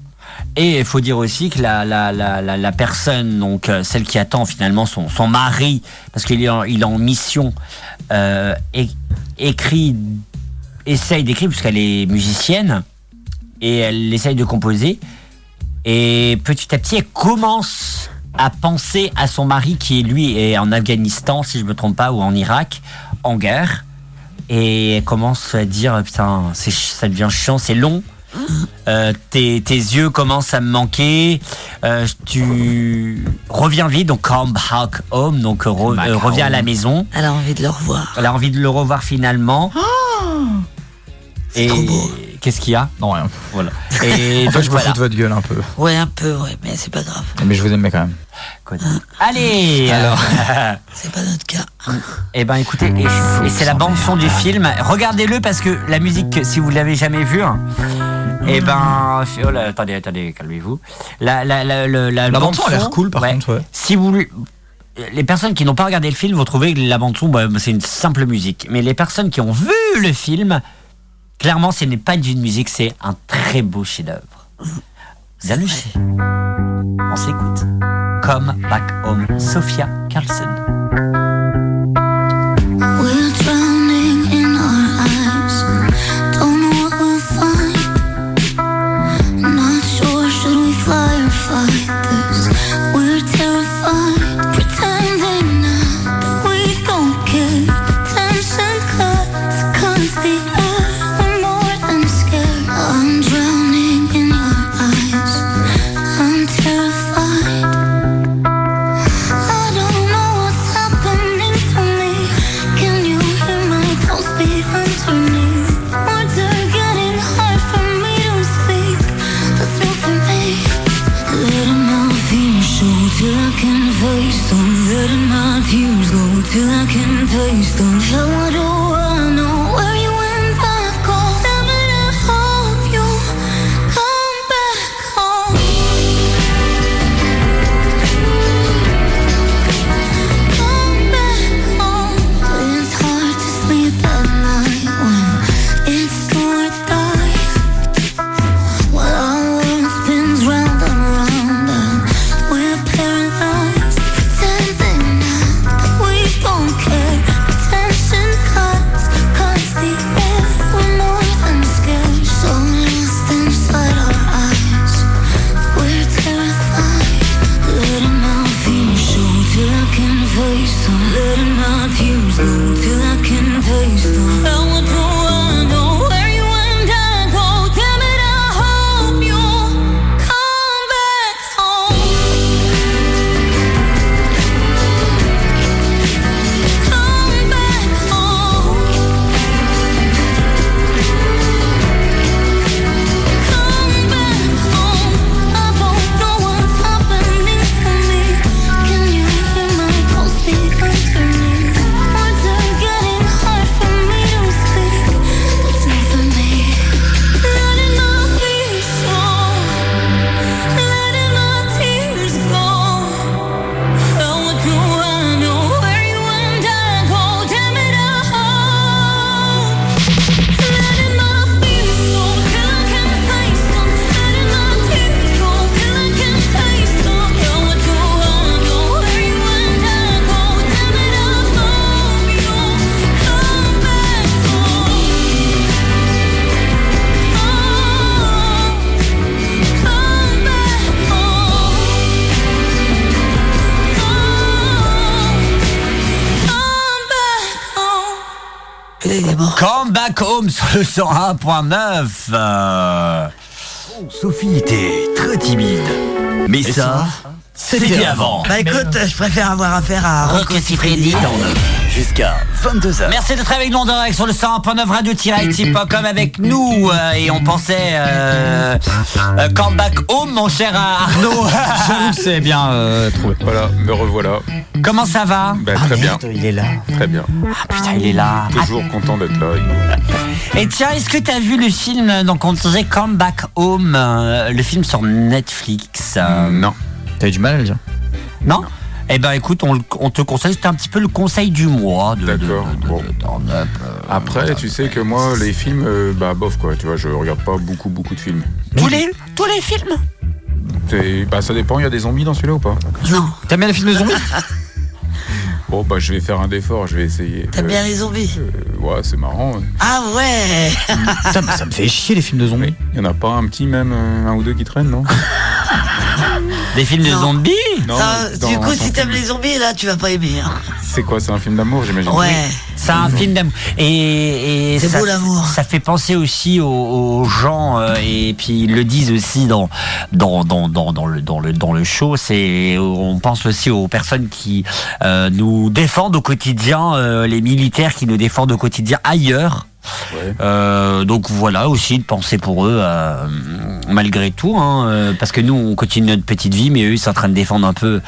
Speaker 1: Et il faut dire aussi que la, la, la, la, la personne, donc euh, celle qui attend finalement son, son mari, parce qu'il est en, il est en mission, euh, é- écrit, essaye d'écrire, puisqu'elle est musicienne, et elle essaye de composer. Et petit à petit, elle commence à penser à son mari qui, lui, est en Afghanistan, si je me trompe pas, ou en Irak, en guerre. Et elle commence à dire, putain, c'est ch- ça devient chiant, c'est long. Euh, tes, tes yeux commencent à me manquer. Euh, tu reviens vite, donc come back home, donc euh, re- euh, reviens à la maison.
Speaker 2: Elle a envie de le revoir.
Speaker 1: Elle a envie de le revoir finalement. Et qu'est-ce qu'il y a
Speaker 3: Non rien.
Speaker 1: Voilà. Et
Speaker 3: en fait,
Speaker 1: donc,
Speaker 3: je me
Speaker 1: voilà.
Speaker 3: fous de votre gueule un peu.
Speaker 2: Ouais, un peu, ouais, mais c'est pas grave.
Speaker 3: Mais je vous aimais quand même.
Speaker 1: Allez
Speaker 3: Alors.
Speaker 1: C'est pas notre cas. Eh ben écoutez, et, et c'est la bande son du film. Regardez-le parce que la musique, si vous l'avez jamais vue, hein, eh ben oh là, attendez, attendez, calmez-vous. La, la, la, la,
Speaker 3: La bande son a l'air cool par contre. Ouais.
Speaker 1: Si vous les personnes qui n'ont pas regardé le film vont trouver que la bande son, bah, c'est une simple musique. Mais les personnes qui ont vu le film, clairement, ce n'est pas d'une musique, c'est un très beau chef-d'œuvre. Salut. On s'écoute. Come back home, Sophia Carlson.
Speaker 7: We're drowning in our eyes. Don't know what we'll find. Not sure should we fly or fight this. We're terrified, pretending not that we don't care. The tension cuts, cuts the air. We're more than scared. I'm drowning in your eyes. I'm terrified. I don't know what's happening to me. Can you hear my pulse beat underneath? Words are getting hard for me to speak. That's new for me. Let my fears show till I can face them. Let my tears go till I can taste them. How do I know where you went back home? Damn it, I hope you come back home. It's hard to sleep at night when it's do or die. While our world spins round and round and we're paralyzed, pretending that we don't care. Tension cuts, cuts the air. We're more than scared, so lost inside our eyes. We're terrified. Letting my fears show till I can face them. Letting my tears go till I can taste them. And what do I know? Where you and I go? Damn it, I hope you come back home. Come back home. Come back home. I don't know what's happening to me. Can you hear my pulse beat underneath? Words are getting hard for me to speak. It's not for me. Letting my fears show, letting my tears go. How do I know where you and I go? Damn it, I hope. Letting my fears go till I can face them. Letting my tears go till I can taste them. How do I know where you and I go? Damn it, I hope you come back home. Come back home.
Speaker 1: Come back home sur le 101.9. euh,
Speaker 5: Sophie était très timide. Mais ça, c'était avant.
Speaker 2: Bah écoute, je préfère avoir affaire à Rocco Siffredi.
Speaker 1: Freddy dans le
Speaker 5: jusqu'à 22h.
Speaker 1: Merci d'être avec nous en direct sur le 100.9 radio-active.com avec nous. euh, et on pensait euh, euh, Comeback Home, mon cher Arnaud.
Speaker 3: J'avoue que c'est bien euh, trouvé.
Speaker 21: Voilà, me revoilà.
Speaker 1: Comment ça va
Speaker 21: Ben, très bien.
Speaker 1: Ah, Il est là.
Speaker 21: Très bien.
Speaker 1: Ah, putain, il est là.
Speaker 21: Toujours content d'être là.
Speaker 1: Et tiens, est-ce que tu as vu le film euh, Donc on disait Comeback Home, euh, le film sur Netflix
Speaker 21: Non.
Speaker 1: T'as eu du mal à le dire Non, Eh ben écoute, on, le- on te conseille, c'était un petit peu le conseil du mois. de- de- de- de- d'en up, euh,
Speaker 21: Après, tu sais que moi, les films, euh, bah bof quoi, tu vois, je regarde pas beaucoup, beaucoup de films.
Speaker 1: Tous les, tous les films
Speaker 21: T'es- Bah ça dépend, il y a des zombies dans celui-là ou pas
Speaker 2: Non.
Speaker 3: T'aimes bien les films de zombies
Speaker 21: Bon bah je vais faire un effort, je vais essayer.
Speaker 2: T'aimes
Speaker 21: Euh,
Speaker 2: bien les zombies
Speaker 21: euh, Ouais, c'est marrant. ouais.
Speaker 2: Ah ouais
Speaker 3: Putain, mais ça me fait chier les films de zombies.
Speaker 21: Il y en a pas un petit même, euh, un ou deux qui traînent, non
Speaker 1: Des films de zombies
Speaker 21: Non,
Speaker 2: Ça,
Speaker 21: dans
Speaker 2: Du coup,
Speaker 21: un
Speaker 2: si t'aimes les zombies, là, tu vas pas aimer. hein.
Speaker 21: C'est quoi C'est un film d'amour, j'imagine
Speaker 2: Ouais.
Speaker 1: C'est un
Speaker 3: Mhm.
Speaker 1: film d'amour. Et, et
Speaker 2: C'est
Speaker 1: ça,
Speaker 2: beau, l'amour.
Speaker 1: ça fait penser aussi aux, aux gens, euh, et puis ils le disent aussi dans, dans, dans, dans, dans le, dans, le, dans le show, c'est, on pense aussi aux personnes qui euh, nous défendent au quotidien, euh, les militaires qui nous défendent au quotidien ailleurs. Euh, donc voilà aussi de penser pour eux euh, malgré tout hein, euh, parce que nous on continue notre petite vie mais eux ils sont en train de défendre un peu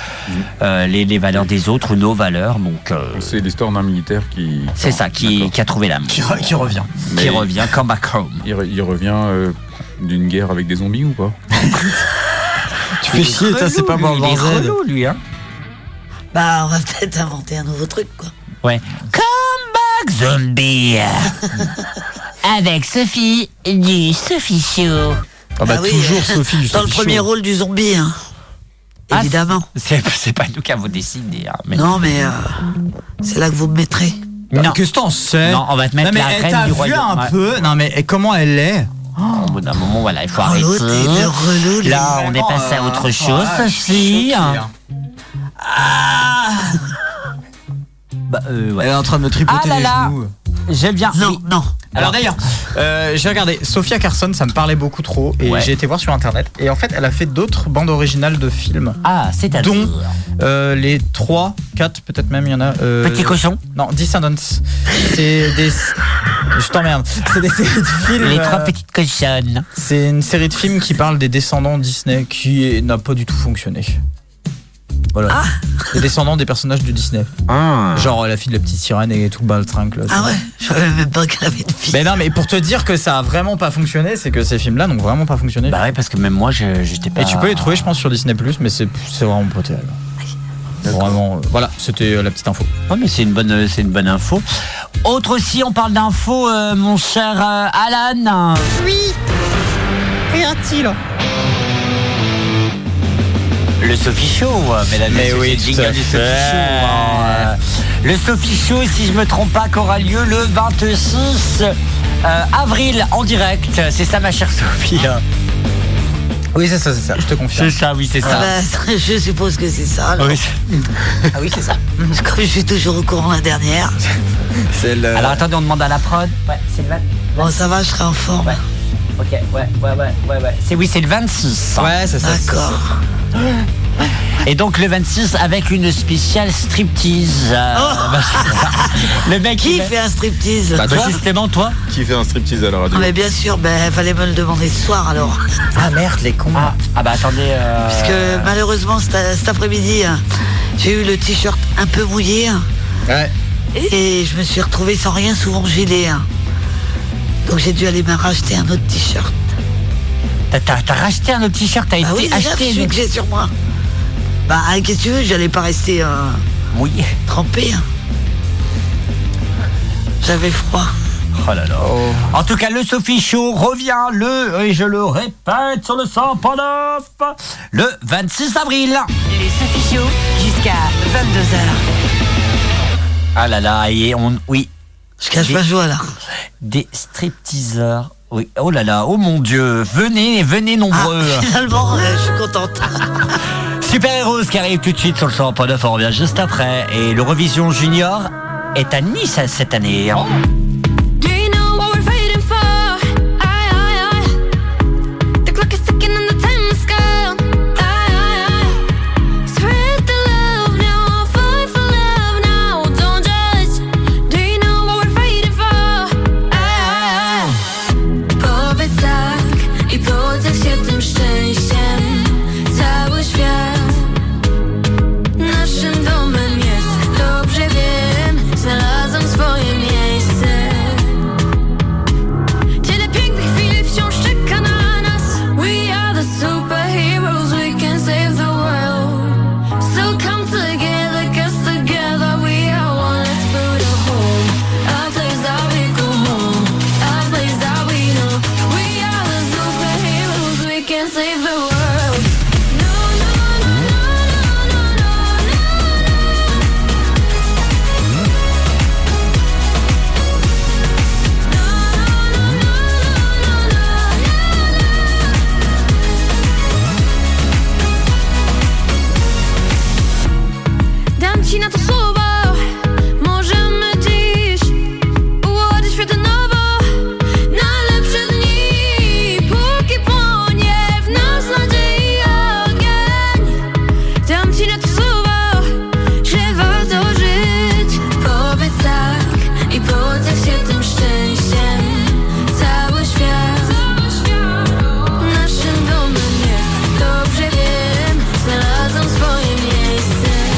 Speaker 1: euh, les, les valeurs des autres ou nos valeurs donc euh,
Speaker 21: C'est l'histoire d'un militaire qui.
Speaker 1: c'est ça, qui, qui a trouvé l'âme. Qui,
Speaker 3: revient.
Speaker 1: Qui revient, come back home.
Speaker 21: Il, re- il revient euh, d'une guerre avec des zombies ou pas
Speaker 3: Tu fais chier,
Speaker 2: toi, c'est pas
Speaker 1: moi,
Speaker 2: moi, Barzel.
Speaker 1: lui, hein.
Speaker 2: Bah, on va peut-être inventer un nouveau truc, quoi.
Speaker 1: Ouais. Come back, zombie.
Speaker 10: Avec Sophie du Sophie Show.
Speaker 3: Ah bah,
Speaker 2: oui, euh,
Speaker 3: toujours Sophie du
Speaker 2: Dans le
Speaker 3: Sophie
Speaker 2: premier
Speaker 3: Show.
Speaker 2: rôle du zombie, hein.
Speaker 10: Ah,
Speaker 2: Évidemment.
Speaker 1: C'est c'est pas nous qui avons décidé. hein, mais-
Speaker 2: Non, mais euh, c'est là que vous me mettrez.
Speaker 1: Non.
Speaker 3: Qu'est-ce Bah, que t'en sais
Speaker 1: Non, on va te mettre
Speaker 3: Non, mais
Speaker 1: la
Speaker 3: eh,
Speaker 1: reine
Speaker 3: t'as
Speaker 1: du
Speaker 3: vu
Speaker 1: royaume,
Speaker 3: un
Speaker 1: ouais.
Speaker 3: peu. Non, mais eh, comment elle est
Speaker 1: Au bout d'un moment, voilà, il faut arrêter.
Speaker 3: Relou, t'es de relou, les
Speaker 1: Là, on est
Speaker 3: vraiment,
Speaker 1: passé à
Speaker 3: euh,
Speaker 1: autre
Speaker 3: oh,
Speaker 1: chose,
Speaker 3: là, je suis
Speaker 1: Sophie.
Speaker 3: choqué, hein.
Speaker 1: Bah, euh, ouais.
Speaker 3: Elle est en train de me tripoter
Speaker 1: Ah là
Speaker 3: les
Speaker 1: là.
Speaker 3: genoux.
Speaker 1: J'aime bien.
Speaker 2: Non, non.
Speaker 3: Alors d'ailleurs, euh, j'ai regardé Sophia Carson, ça me parlait beaucoup trop et
Speaker 1: Ouais.
Speaker 3: j'ai été voir sur internet. Et en fait, elle a fait d'autres bandes originales de films.
Speaker 1: Ah, c'est à
Speaker 3: Dont euh, les 3, 4, peut-être même, il y en a. euh,
Speaker 1: Petit cochon
Speaker 3: Non, Descendants. C'est des. Je t'emmerde. C'est des séries de films.
Speaker 1: Les trois
Speaker 3: euh,
Speaker 1: petites cochonnes.
Speaker 3: C'est une série de films qui parle des descendants Disney qui est- n'a pas du tout fonctionné. Voilà.
Speaker 2: Ah.
Speaker 3: Les descendants des personnages de Disney. Genre euh, la fille de la petite sirène et tout le baltrinque. Là,
Speaker 2: Ah ouais Je savais même pas qu'elle avait une fille.
Speaker 3: Mais non, mais pour te dire que ça a vraiment pas fonctionné, c'est que ces films-là n'ont vraiment pas fonctionné.
Speaker 1: Bah ouais, parce que même moi, je- j'étais pas.
Speaker 3: Et tu peux les trouver, je pense, sur Disney, mais c'est c'est vraiment pas terrible. Vraiment, euh, voilà, c'était euh, la petite info.
Speaker 1: Ouais, mais c'est une bonne, euh, c'est une bonne info. Autre aussi, on parle d'info, euh, mon cher euh, Alan.
Speaker 13: Oui Qu'y a-t-il
Speaker 1: Le Sophie Show, euh, mesdames et
Speaker 3: Mais
Speaker 1: messieurs,
Speaker 3: oui,
Speaker 1: c'est
Speaker 3: tout
Speaker 1: le
Speaker 3: à
Speaker 1: jingle du Sophie Show.
Speaker 3: fait.
Speaker 1: hein. Le Sophie Show, si je me trompe pas, qu'aura lieu le 26 euh, avril en direct. C'est ça, ma chère Sophie. hein.
Speaker 3: Ah. Oui, c'est ça, c'est ça, je te confirme.
Speaker 1: C'est ça, oui, c'est
Speaker 2: Ah
Speaker 1: ça.
Speaker 2: bah, je suppose que c'est ça. alors.
Speaker 1: Oui.
Speaker 2: Ah oui, c'est ça. Parce que je suis toujours au courant de la dernière.
Speaker 3: C'est le.
Speaker 1: Alors attendez, on demande à la prod. Ouais, c'est le 20.
Speaker 2: Bon, ça va, je serai en forme.
Speaker 1: Ok, ouais, ouais, ouais, ouais, ouais. C'est oui, c'est le 26. hein.
Speaker 3: Ouais, c'est ça. c'est ça.
Speaker 2: D'accord.
Speaker 1: Et donc le 26 avec une spéciale striptease.
Speaker 2: Oh.
Speaker 1: euh, le mec
Speaker 2: Qui
Speaker 1: il-
Speaker 2: fait un striptease
Speaker 1: Bah, toi, justement, toi
Speaker 21: Qui fait un striptease à la radio
Speaker 2: Ah, mais bien sûr, ben, fallait me le demander ce soir alors.
Speaker 3: Ah merde, les cons.
Speaker 1: Ah, ah bah attendez. euh,
Speaker 2: Parce que malheureusement, cet, cet après-midi, hein, j'ai eu le t-shirt un peu mouillé. hein,
Speaker 3: Ouais.
Speaker 2: Et je me suis retrouvée sans rien sous mon gilet. hein. Donc j'ai dû aller me racheter un autre t-shirt.
Speaker 1: t'as- T'as t'as racheté un autre t-shirt, t'as
Speaker 2: Ah
Speaker 1: été
Speaker 2: oui, déjà,
Speaker 1: acheté.
Speaker 2: celui que j'ai sur moi. Bah, hein, qu'est-ce que tu veux J'allais pas rester euh,
Speaker 1: Oui.
Speaker 2: trempée. hein. J'avais froid.
Speaker 1: Oh là là. En tout cas, le Sophie Show revient le, et je le répète, sur le 100.9, le 26 avril.
Speaker 10: Les Sophie Show jusqu'à 22h.
Speaker 1: Ah là là, et on, oui.
Speaker 2: Je cache
Speaker 1: Des-
Speaker 2: ma joie là.
Speaker 1: Des stripteaseurs. Oui. Oh là là, oh mon dieu. Venez, venez nombreux.
Speaker 2: Finalement, euh, je suis contente.
Speaker 1: Super Heroes qui arrive tout de suite sur le 100.9, on revient juste après. Et l'Eurovision Junior est à Nice cette année.
Speaker 22: Do you know what we're fighting for? Aye, aye, aye. The clock is ticking and the time is gone. Aye, aye, aye. Spread the love now, fight for love now. Don't judge, tak tak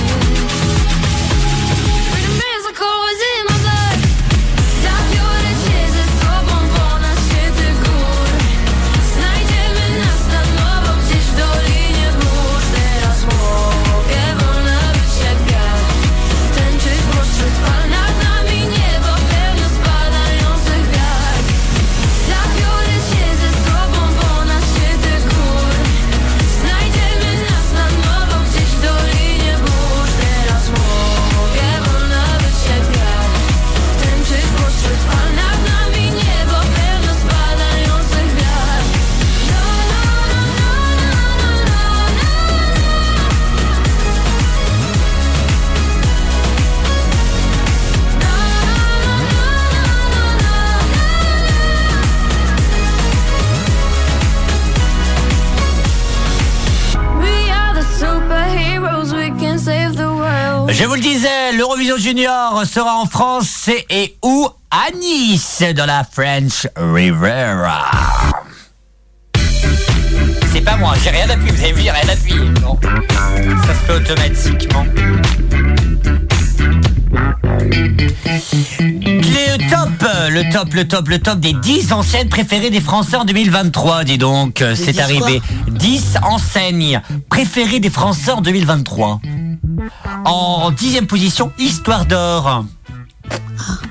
Speaker 13: Bravo.
Speaker 1: Je vous le disais, l'Eurovision Junior sera en France et- et où À Nice, dans la French Riviera. C'est pas moi, j'ai rien appuyé, vous avez vu, j'ai rien appuyé. Non. Ça se fait automatiquement. Le top, le top, le top, le top des 10 enseignes préférées des Français en 2023, dis donc, euh,
Speaker 2: Les
Speaker 1: c'est
Speaker 2: 10
Speaker 1: arrivé.
Speaker 2: quoi
Speaker 1: 10 enseignes préférées des Français en 2023. En dixième position, Histoire d'or.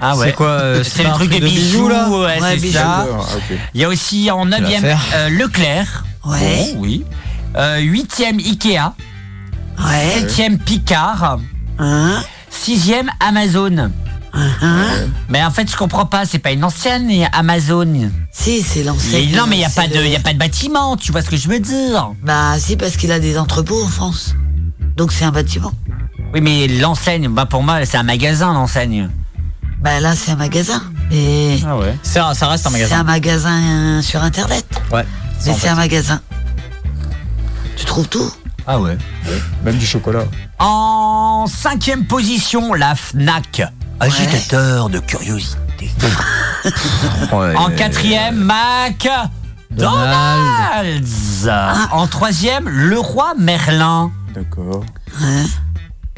Speaker 1: Ah
Speaker 3: C'est quoi, euh,
Speaker 1: C'est
Speaker 3: pas
Speaker 1: le
Speaker 3: un
Speaker 1: truc des
Speaker 3: truc de
Speaker 1: bijoux,
Speaker 3: bijoux, là
Speaker 1: ouais,
Speaker 3: Ouais,
Speaker 1: c'est
Speaker 3: bijoux.
Speaker 1: ça.
Speaker 2: ah,
Speaker 3: Ok.
Speaker 1: Il y a aussi en neuvième
Speaker 3: l'affaire.
Speaker 1: euh, Leclerc.
Speaker 2: Ouais.
Speaker 1: Oh, oui. Euh, Huitième Ikea.
Speaker 2: Ouais. Hein.
Speaker 1: Septième Picard. Sixième Amazon.
Speaker 2: Uh-huh.
Speaker 1: Mais en fait, je comprends pas. C'est pas une ancienne et Amazon.
Speaker 2: Si, c'est l'ancienne.
Speaker 1: Non, mais il y a
Speaker 2: C'est
Speaker 1: pas de,
Speaker 2: le-
Speaker 1: y a pas de bâtiment. Tu vois ce que je veux dire
Speaker 2: Bah si, parce qu'il a des entrepôts en France. Donc c'est un bâtiment.
Speaker 1: Oui, mais l'enseigne, bah pour moi, c'est un magasin l'enseigne.
Speaker 2: Bah là, c'est un magasin. Et
Speaker 1: Ah ouais.
Speaker 3: Ça, ça reste un
Speaker 2: c'est
Speaker 3: magasin.
Speaker 2: un magasin euh, sur Internet.
Speaker 3: Ouais.
Speaker 2: Mais
Speaker 3: en
Speaker 2: c'est
Speaker 3: fait.
Speaker 2: un magasin. Tu trouves tout
Speaker 1: Ah ouais.
Speaker 21: Même du chocolat.
Speaker 1: En cinquième position, la Fnac. Ah, Agitateur de curiosité. En quatrième, Mac. Donald's. En troisième, le roi Merlin.
Speaker 21: D'accord.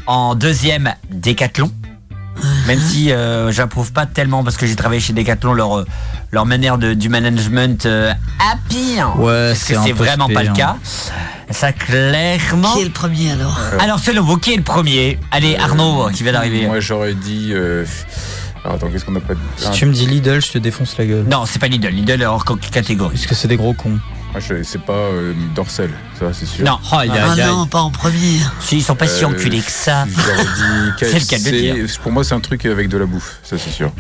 Speaker 1: En deuxième, Decathlon. Même si euh, j'approuve pas tellement parce que j'ai travaillé chez Decathlon leur euh, leur manière de, du management euh, happy. hein.
Speaker 3: Ouais,
Speaker 1: Parce que
Speaker 3: c'est un
Speaker 1: c'est
Speaker 3: peu
Speaker 1: vraiment
Speaker 3: spé,
Speaker 1: pas le
Speaker 3: hein.
Speaker 1: cas. Ah, Ça Ah clairement.
Speaker 2: Qui est le premier alors
Speaker 1: Alors c'est le vous qui est le premier. Allez Arnaud qui vient d'arriver.
Speaker 21: Moi j'aurais dit. euh, Alors attends, qu'est-ce qu'on n'a pas dit
Speaker 3: Si
Speaker 21: Ah,
Speaker 3: tu me dis Lidl, je te défonce la gueule.
Speaker 1: Non, c'est pas Lidl. Lidl est hors co- catégorie.
Speaker 3: Parce que c'est des gros cons.
Speaker 21: Ah, je- C'est pas euh, Dorsel, ça c'est sûr. Euh,
Speaker 1: Non. Oh, il y
Speaker 3: Ah,
Speaker 1: a- il y a-
Speaker 2: Ah pas en premier.
Speaker 1: Si, ils sont pas si enculés que ça.
Speaker 21: J'aurais dit
Speaker 1: C'est le cas de le
Speaker 21: KFC.
Speaker 1: dire.
Speaker 21: Pour moi, c'est un truc avec de la bouffe, ça c'est sûr.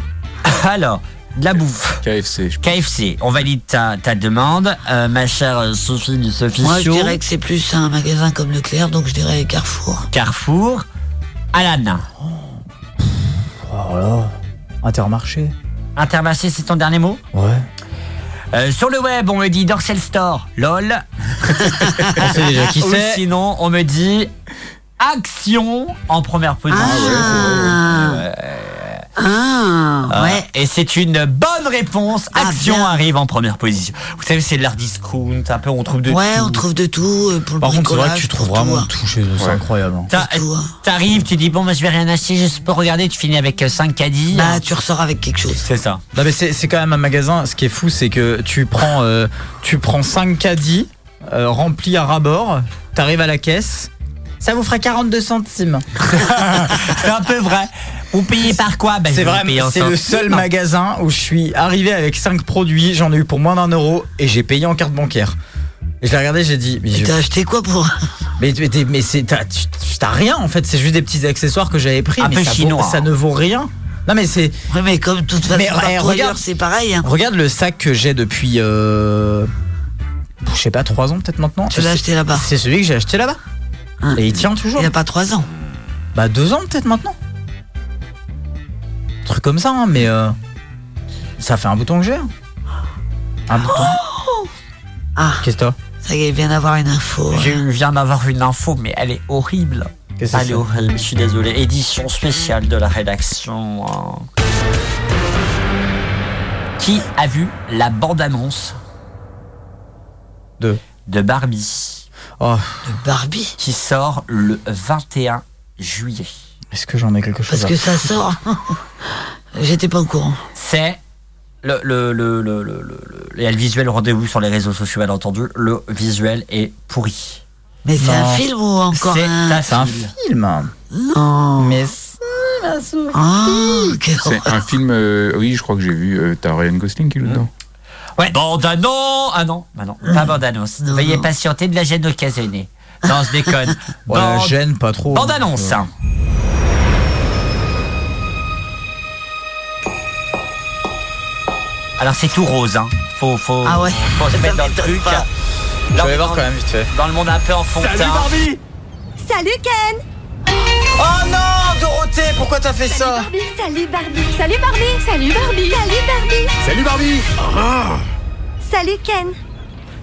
Speaker 1: Alors, de la bouffe.
Speaker 21: KFC.
Speaker 1: KFC, on valide ta, ta demande. Euh, ma chère euh, Sophie du Sophie
Speaker 2: Moi, je
Speaker 1: Show.
Speaker 2: dirais que c'est plus un magasin comme Leclerc, donc je dirais Carrefour.
Speaker 1: Carrefour. Alan.
Speaker 3: Oh là. Intermarché.
Speaker 1: Intermarché, c'est ton dernier mot
Speaker 3: Ouais.
Speaker 1: Euh, sur le web, on me dit Dorsel Store, lol.
Speaker 3: On sait déjà qui
Speaker 1: Ou
Speaker 3: c'est.
Speaker 1: Sinon, on me dit Action en première position.
Speaker 2: Ah,
Speaker 1: Euh,
Speaker 2: ouais. Ah,
Speaker 1: Et c'est une bonne réponse. Action arrive en première position. Vous savez, c'est de l'art discount, un peu on trouve de
Speaker 2: ouais,
Speaker 1: tout.
Speaker 2: on trouve de tout euh, pour le
Speaker 1: Par contre, c'est vrai que
Speaker 2: bricolage,
Speaker 1: tu
Speaker 2: pour
Speaker 1: trouves
Speaker 2: tout,
Speaker 1: vraiment
Speaker 2: hein.
Speaker 3: Tout chez eux, c'est
Speaker 1: Ouais.
Speaker 3: incroyable. hein.
Speaker 1: T'as- T'arrives, tu dis bon, bah, je vais rien acheter, juste pour regarder. Tu finis avec 5 caddies.
Speaker 2: Bah, tu ressors avec quelque chose.
Speaker 1: C'est ça.
Speaker 3: Non mais c'est c'est quand même un magasin. Ce qui est fou, c'est que tu prends euh, tu prends 5 caddies euh, remplis à rabord. T'arrives à la caisse. Ça vous fera 42 centimes.
Speaker 1: c'est un peu vrai. Vous payez par quoi Bah, je
Speaker 3: C'est
Speaker 1: vais
Speaker 3: vrai,
Speaker 1: payer en
Speaker 3: c'est le seul
Speaker 1: centimes.
Speaker 3: magasin où je suis arrivé avec 5 produits, j'en ai eu pour moins d'un euro et j'ai payé en carte bancaire. Et je l'ai regardé, j'ai dit. Mais je-
Speaker 2: T'as acheté quoi pour
Speaker 3: Mais, mais, t'es- mais c'est- t'as tu- tu- t'as rien en fait, c'est juste des petits accessoires que j'avais pris.
Speaker 2: Un
Speaker 3: mais
Speaker 2: peu
Speaker 3: ça vaut-
Speaker 2: chinois,
Speaker 3: ça
Speaker 2: hein.
Speaker 3: ne vaut rien. Non mais c'est.
Speaker 2: Ouais, mais comme de toute façon,
Speaker 3: Mais,
Speaker 2: partout
Speaker 3: eh,
Speaker 2: ailleurs,
Speaker 3: regarde.
Speaker 2: c'est pareil. hein.
Speaker 3: Regarde le sac que j'ai depuis. euh, je sais pas, 3 ans peut-être maintenant.
Speaker 2: Tu l'as
Speaker 3: C'est-
Speaker 2: acheté là-bas. Ah.
Speaker 3: C'est celui que j'ai acheté là-bas. Et il tient toujours.
Speaker 2: Il n'y a pas 3 ans.
Speaker 3: Bah 2 ans peut-être maintenant. Un truc comme ça, hein, mais. euh, ça fait un bouton que j'ai. hein. Un bouton.
Speaker 2: Ah.
Speaker 3: Qu'est-ce que t'as
Speaker 2: Ça y est, il vient d'avoir une info.
Speaker 1: Je viens d'avoir une info, mais elle est horrible.
Speaker 3: Qu'est-ce que
Speaker 1: Elle
Speaker 3: c'est
Speaker 1: est horrible, je suis désolé. Édition spéciale de la rédaction. hein. Qui a vu la bande-annonce
Speaker 3: De.
Speaker 1: de Barbie
Speaker 3: Oh.
Speaker 2: De Barbie
Speaker 1: Qui sort le 21 juillet.
Speaker 3: Est-ce que j'en ai quelque chose
Speaker 2: Parce
Speaker 3: à
Speaker 2: que ça sort. J'étais pas au courant.
Speaker 1: C'est le, le, le, le, le, le- le- il y a le visuel rendez-vous sur les réseaux sociaux, bien entendu. Le visuel est pourri.
Speaker 2: Mais c'est
Speaker 1: Non.
Speaker 2: un film ou encore
Speaker 1: C'est
Speaker 2: un.
Speaker 1: un
Speaker 3: film.
Speaker 2: Non.
Speaker 3: Mais
Speaker 2: Ah, Oh, quel
Speaker 21: Mmh. C'est un film, euh, oui, je crois que j'ai vu. euh, T'as Ryan Gosling qui est dedans.
Speaker 1: Ouais. Bandano Ah non, bah non,
Speaker 3: Hmm.
Speaker 1: pas bandanos. Veuillez patienter de la gêne occasionnée. Non, je déconne.
Speaker 3: Ouais, la
Speaker 1: Bande-
Speaker 3: gêne, pas trop.
Speaker 1: Bande annonce.
Speaker 3: Euh,
Speaker 1: Alors c'est tout rose, hein. Faut, faut,
Speaker 2: Ah ouais.
Speaker 1: faut se mettre dans le truc. Je
Speaker 3: vais voir quand même vite fait.
Speaker 1: Dans le monde un peu enfantin.
Speaker 23: Salut Ken
Speaker 3: Oh non, Dorothée, pourquoi t'as fait ça
Speaker 23: Salut Barbie Salut Barbie Salut Barbie Salut Barbie
Speaker 11: Salut Barbie
Speaker 23: Salut Ken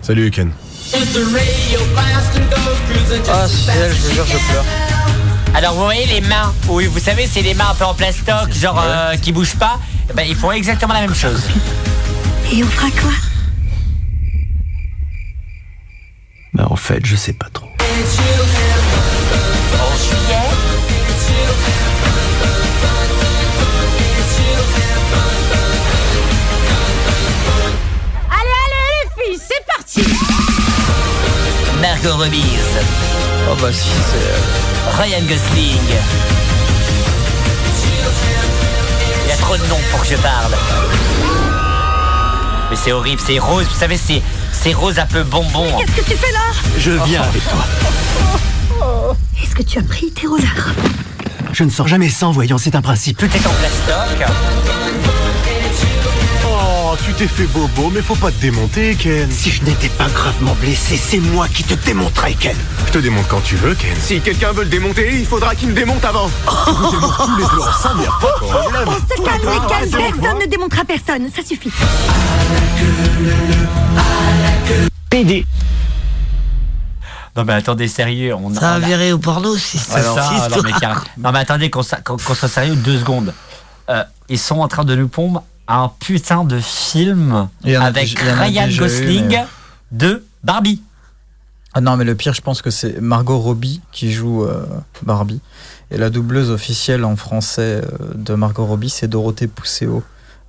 Speaker 11: Salut Ken.
Speaker 1: Ah, je, je jure, je pleure. Alors vous voyez les mains, oui, vous savez, c'est les mains un peu en plastoc, genre euh, qui bougent pas. Eh Ben, ils font exactement la même chose.
Speaker 7: Et on fera quoi
Speaker 4: Bah en fait, je sais pas trop.
Speaker 7: Allez, allez, les filles, c'est parti
Speaker 1: Margot Robbie,
Speaker 3: Oh bah si, c'est. euh,
Speaker 1: Ryan Gosling. Il y a trop de noms pour que je parle. Mais c'est horrible, c'est rose, vous savez, c'est c'est rose un peu bonbon.
Speaker 7: Qu'est-ce que tu fais là
Speaker 4: Je viens avec toi.
Speaker 7: Oh. Est-ce que tu as pris tes rollers
Speaker 4: Je ne sors jamais sans, voyons, c'est un principe.
Speaker 1: Tout est en plastoc.
Speaker 4: Oh, tu t'es fait bobo, mais faut pas te démonter, Ken. Si je n'étais pas gravement blessé, c'est moi qui te démonterais, Ken. Je te démonte quand tu veux, Ken.
Speaker 11: Si quelqu'un veut le démonter, il faudra qu'il me démonte avant. tous les jours, ça m'y a pas de problème.
Speaker 7: On se
Speaker 11: Ah,
Speaker 7: calme, les calme,
Speaker 11: hein.
Speaker 7: personne ne démontrera personne, ça suffit.
Speaker 1: PD. Non mais attendez, sérieux, on
Speaker 2: Ça a
Speaker 1: on
Speaker 2: viré au porno aussi, cette
Speaker 1: Alors,
Speaker 2: histoire.
Speaker 1: non, mais, car- non, mais attendez, qu'on s'a- qu'on- qu'on soit sérieux deux secondes. Euh, ils sont en train de nous pomper un putain de film
Speaker 3: Il y en a
Speaker 1: avec
Speaker 3: déjà- il y en a
Speaker 1: Ryan
Speaker 3: déjà eu,
Speaker 1: Gosling
Speaker 3: mais- euh,
Speaker 1: de Barbie.
Speaker 3: Ah non, mais le pire, je pense que c'est Margot Robbie qui joue euh, Barbie. Et la doubleuse officielle en français euh, de Margot Robbie, c'est Dorothée Pousseau.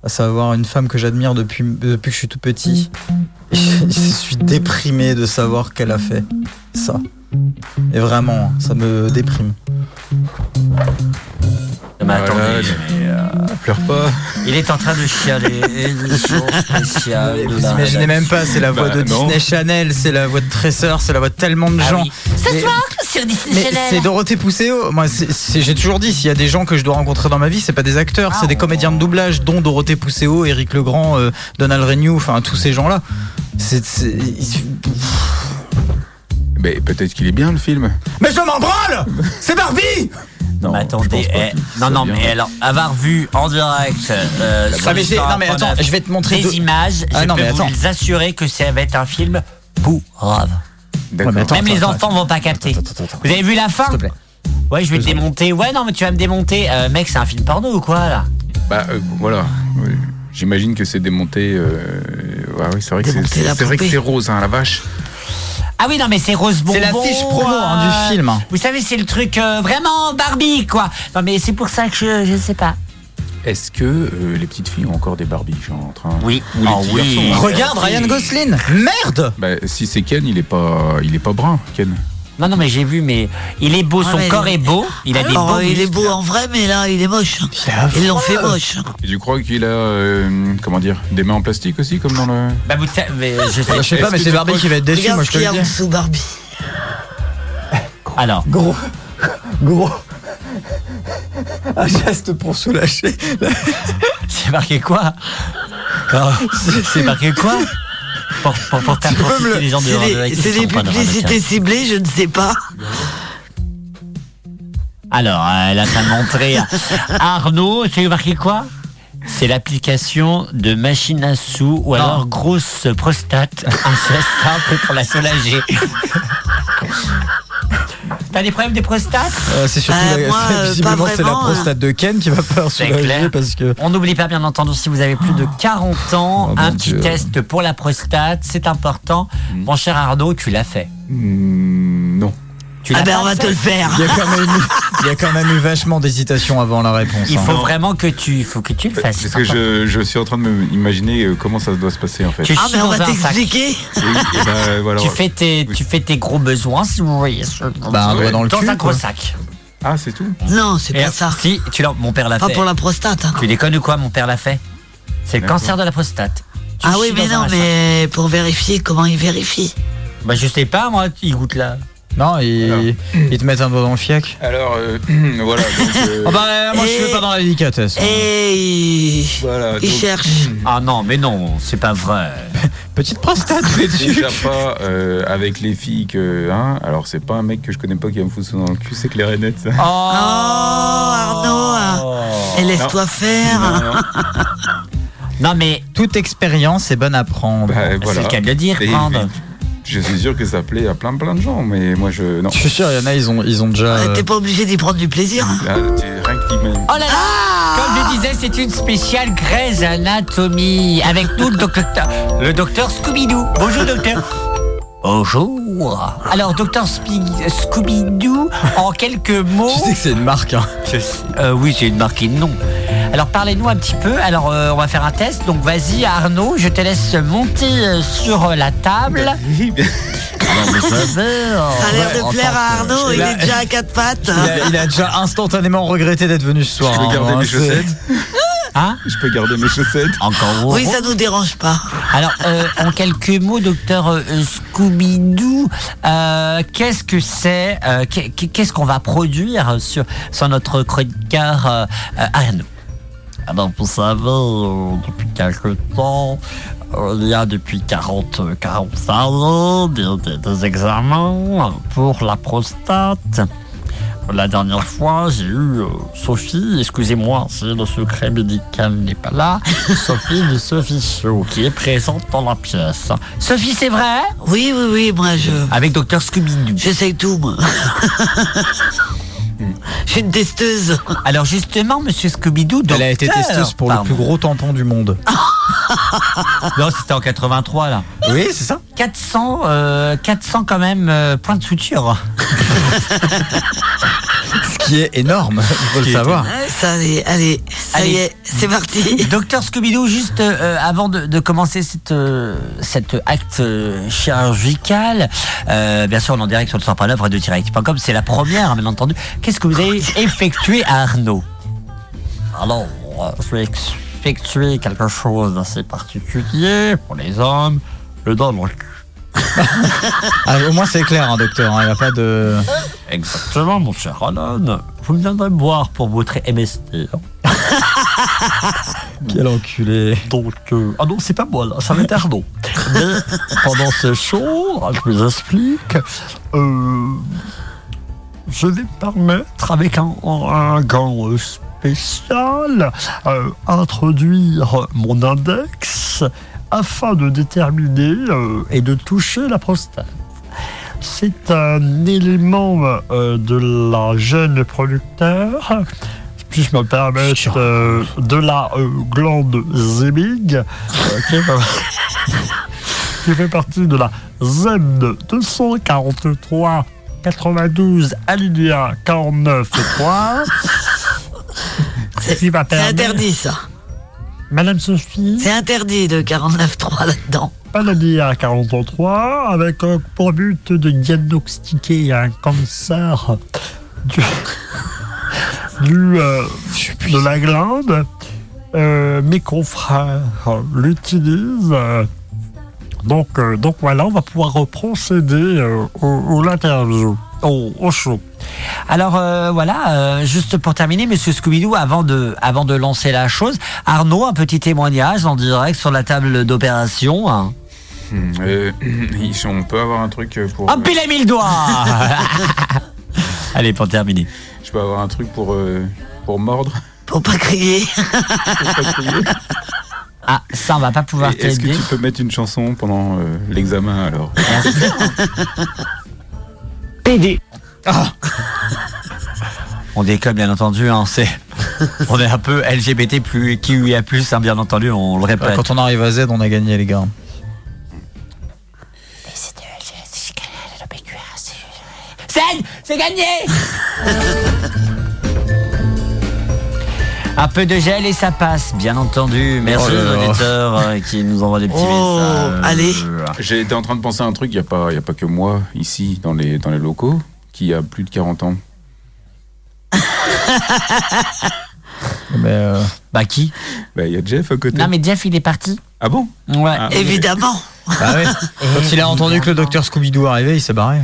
Speaker 3: À savoir une femme que j'admire depuis, depuis que je suis tout petit. je suis déprimé de savoir qu'elle a fait ça. Et vraiment, hein, ça me déprime.
Speaker 1: Mais attendez, mais, euh,
Speaker 3: Pleure pas.
Speaker 1: il est en train de chialer. Et les choses spéciales de
Speaker 3: Vous
Speaker 1: la
Speaker 3: imaginez même pas, c'est la voix
Speaker 1: Bah,
Speaker 3: de
Speaker 1: non. Ah
Speaker 3: Disney Channel, c'est la voix de Tressor, c'est la voix de tellement de gens.
Speaker 10: Ce
Speaker 3: Et-
Speaker 10: soir, sur Disney
Speaker 3: Mais c'est
Speaker 10: Channel.
Speaker 3: Dorothée Pousseau. Moi, c'est- c'est- j'ai toujours dit, s'il y a des gens que je dois rencontrer dans ma vie, c'est pas des acteurs,
Speaker 1: Ah,
Speaker 3: c'est
Speaker 1: oh.
Speaker 3: des comédiens de doublage, dont Dorothée Pousseau, Éric Legrand, euh, Donald Renew, enfin tous ces gens-là. C'est, c'est- ils-
Speaker 21: Mais peut-être qu'il est bien le film.
Speaker 3: Mais je m'en branle C'est Barbie
Speaker 1: Non, mais attendez, eh, non, non, mais alors, avoir vu en direct. euh,
Speaker 3: Ah,
Speaker 1: sur
Speaker 3: mais
Speaker 1: le
Speaker 3: j'ai-
Speaker 1: Star
Speaker 3: non, mais attends,
Speaker 1: 39,
Speaker 3: je vais te montrer
Speaker 1: des
Speaker 3: deux-
Speaker 1: images.
Speaker 3: Ah,
Speaker 1: je
Speaker 3: non,
Speaker 1: peux
Speaker 3: mais
Speaker 1: vous
Speaker 3: attends.
Speaker 1: les assurer que ça va être un film
Speaker 3: Ouais,
Speaker 1: pourrave.
Speaker 3: mais attends,
Speaker 1: Même
Speaker 3: attends,
Speaker 1: les
Speaker 3: attends,
Speaker 1: enfants vont pas capter. Vous avez vu la fin Ouais, je vais te démonter. Ouais, non, mais tu vas me démonter. Euh, mec, c'est un film porno ou quoi là
Speaker 21: Bah euh, voilà, Oui. j'imagine que c'est démonté. euh, ouais, oui, c'est vrai que c'est-
Speaker 1: Démonter
Speaker 21: c'est
Speaker 1: la
Speaker 21: c'est vrai que
Speaker 1: poupée.
Speaker 21: c'est rose, hein, la vache.
Speaker 1: Ah oui, non, mais c'est Rose Bonbon. euh,
Speaker 21: C'est l'affiche promo, hein, du film.
Speaker 1: Vous savez, c'est le truc euh, vraiment Barbie, quoi. Non, mais c'est pour ça que je, je sais pas.
Speaker 21: Est-ce que euh, les petites filles ont encore des Barbies genre, en train
Speaker 1: Oui.
Speaker 21: Ou les
Speaker 1: Ah
Speaker 21: petits
Speaker 1: oui.
Speaker 21: garçons, hein.
Speaker 1: Regarde, Ryan
Speaker 3: Gosling. Merde.
Speaker 21: Bah, si c'est Ken, il est pas, il est pas brun, Ken.
Speaker 1: Non, non, mais j'ai vu, mais il est beau,
Speaker 2: Ah,
Speaker 1: son
Speaker 2: mais
Speaker 1: corps
Speaker 2: il-
Speaker 1: est beau. Il a
Speaker 3: Ah
Speaker 1: des
Speaker 2: Oh,
Speaker 1: beaux
Speaker 2: il est
Speaker 1: muscles.
Speaker 2: beau en vrai, mais là, il est moche. Ils l'ont fait moche.
Speaker 21: Et tu crois qu'il a, euh, comment dire, des mains en plastique aussi, comme dans le.
Speaker 1: Bah, vous savez, je
Speaker 21: sais- Je sais pas, mais c'est Barbie qui va être déçue,
Speaker 2: Regarde
Speaker 21: moi, je
Speaker 2: ce qu'il y
Speaker 21: te
Speaker 2: a
Speaker 21: le
Speaker 2: en
Speaker 21: dis.
Speaker 2: dessous, Barbie.
Speaker 1: Alors.
Speaker 3: Gros. Gros. Un geste pour se lâcher.
Speaker 1: C'est marqué quoi Oh, C'est marqué quoi Pour, pour, pour
Speaker 2: Tu peux
Speaker 1: t'approcher
Speaker 2: me
Speaker 1: les
Speaker 2: le-
Speaker 1: gens de
Speaker 2: C'est
Speaker 1: de-
Speaker 2: des-
Speaker 1: qui
Speaker 2: c'est
Speaker 1: sont
Speaker 2: des
Speaker 1: pas dans la
Speaker 2: publicités
Speaker 1: matière.
Speaker 2: ciblées, je ne sais pas.
Speaker 1: Alors, euh, elle a pas montré. euh, Arnaud, c'est marqué quoi c'est l'application de machine à sous ou alors grosse prostate, un geste simple pour la soulager. T'as des problèmes de prostate
Speaker 3: Euh, c'est surtout
Speaker 1: Euh,
Speaker 3: la,
Speaker 1: moi, euh,
Speaker 3: visiblement,
Speaker 1: pas
Speaker 3: c'est la
Speaker 1: vraiment, hein.
Speaker 3: prostate de Ken qui va pas
Speaker 1: C'est
Speaker 3: soulager
Speaker 1: clair.
Speaker 3: parce que.
Speaker 1: On n'oublie pas, bien entendu, si vous avez plus de 40 ans,
Speaker 21: Oh,
Speaker 1: un petit test pour la prostate, c'est important.
Speaker 21: Mm.
Speaker 1: Mon cher Arnaud, tu l'as fait.
Speaker 21: Hmm, non.
Speaker 1: Tu l'as
Speaker 2: Ah ben,
Speaker 1: pas fait
Speaker 3: Il y a quand même eu, il y a quand même eu vachement d'hésitation avant la réponse.
Speaker 1: Il
Speaker 21: hein.
Speaker 1: faut
Speaker 21: Non.
Speaker 1: vraiment que tu, il faut que tu le fasses.
Speaker 21: Euh, Parce que je, je suis en train de m'imaginer euh, comment ça doit se passer en fait.
Speaker 2: Ah ben,
Speaker 1: Tu chies dans un sac.
Speaker 21: Oui, et bah, euh, voilà.
Speaker 1: Tu fais tes, tu fais tes gros besoins, si vous voyez. ce-
Speaker 21: Bah, un doigt dans le cul,
Speaker 1: un gros
Speaker 21: quoi.
Speaker 1: sac.
Speaker 21: Ah, c'est tout
Speaker 2: Non, c'est
Speaker 1: pas ça. Si, tu l'as- mon père l'a
Speaker 2: Pas
Speaker 1: fait.
Speaker 2: pour la prostate. hein.
Speaker 1: Tu déconnes ou quoi, mon père l'a fait C'est le cancer de la prostate. Tu
Speaker 2: Ah oui,
Speaker 1: chies
Speaker 2: mais
Speaker 1: dans un
Speaker 2: non,
Speaker 1: machin.
Speaker 2: mais pour vérifier, comment ils vérifient
Speaker 1: Bah, je sais pas, moi, il goûte là.
Speaker 3: Non, ils, ils te mettent un doigt dans le fiac.
Speaker 21: Alors, euh, voilà. donc, euh,
Speaker 3: Ah bah, euh, moi, je fais pas dans la délicatesse.
Speaker 2: Et
Speaker 21: Voilà, donc-
Speaker 1: Ah non, mais non, c'est pas vrai.
Speaker 3: Petite prostate,
Speaker 21: C'est déjà pas euh, avec les filles que. Hein, alors, c'est pas un mec que je connais pas qui va me foutre ça dans le cul, c'est clair et net.
Speaker 1: Oh,
Speaker 2: Arnaud
Speaker 21: et
Speaker 2: Et laisse-toi faire.
Speaker 1: Non mais
Speaker 3: toute expérience est bonne à prendre.
Speaker 21: Bah, voilà.
Speaker 1: C'est le cas de le dire,
Speaker 21: Et
Speaker 1: prendre.
Speaker 21: Je suis sûr que ça plaît à plein plein de gens, mais moi je. Non.
Speaker 3: Je suis sûr, il y en a, ils ont, ils ont déjà. euh,
Speaker 2: T'es pas obligé d'y prendre du plaisir. hein.
Speaker 21: Ah, tu- rien que t'imagines.
Speaker 1: Oh là là Comme je disais, c'est une spéciale Grey's Anatomy avec nous le docteur, le docteur Scooby-Doo. Bonjour docteur.
Speaker 5: Oh,
Speaker 1: Bonjour. Alors docteur Spi- Scooby-Doo, en quelques mots. Tu sais que
Speaker 3: c'est une marque. Hein.
Speaker 1: oui, c'est une marque et non. Alors parlez-nous un petit peu. Alors euh, on va faire un test. Donc vas-y Arnaud, je te laisse monter euh, sur euh, la table.
Speaker 2: Ça a l'air de plaire à Arnaud, il
Speaker 3: là-
Speaker 2: est déjà à quatre pattes.
Speaker 3: Il a, il a déjà instantanément regretté d'être venu ce soir.
Speaker 21: Je peux
Speaker 3: hein,
Speaker 21: garder
Speaker 3: hein,
Speaker 21: mes
Speaker 3: c'est-
Speaker 21: chaussettes
Speaker 1: Hein
Speaker 21: Je peux garder mes chaussettes
Speaker 1: Encore
Speaker 3: Oh,
Speaker 2: Oui, ça nous dérange pas.
Speaker 1: Alors, euh, en quelques mots, docteur euh, euh, Scooby-Doo, euh, qu'est-ce que c'est euh, qu'est- Qu'est-ce qu'on va produire sur, sur notre chroniqueur euh, euh, Arnaud alors, Ah ben, vous savez, euh, depuis quelque temps, euh, il y a depuis 40, euh, 45 ans, des, des- des examens pour la prostate. La dernière fois, j'ai eu euh, Sophie, excusez-moi si le secret médical n'est pas là, Sophie de Sophie Show, qui est présente dans la pièce. Sophie, c'est vrai hein
Speaker 2: Oui, oui, oui, moi je.
Speaker 1: Avec Docteur Scooby-Doo.
Speaker 2: J'essaye tout, moi. Je suis une testeuse.
Speaker 1: Alors justement, Monsieur Scooby-Doo,
Speaker 3: Elle a été
Speaker 1: docteur,
Speaker 3: testeuse pour
Speaker 1: pardon.
Speaker 3: le plus gros tampon du monde.
Speaker 1: Non, c'était en 83, là.
Speaker 3: Oui, c'est ça.
Speaker 1: 400, euh, 400 quand même, euh, points de suture.
Speaker 3: Ce qui est énorme, il faut le savoir.
Speaker 2: Ça, allez, allez, ça y est, c'est parti.
Speaker 1: Docteur Scooby-Doo, juste euh, avant de, de commencer cette, euh, cet acte euh, chirurgical, euh, bien sûr, on est en direct sur le soir par l'œuvre de direct.com, c'est la première, hein, bien entendu. Qu'est-ce que vous avez effectué à Arnaud Alors, euh, je vais effectuer quelque chose d'assez particulier pour les hommes, le don dans le cul.
Speaker 3: Ah, au moins, c'est clair, hein, docteur. hein, Il n'y a pas de.
Speaker 1: Exactement, mon cher Alan. Vous viendrez me voir pour votre MST. hein.
Speaker 3: Quel enculé.
Speaker 1: Donc, euh, ah non, c'est pas moi là, ça m'est Arnaud. Mais pendant ces show, je vous explique, euh, je vais me permettre, avec un, un gant euh, spécial, euh, introduire mon index afin de déterminer euh, et de toucher la prostate. C'est un élément euh, de la jeune producteur, si je me permets, euh, de la euh, glande Zemmig, euh, qui, fait- qui fait partie de la ZEM 243 92 alinéa 49 3.
Speaker 2: C'est interdit, ça.
Speaker 1: Madame Sophie
Speaker 2: C'est interdit de 49.3 là-dedans.
Speaker 1: Panadia 43 avec euh, pour but de diagnostiquer un cancer du, du, euh, de la glande. Euh, mes confrères euh, l'utilisent. euh, donc, euh, donc voilà, on va pouvoir euh, procéder euh, au, au l'interview, au, au show. Alors euh, voilà, euh, juste pour terminer, Monsieur Scooby-Doo, avant de, avant de lancer la chose, Arnaud, un petit témoignage en direct sur la table d'opération. hein.
Speaker 21: Hum, euh, on peut avoir un truc euh,
Speaker 2: Oh.
Speaker 21: pour.
Speaker 3: Ah,
Speaker 1: Hop, il a mis le doigt Allez, pour terminer.
Speaker 21: Je peux avoir un truc pour, euh, pour mordre
Speaker 2: Pour pas crier.
Speaker 1: Ah, ça, on va pas pouvoir
Speaker 21: Et Est-ce que
Speaker 1: t'aider.
Speaker 21: tu peux mettre une chanson pendant euh, l'examen alors
Speaker 1: PD. On déconne, bien entendu, hein, c'est... On est un peu LGBT plus QIA+, hein, bien entendu, on le répète.
Speaker 3: Quand on arrive à Z, on a gagné, les gars.
Speaker 10: Scène, c'est gagné
Speaker 1: Un peu de gel et ça passe, bien entendu. Merci
Speaker 21: Oh là
Speaker 1: aux
Speaker 21: là.
Speaker 1: auditeurs euh, qui nous envoient des petits messages.
Speaker 21: J'ai été en train de penser à un truc, il n'y a, pas- y a pas que moi ici dans les, dans les locaux qui a plus de 40 ans.
Speaker 3: Mais
Speaker 1: Bah qui
Speaker 21: Bah il y a Jeff à côté.
Speaker 1: Non, mais Jeff, il est parti.
Speaker 21: Ah bon
Speaker 1: Ouais.
Speaker 21: Ah, oui. Évidemment.
Speaker 3: Ah ouais. Quand il a entendu que le docteur Scooby-Doo arrivait, il s'est barré.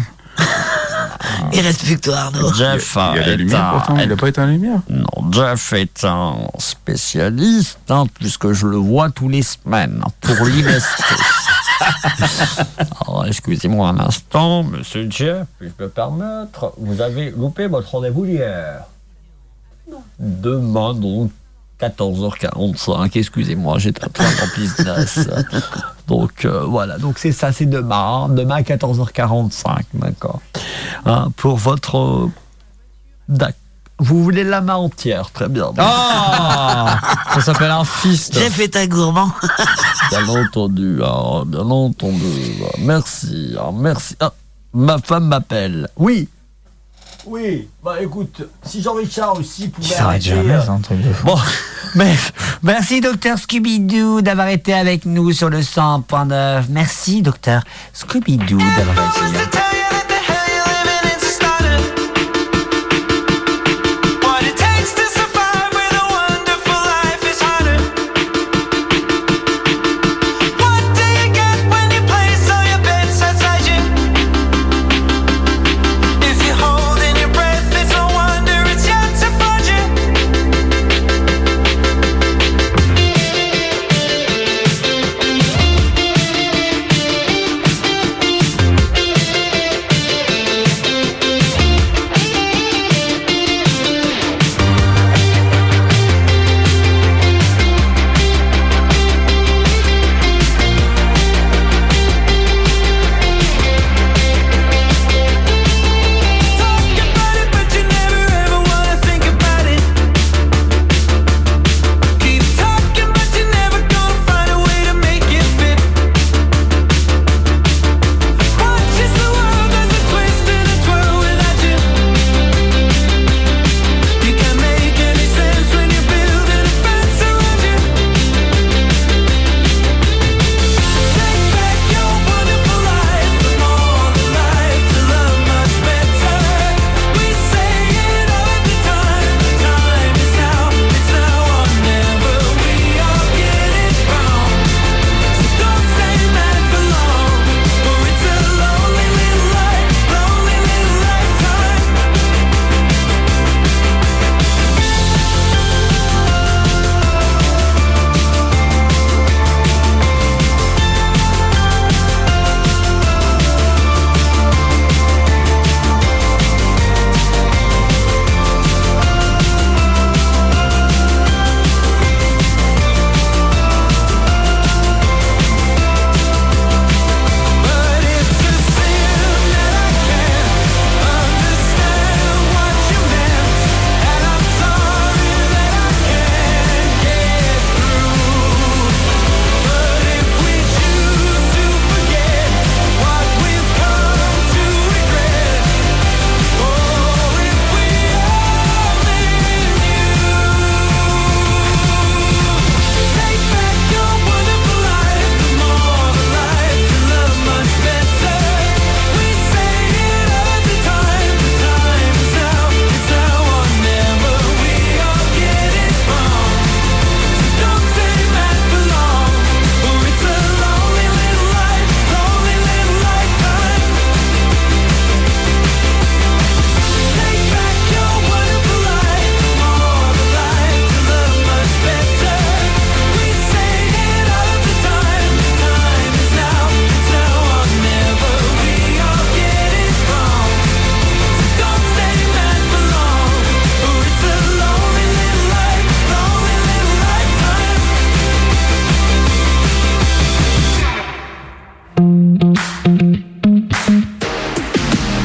Speaker 2: Il reste plus que toi, Arnaud.
Speaker 1: Jeff
Speaker 21: Il y a la
Speaker 1: est
Speaker 21: lumière
Speaker 1: un-
Speaker 21: pourtant, il n'a pas éteint la lumière.
Speaker 1: Non, Jeff est un spécialiste, hein, puisque je le vois tous les semaines pour l'IMST.
Speaker 2: Oh,
Speaker 1: Alors, excusez-moi un instant, monsieur Jeff, puis-je me permettre Vous avez loupé votre rendez-vous d'hier. Demain, donc,
Speaker 5: 14h45, excusez-moi, j'étais un peu en business. Donc euh, voilà, donc c'est ça, c'est demain. hein. Demain à 14h45, d'accord. Hein, pour votre. euh, d'ac- Vous voulez la main entière, très bien. ça s'appelle un fist.
Speaker 1: Ah J'ai fait un gourmand. Ah.
Speaker 5: Bien entendu, hein, bien entendu. Merci, hein, merci. Ah, ma femme m'appelle. Oui. Oui, bah écoute, si Jean-Richard aussi pouvait. hein,
Speaker 1: hein.
Speaker 5: Bon, mais- merci docteur Scooby-Doo d'avoir été avec nous sur le 100.9. Merci docteur Scooby-Doo d'avoir été là.
Speaker 7: What it takes to survive with a wonderful life is harder. What do you get when you place all your bets outside you? If you're holding your breath, it's no wonder it's yet to find you.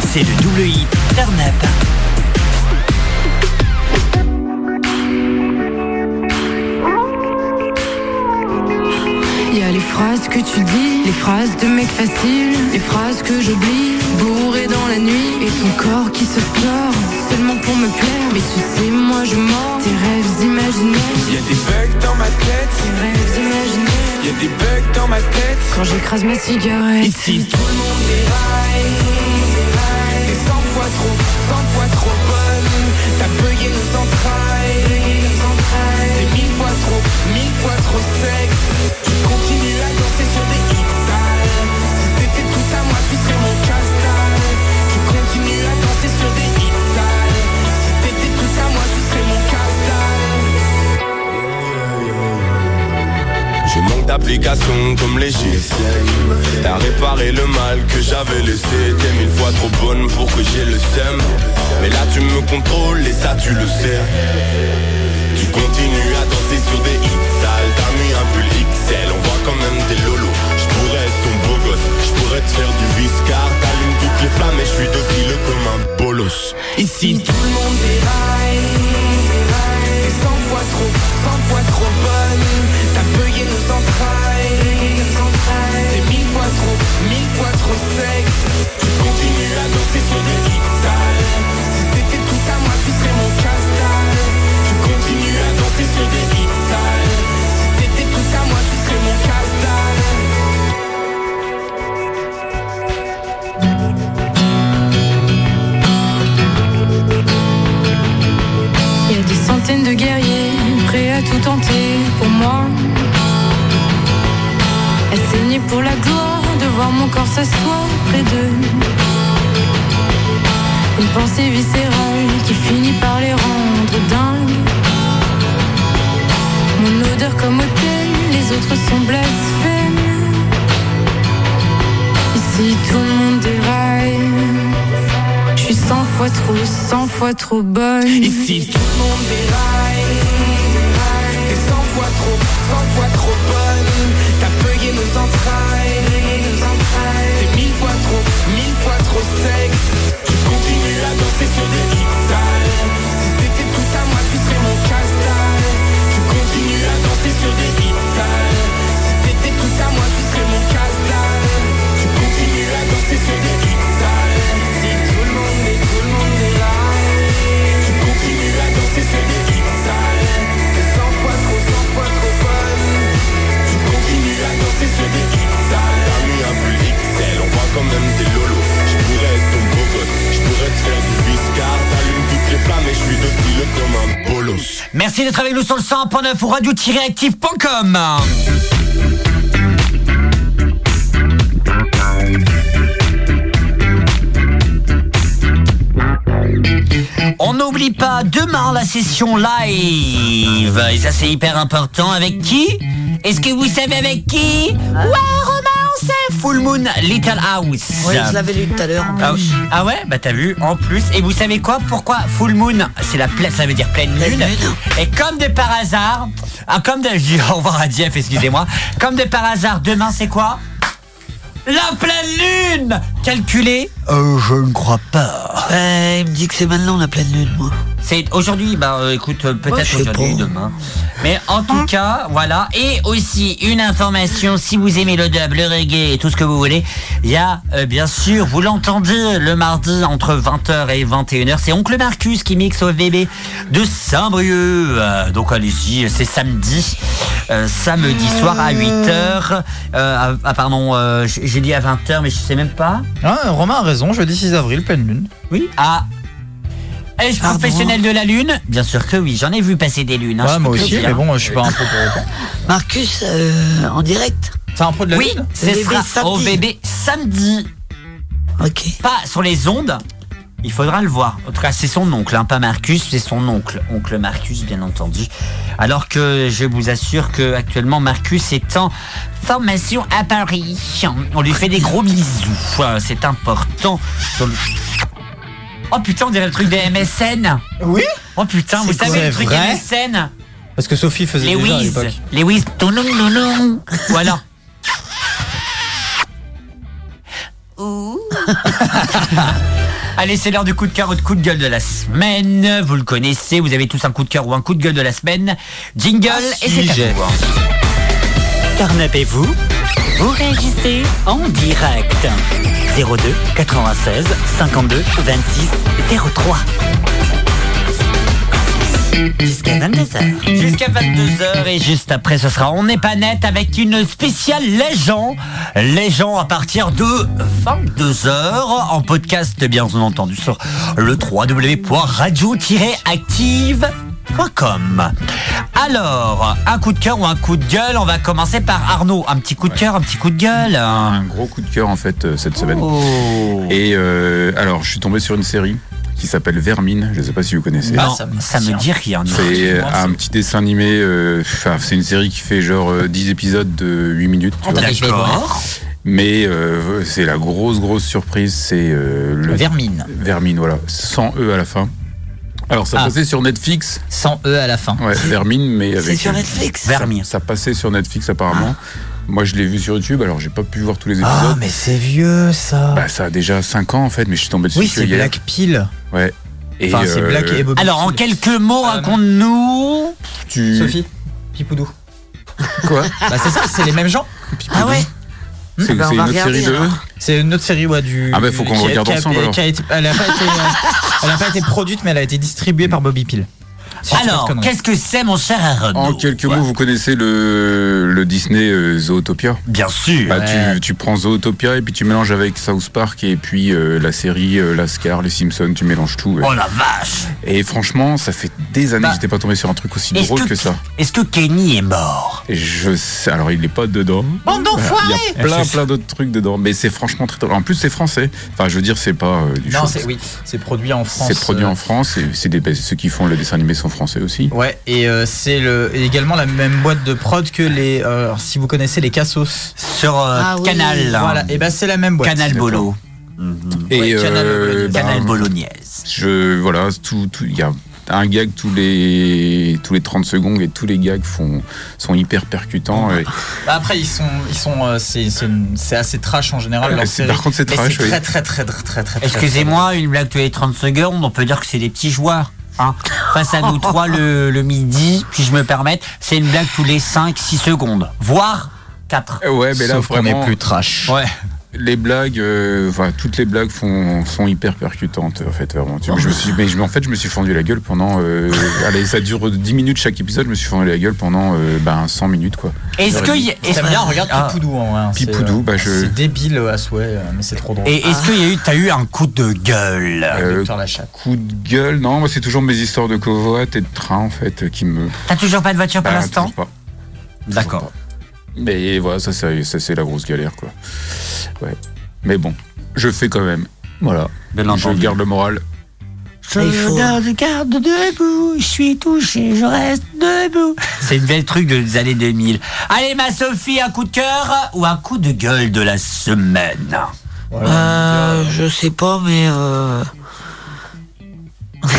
Speaker 5: C'est le double hit turn up.
Speaker 12: Y a les phrases que tu dis, les phrases de mec facile, les phrases que j'oublie, bourré dans la nuit, et ton corps qui se pleure, seulement pour me plaire. Mais tu sais, moi je mords tes rêves imaginaires,
Speaker 24: Y'a des bugs dans ma tête,
Speaker 12: tes rêves imaginaires.
Speaker 24: y'a des bugs dans ma tête.
Speaker 12: Quand j'écrase ma cigarette, ici tout le monde
Speaker 24: T'es 100 fois trop, 100 fois trop bonne. T'as bugué nos entrailles. T'es mille fois trop, mille fois trop sexe. Tu continues à danser sur des hits sales. Si t'étais tout à moi, tu serais mon castal. Tu continues à danser sur des hits sales. Si t'étais tout à moi, tu serais mon castal.
Speaker 25: Je manque d'application comme les gifs T'as réparé le mal que j'avais laissé T'es mille fois trop bonne pour que j'ai le seum Mais là tu me contrôles et ça tu le sais Tu continues à danser sur des hits sales T'as mis un pull XL, on voit quand même des lolos Je pourrais être ton beau gosse, je pourrais te faire du viscard T'allumes toutes les flammes et je suis docile comme un bolos Ici tout le monde
Speaker 7: déraille, déraille. T'es 100 fois trop, 100 fois trop bonne. T'as payé nos entrailles, T'es mille fois trop, mille fois trop sexe. Tu continues à danser sur des hits sales. Si t'étais tout à moi, tu serais mon castal. Tu continues à danser sur des hits sales. Si t'étais tout à moi, tu serais mon castal.
Speaker 12: Il y a des centaines de guerriers prêts à tout tenter pour moi. À saigner pour la gloire de voir mon corps s'asseoir près d'eux. Une pensée viscérale qui finit par les rendre dingues. Mon odeur comme hôtel, les autres sont blasphèmes. Ici tout le monde déraille. Je suis cent fois trop, cent fois trop bonne. Ici
Speaker 7: Tout le monde déraille, déraille. T'es 100 fois trop, 100 fois trop bonne. T'as payé nos entrailles, nos entrailles. T'es mille fois trop, mille fois trop sexe. Tu continues à danser sur des hits sales. Si t'étais tout à moi, tu serais mon castal. Tu continues à danser sur des hits sales. Si t'étais tout à moi, tu serais mon castal. Tu continues à danser sur des hits sales. Si tout le monde est, tout le monde est là. Tu continues à danser sur des hits sales. T'es 100 fois trop, 100 fois trop bonne. Tu continues à danser sur des hits sales.
Speaker 25: T'as mis un pull XL, on voit quand même des lolos Je pourrais être ton beau gosse, je pourrais te faire du viscard T'allumes toutes les flammes et je suis docile comme un bolos
Speaker 1: Merci d'être avec nous sur le 100.9 ou radio-active.com. On n'oublie pas demain la session live. Et ça, c'est hyper important. Avec qui Est-ce que vous savez avec
Speaker 2: Euh.
Speaker 1: qui Ouais, Romain, on sait. Full Moon Little House.
Speaker 2: Oui, je l'avais lu tout à l'heure.
Speaker 1: Ah, ah ouais, bah t'as vu, en plus. Et vous savez quoi Pourquoi Full Moon C'est la pleine, ça veut dire pleine lune. Et comme de par hasard, ah, comme de, je dis au revoir à Jeff, excusez-moi. Comme de par hasard, demain c'est quoi La pleine lune Calculée Euh, je ne crois pas.
Speaker 2: Euh, il me dit que c'est maintenant la pleine lune, moi.
Speaker 1: C'est aujourd'hui, bah euh, écoute, euh,
Speaker 2: Ouais, je
Speaker 1: peut-être
Speaker 2: sais
Speaker 1: aujourd'hui,
Speaker 2: pas.
Speaker 1: demain. Mais en tout cas, voilà. Et aussi une information, si vous aimez le dub, le reggae et tout ce que vous voulez, il y a euh, bien sûr, vous l'entendez le mardi entre 20h et 21h, c'est Oncle Marcus qui mixe au VB de Saint-Brieuc. Euh, donc allez-y, c'est samedi. euh, samedi soir à 8h. Euh, ah, pardon, euh, j- j'ai dit à 20h, mais je sais même pas.
Speaker 3: Ah, Romain a raison, jeudi 6 avril, pleine lune.
Speaker 1: Oui. Ah. Ai-je professionnel de la Lune Bien sûr que oui, j'en ai vu passer des lunes. hein, je
Speaker 3: Ouais, moi
Speaker 1: peux te
Speaker 3: aussi,
Speaker 1: le dire.
Speaker 3: mais bon, je suis pas un pro pour autant.
Speaker 2: Marcus, euh, en direct
Speaker 3: C'est un pro Oh, de la
Speaker 1: Oui,
Speaker 3: lune
Speaker 1: c'est sera au bébé samedi.
Speaker 2: Ok.
Speaker 1: Pas sur les ondes. Il faudra le voir. En tout cas, c'est son oncle, hein, pas Marcus, c'est son oncle, oncle Marcus, bien entendu. Alors que je vous assure que actuellement Marcus est en formation à Paris. On lui fait des gros bisous. euh, C'est important. Sur le- Oh putain, on dirait le truc des MSN.
Speaker 3: Oui.
Speaker 1: Oh putain,
Speaker 3: C'est
Speaker 1: vous
Speaker 3: quoi
Speaker 1: savez le truc
Speaker 3: Vrai
Speaker 1: MSN
Speaker 3: Parce que Sophie faisait
Speaker 1: Les
Speaker 3: déjà à
Speaker 1: whiz.
Speaker 3: l'époque.
Speaker 1: Les whiz. Toulou, toulou. Voilà. Allez, c'est l'heure du coup de cœur ou de coup de gueule de la semaine. Vous le connaissez, vous avez tous un coup de cœur ou un coup de gueule de la semaine. Jingle Ah, et c'est à
Speaker 7: sujet.
Speaker 1: vous. Carnapez-vous, vous réagissez en direct. 02 96 52 26 03. Jusqu'à 22h. Jusqu'à 22h et juste après ce sera On n'est pas net avec une spéciale Les gens. Les gens à partir de 22h en podcast bien entendu sur le www.radio-active.com. Alors, un coup de cœur ou un coup de gueule, on va commencer par Arnaud. Un petit coup de cœur, un petit coup de gueule.
Speaker 21: un gros coup de cœur en fait euh, cette semaine.
Speaker 1: Oh.
Speaker 21: Et euh, alors, je suis tombé sur une série qui s'appelle Vermine. Je ne sais pas si vous connaissez.
Speaker 1: Non, Ah, ça, me dit rien. non.
Speaker 21: C'est euh, un petit dessin animé. euh, enfin, c'est une série qui fait genre euh, 10 épisodes de 8 minutes. tu
Speaker 1: Oh,
Speaker 21: vois.
Speaker 1: d'accord. D'accord.
Speaker 21: Mais euh, c'est la grosse grosse surprise, c'est euh, le
Speaker 1: Vermine.
Speaker 21: Vermine, voilà, sans e à la fin. Alors, ça
Speaker 3: Ah.
Speaker 21: passait sur Netflix.
Speaker 3: Sans E à la fin.
Speaker 21: Ouais, Vermine, mais
Speaker 3: C'est
Speaker 21: avec.
Speaker 3: sur Netflix
Speaker 21: Ça- Ça, passait sur Netflix apparemment. Moi, je l'ai vu sur YouTube, alors j'ai pas pu voir tous les épisodes.
Speaker 3: Ah, mais c'est vieux ça.
Speaker 21: Bah, ça a déjà 5 ans en fait, mais je suis tombé dessus
Speaker 3: oui,
Speaker 21: que
Speaker 3: c'est
Speaker 21: hier.
Speaker 3: Black Peel.
Speaker 21: Ouais. euh,
Speaker 3: Enfin, c'est Black et Bobby.
Speaker 1: Alors, en quelques mots, raconte-nous.
Speaker 21: Tu...
Speaker 3: Sophie, Pipoudou.
Speaker 21: Quoi
Speaker 3: Bah, c'est ça, c'est les mêmes gens.
Speaker 2: Ah ouais
Speaker 1: Hmm.
Speaker 21: C'est-
Speaker 1: ben,
Speaker 21: Ah bah, on c'est va une autre regarder, série de- alors.
Speaker 3: C'est une autre série ouais, du.
Speaker 21: Ah bah, faut qu'on
Speaker 3: qui a-
Speaker 21: regarde
Speaker 3: qui a-
Speaker 21: ensemble, alors.
Speaker 3: qui a été- elle, a pas été, euh, elle a pas été produite, mais elle a été distribuée par Bobby Peel. Si je dis pas de
Speaker 1: Alors,
Speaker 3: conneries.
Speaker 1: qu'est-ce que c'est, mon cher Aaron
Speaker 21: En quelques mots, vous connaissez le, le Disney euh, Zootopia
Speaker 1: Bien sûr
Speaker 21: bah, tu, tu prends Zootopia et puis tu mélanges avec South Park et puis euh, la série euh, Lascar, les Simpsons, tu mélanges tout. ouais.
Speaker 1: Oh la vache
Speaker 21: Et franchement, ça fait des années que j'étais pas tombé sur un truc aussi
Speaker 1: Bah, est-ce
Speaker 21: drôle
Speaker 1: que-
Speaker 21: que, ça.
Speaker 1: Est-ce que Kenny est mort
Speaker 21: Et Je sais, alors il est pas dedans.
Speaker 13: Bande d'enfoirés
Speaker 21: Il y a plein plein d'autres trucs dedans, mais c'est franchement très drôle. En plus, c'est français. Enfin, je veux dire, c'est pas euh, du
Speaker 3: Non,
Speaker 21: show.
Speaker 3: c'est oui, c'est produit en France.
Speaker 21: C'est produit
Speaker 3: euh,
Speaker 21: en France et c'est des bah, ceux qui font le dessin animé sont français aussi.
Speaker 3: Ouais, et euh, c'est le, et également la même boîte de prod que les. euh, alors, si vous connaissez les Cassos.
Speaker 1: Sur euh,
Speaker 3: Ah oui.
Speaker 1: Canal. hein.
Speaker 3: Voilà, et bah c'est la même boîte.
Speaker 1: Canal Bolo. Mhm.
Speaker 21: Et
Speaker 3: Ouais, Canal
Speaker 21: euh, bah,
Speaker 1: Canal Bolognaise.
Speaker 21: Je voilà, tout tout il y a un gag tous les tous les 30 secondes et tous les gags font sont hyper percutants. et-
Speaker 3: Bah, après, ils sont, ils sont, euh, c'est, c'est- c'est assez trash en général.
Speaker 21: Ouais,
Speaker 3: leur
Speaker 21: c'est-
Speaker 3: série.
Speaker 21: par contre, c'est
Speaker 3: Mais
Speaker 21: trash, oui.
Speaker 3: Très, très, très, très, très, très.
Speaker 1: Excusez-moi, une blague tous les 30 secondes, on peut dire que c'est des petits joueurs. hein. Face à nous trois le, le midi, puis je me permets, c'est une blague tous les 5-6 secondes, voire 4.
Speaker 21: Euh, Ouais, mais là
Speaker 1: Sauf qu'on
Speaker 21: vraiment
Speaker 1: est plus
Speaker 3: trash.
Speaker 1: Ouais.
Speaker 21: Les blagues, euh, enfin toutes les blagues font, sont hyper percutantes en fait vraiment. Tu- Je me suis, mais je- en fait je me suis fendu la gueule pendant, euh, allez ça dure 10 minutes chaque épisode, je me suis fendu la gueule pendant euh, ben 100 minutes quoi.
Speaker 1: Est-ce
Speaker 21: Une
Speaker 1: que
Speaker 21: heure et
Speaker 1: y-
Speaker 21: demie.
Speaker 1: est-ce-
Speaker 3: J'aime bien, regarde
Speaker 1: Ah.
Speaker 3: Pipoudou en vrai. hein, c'est,
Speaker 21: Pipoudou,
Speaker 3: euh,
Speaker 21: bah, je-
Speaker 3: C'est débile euh, à souhait, euh, mais c'est trop drôle.
Speaker 1: Et est-ce qu'il y a eu, t'as eu un coup de gueule
Speaker 21: Euh,
Speaker 3: Victor Lachat.
Speaker 21: coup de gueule, non, moi c'est toujours mes histoires de covoite et de train en fait euh, qui me.
Speaker 1: T'as toujours pas de voiture pour
Speaker 21: Bah,
Speaker 1: l'instant
Speaker 21: toujours pas.
Speaker 1: D'accord.
Speaker 21: Mais voilà, ça c'est ça, c'est la grosse galère quoi. Ouais. Mais bon, je fais quand même. Voilà. Je
Speaker 1: entendu.
Speaker 21: garde le moral.
Speaker 1: garde debout, je suis touché, je reste debout. C'est une belle truc des années 2000. Allez, ma Sophie, un coup de cœur ou un coup de gueule de la semaine
Speaker 2: Euh, je sais pas, mais. euh,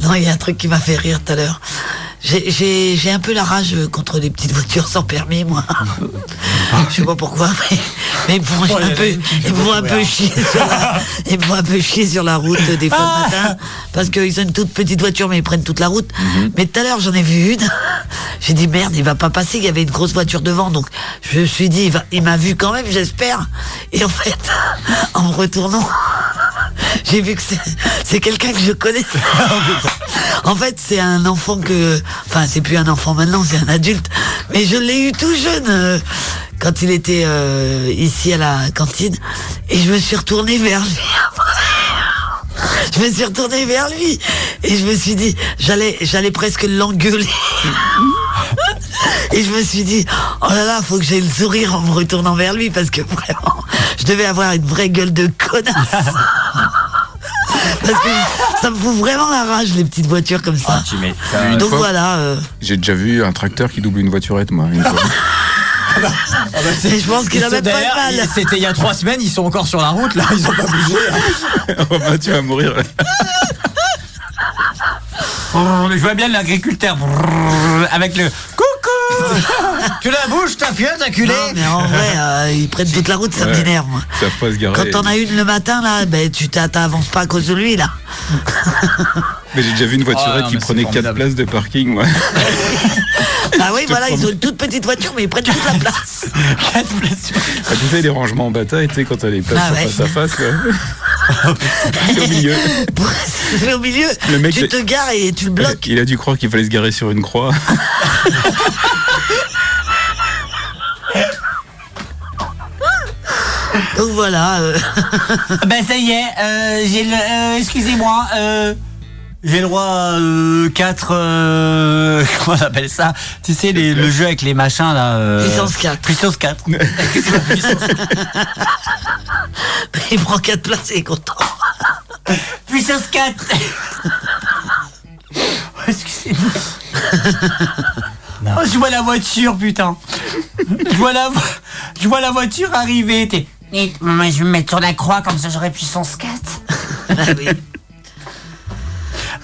Speaker 2: non, il y a un truc qui m'a fait rire tout à l'heure. J'ai- J'ai j'ai un peu la rage euh, contre les petites voitures sans permis, moi. Je sais pas pourquoi, mais, mais ils me font
Speaker 16: Oh, il y en
Speaker 2: un
Speaker 16: a
Speaker 2: peu,
Speaker 16: une qui me fait
Speaker 2: ils me font un
Speaker 16: beaucoup
Speaker 2: peu
Speaker 16: rire.
Speaker 2: chier sur la, ils me font un peu chier sur la route euh, des
Speaker 16: Ah.
Speaker 2: fois le matin, parce qu'ils ont une toute petite voiture, mais ils prennent toute la route. Mais tout à l'heure, j'en ai vu une. J'ai dit merde, il va pas passer. Il y avait une grosse voiture devant, donc je me suis dit, il, va- il m'a vu quand même, j'espère. Et en fait, en me retournant, j'ai vu que c'est- c'est quelqu'un que je connais. en fait, c'est un enfant que, enfin, c'est plus un enfant maintenant, c'est un adulte. Mais je l'ai eu tout jeune euh, quand il était euh, ici à la cantine, et je me suis retournée vers lui. Je me suis retournée vers lui et je me suis dit, j'allais, j'allais presque l'engueuler. Et je me suis dit, oh là là, faut que j'aie le sourire en me retournant vers lui parce que vraiment, je devais avoir une vraie gueule de connasse. Parce que ça me fout vraiment la rage, les petites voitures comme ça.
Speaker 21: Une
Speaker 2: Donc
Speaker 21: fois-
Speaker 2: voilà. euh,
Speaker 21: J'ai déjà vu un tracteur qui double une voiturette, moi. une fois.
Speaker 2: Et Ah, bah, je pense qu'il a même pas de mal.
Speaker 3: C'était Ah. il y a trois semaines, ils sont encore sur la route, là, ils ont pas bougé.
Speaker 21: oh, bah, tu vas mourir.
Speaker 1: Oh, mais je vois bien l'agriculteur brrr, avec le coucou.
Speaker 3: tu la bouges, ta fiotte, acculé.
Speaker 2: Non, mais en vrai, euh, ils prennent toute la route, ça
Speaker 21: Ouais.
Speaker 2: m'énerve, moi.
Speaker 21: Ils savent pas se
Speaker 2: Quand
Speaker 21: garer.
Speaker 2: t'en as une le matin, là, ben, tu t'a- t'avances pas à cause de lui, là.
Speaker 21: Mais j'ai déjà vu une voiturette
Speaker 3: Oh, non,
Speaker 21: qui
Speaker 3: mais c'est
Speaker 21: prenait 4
Speaker 3: formidable.
Speaker 21: places de parking, moi.
Speaker 2: Bah oui,
Speaker 21: te
Speaker 2: voilà, ils
Speaker 21: promets.
Speaker 2: ont une toute petite voiture, mais ils prennent toute la place.
Speaker 21: Ah, tu sais, les rangements en bataille, tu sais, quand t'as les places
Speaker 2: Ah
Speaker 21: sont
Speaker 2: ouais.
Speaker 21: face à face, là. C'est au milieu.
Speaker 2: Mais au milieu,
Speaker 21: Le mec,
Speaker 2: tu
Speaker 21: il-
Speaker 2: te gares et tu le bloques.
Speaker 21: Il a dû croire qu'il fallait se garer sur une croix.
Speaker 2: Donc voilà. euh.
Speaker 1: ben ça y est, euh, j'ai le, euh, excusez-moi, euh, j'ai le droit à 4 euh, comment on appelle ça Tu sais les- le jeu avec les machins là. euh,
Speaker 2: Puissance 4.
Speaker 1: Puissance 4.
Speaker 2: Il prend 4 places et il est content.
Speaker 1: Puissance 4 Excusez-moi. Oh, je vois la voiture, putain. Je vois la, vo- je vois la voiture arriver. t'es- Et, mais je vais me mettre sur la croix, comme ça j'aurai puissance 4.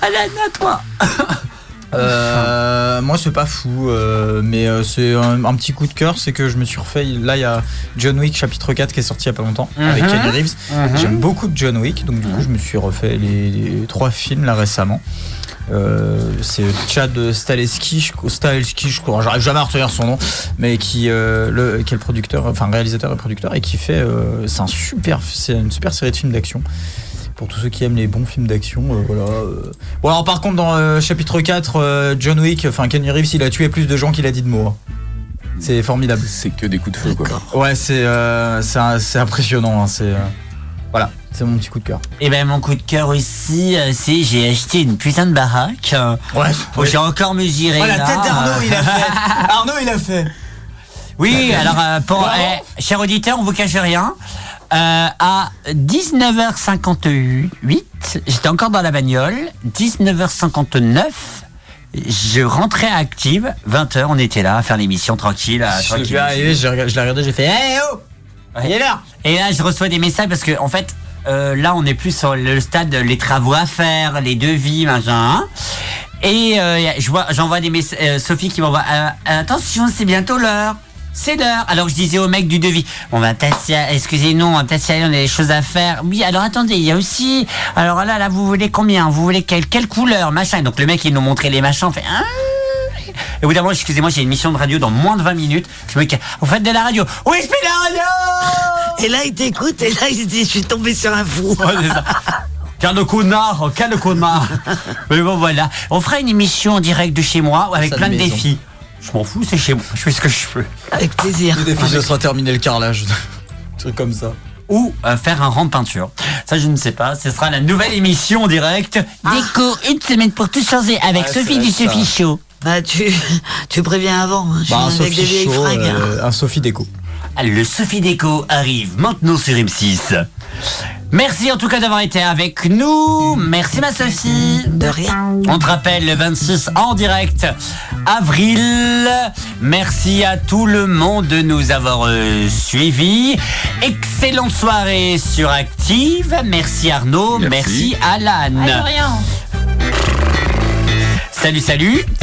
Speaker 1: Alan, à toi.
Speaker 3: Euh, moi, c'est pas fou, euh, mais euh, c'est un, un petit coup de cœur. C'est que je me suis refait. Là, il y a John Wick chapitre 4 qui est sorti il y a pas longtemps
Speaker 26: Mhm.
Speaker 3: avec Kenny Reeves.
Speaker 26: Mhm.
Speaker 3: J'aime beaucoup John Wick, donc du coup, je me suis refait les, les trois films là récemment. Euh, c'est Chad Stahelski, je- Stahelski, je crois, j'arrive jamais à retenir son nom, mais qui, euh, le, qui est le producteur, enfin réalisateur et producteur, et qui fait, euh, c'est un super, c'est une super série de films d'action pour tous ceux qui aiment les bons films d'action. euh, voilà. euh. Bon, alors par contre, dans euh, chapitre 4, euh, John Wick, enfin Kenny Reeves, il a tué plus de gens qu'il a dit de mots. hein. C'est formidable.
Speaker 21: C'est que des coups de feu, quoi.
Speaker 3: Ouais, c'est euh, c'est un- c'est impressionnant. hein, c'est euh, voilà, c'est mon petit coup de cœur.
Speaker 1: Et ben mon coup de cœur aussi, euh, c'est j'ai acheté une putain de baraque. Oh,
Speaker 3: Ouais.
Speaker 1: J'ai encore mesuré.
Speaker 3: Oh, la
Speaker 1: là.
Speaker 3: tête d'Arnaud, il a fait. Arnaud, il a fait.
Speaker 1: Oui, alors, euh, pour,
Speaker 3: Bravo.
Speaker 1: eh, chers auditeurs, on vous cache rien. Euh, à 19h58, j'étais encore dans la bagnole. 19h59, je rentrais à Active. 20h, on était là à faire l'émission tranquille. à-
Speaker 3: Ah, Je
Speaker 1: tranquille.
Speaker 3: l'ai arrivé, je l'ai regardé- je l'ai regardé, j'ai fait. Hey, oh Il est là
Speaker 1: Et là, je reçois des messages parce que, en fait, euh, là, on est plus sur le stade euh, les travaux à faire, les devis, machin. hein. Et euh, y a- je vois, j'envoie des messages. Sophie qui m'envoie euh, attention, c'est bientôt l'heure. C'est l'heure. Alors je disais au mec du devis, on va Tassia, excusez-nous, on va Tassia, on a des choses à faire. Oui, alors attendez, il y a aussi, alors là, là, vous voulez combien Vous voulez quelle, quelle couleur, machin. Donc le mec, il nous montrait les machins, on fait, Ah, et au bout d'un moment, excusez-moi, j'ai une mission de radio dans moins de 20 minutes. Je me dis, vous faites de la radio Oui, je fais de la radio
Speaker 2: Et là, il t'écoute, et là, il se dit, je suis tombé sur un fou.
Speaker 1: Quel connard, quel connard Mais bon, voilà. On fera une émission en direct de chez moi avec
Speaker 3: Ça,
Speaker 1: plein de
Speaker 3: maison.
Speaker 1: défis. Je m'en fous, c'est chez moi. Je fais ce que je peux.
Speaker 2: Avec plaisir.
Speaker 3: Le défi, ce sera terminé le carrelage. truc comme ça.
Speaker 1: Ou euh, faire un rang de peinture. Ça, je ne sais pas. Ce sera la nouvelle émission en direct. Déco, une semaine pour tout changer avec
Speaker 2: Ah,
Speaker 1: Sophie
Speaker 2: c'est
Speaker 1: du
Speaker 2: vrai,
Speaker 1: Sophie
Speaker 2: ça.
Speaker 1: Show.
Speaker 2: Bah, tu, tu préviens avant. hein. Je
Speaker 1: Bah, un
Speaker 2: viens avec
Speaker 1: Sophie
Speaker 2: des vieilles
Speaker 1: Chaud,
Speaker 2: fringues. hein.
Speaker 1: euh,
Speaker 3: Un Sophie Déco.
Speaker 1: Le Sophie Déco arrive maintenant sur M6. Merci en tout cas d'avoir été avec nous. Merci ma Sophie. De rien. On te rappelle le 26 en direct avril. Merci à tout le monde de nous avoir euh, suivis. Excellente soirée sur Active. Merci Arnaud. Merci,
Speaker 12: Ah,
Speaker 23: Merci.
Speaker 1: Alan.
Speaker 23: Ah, de rien.
Speaker 1: Salut, salut.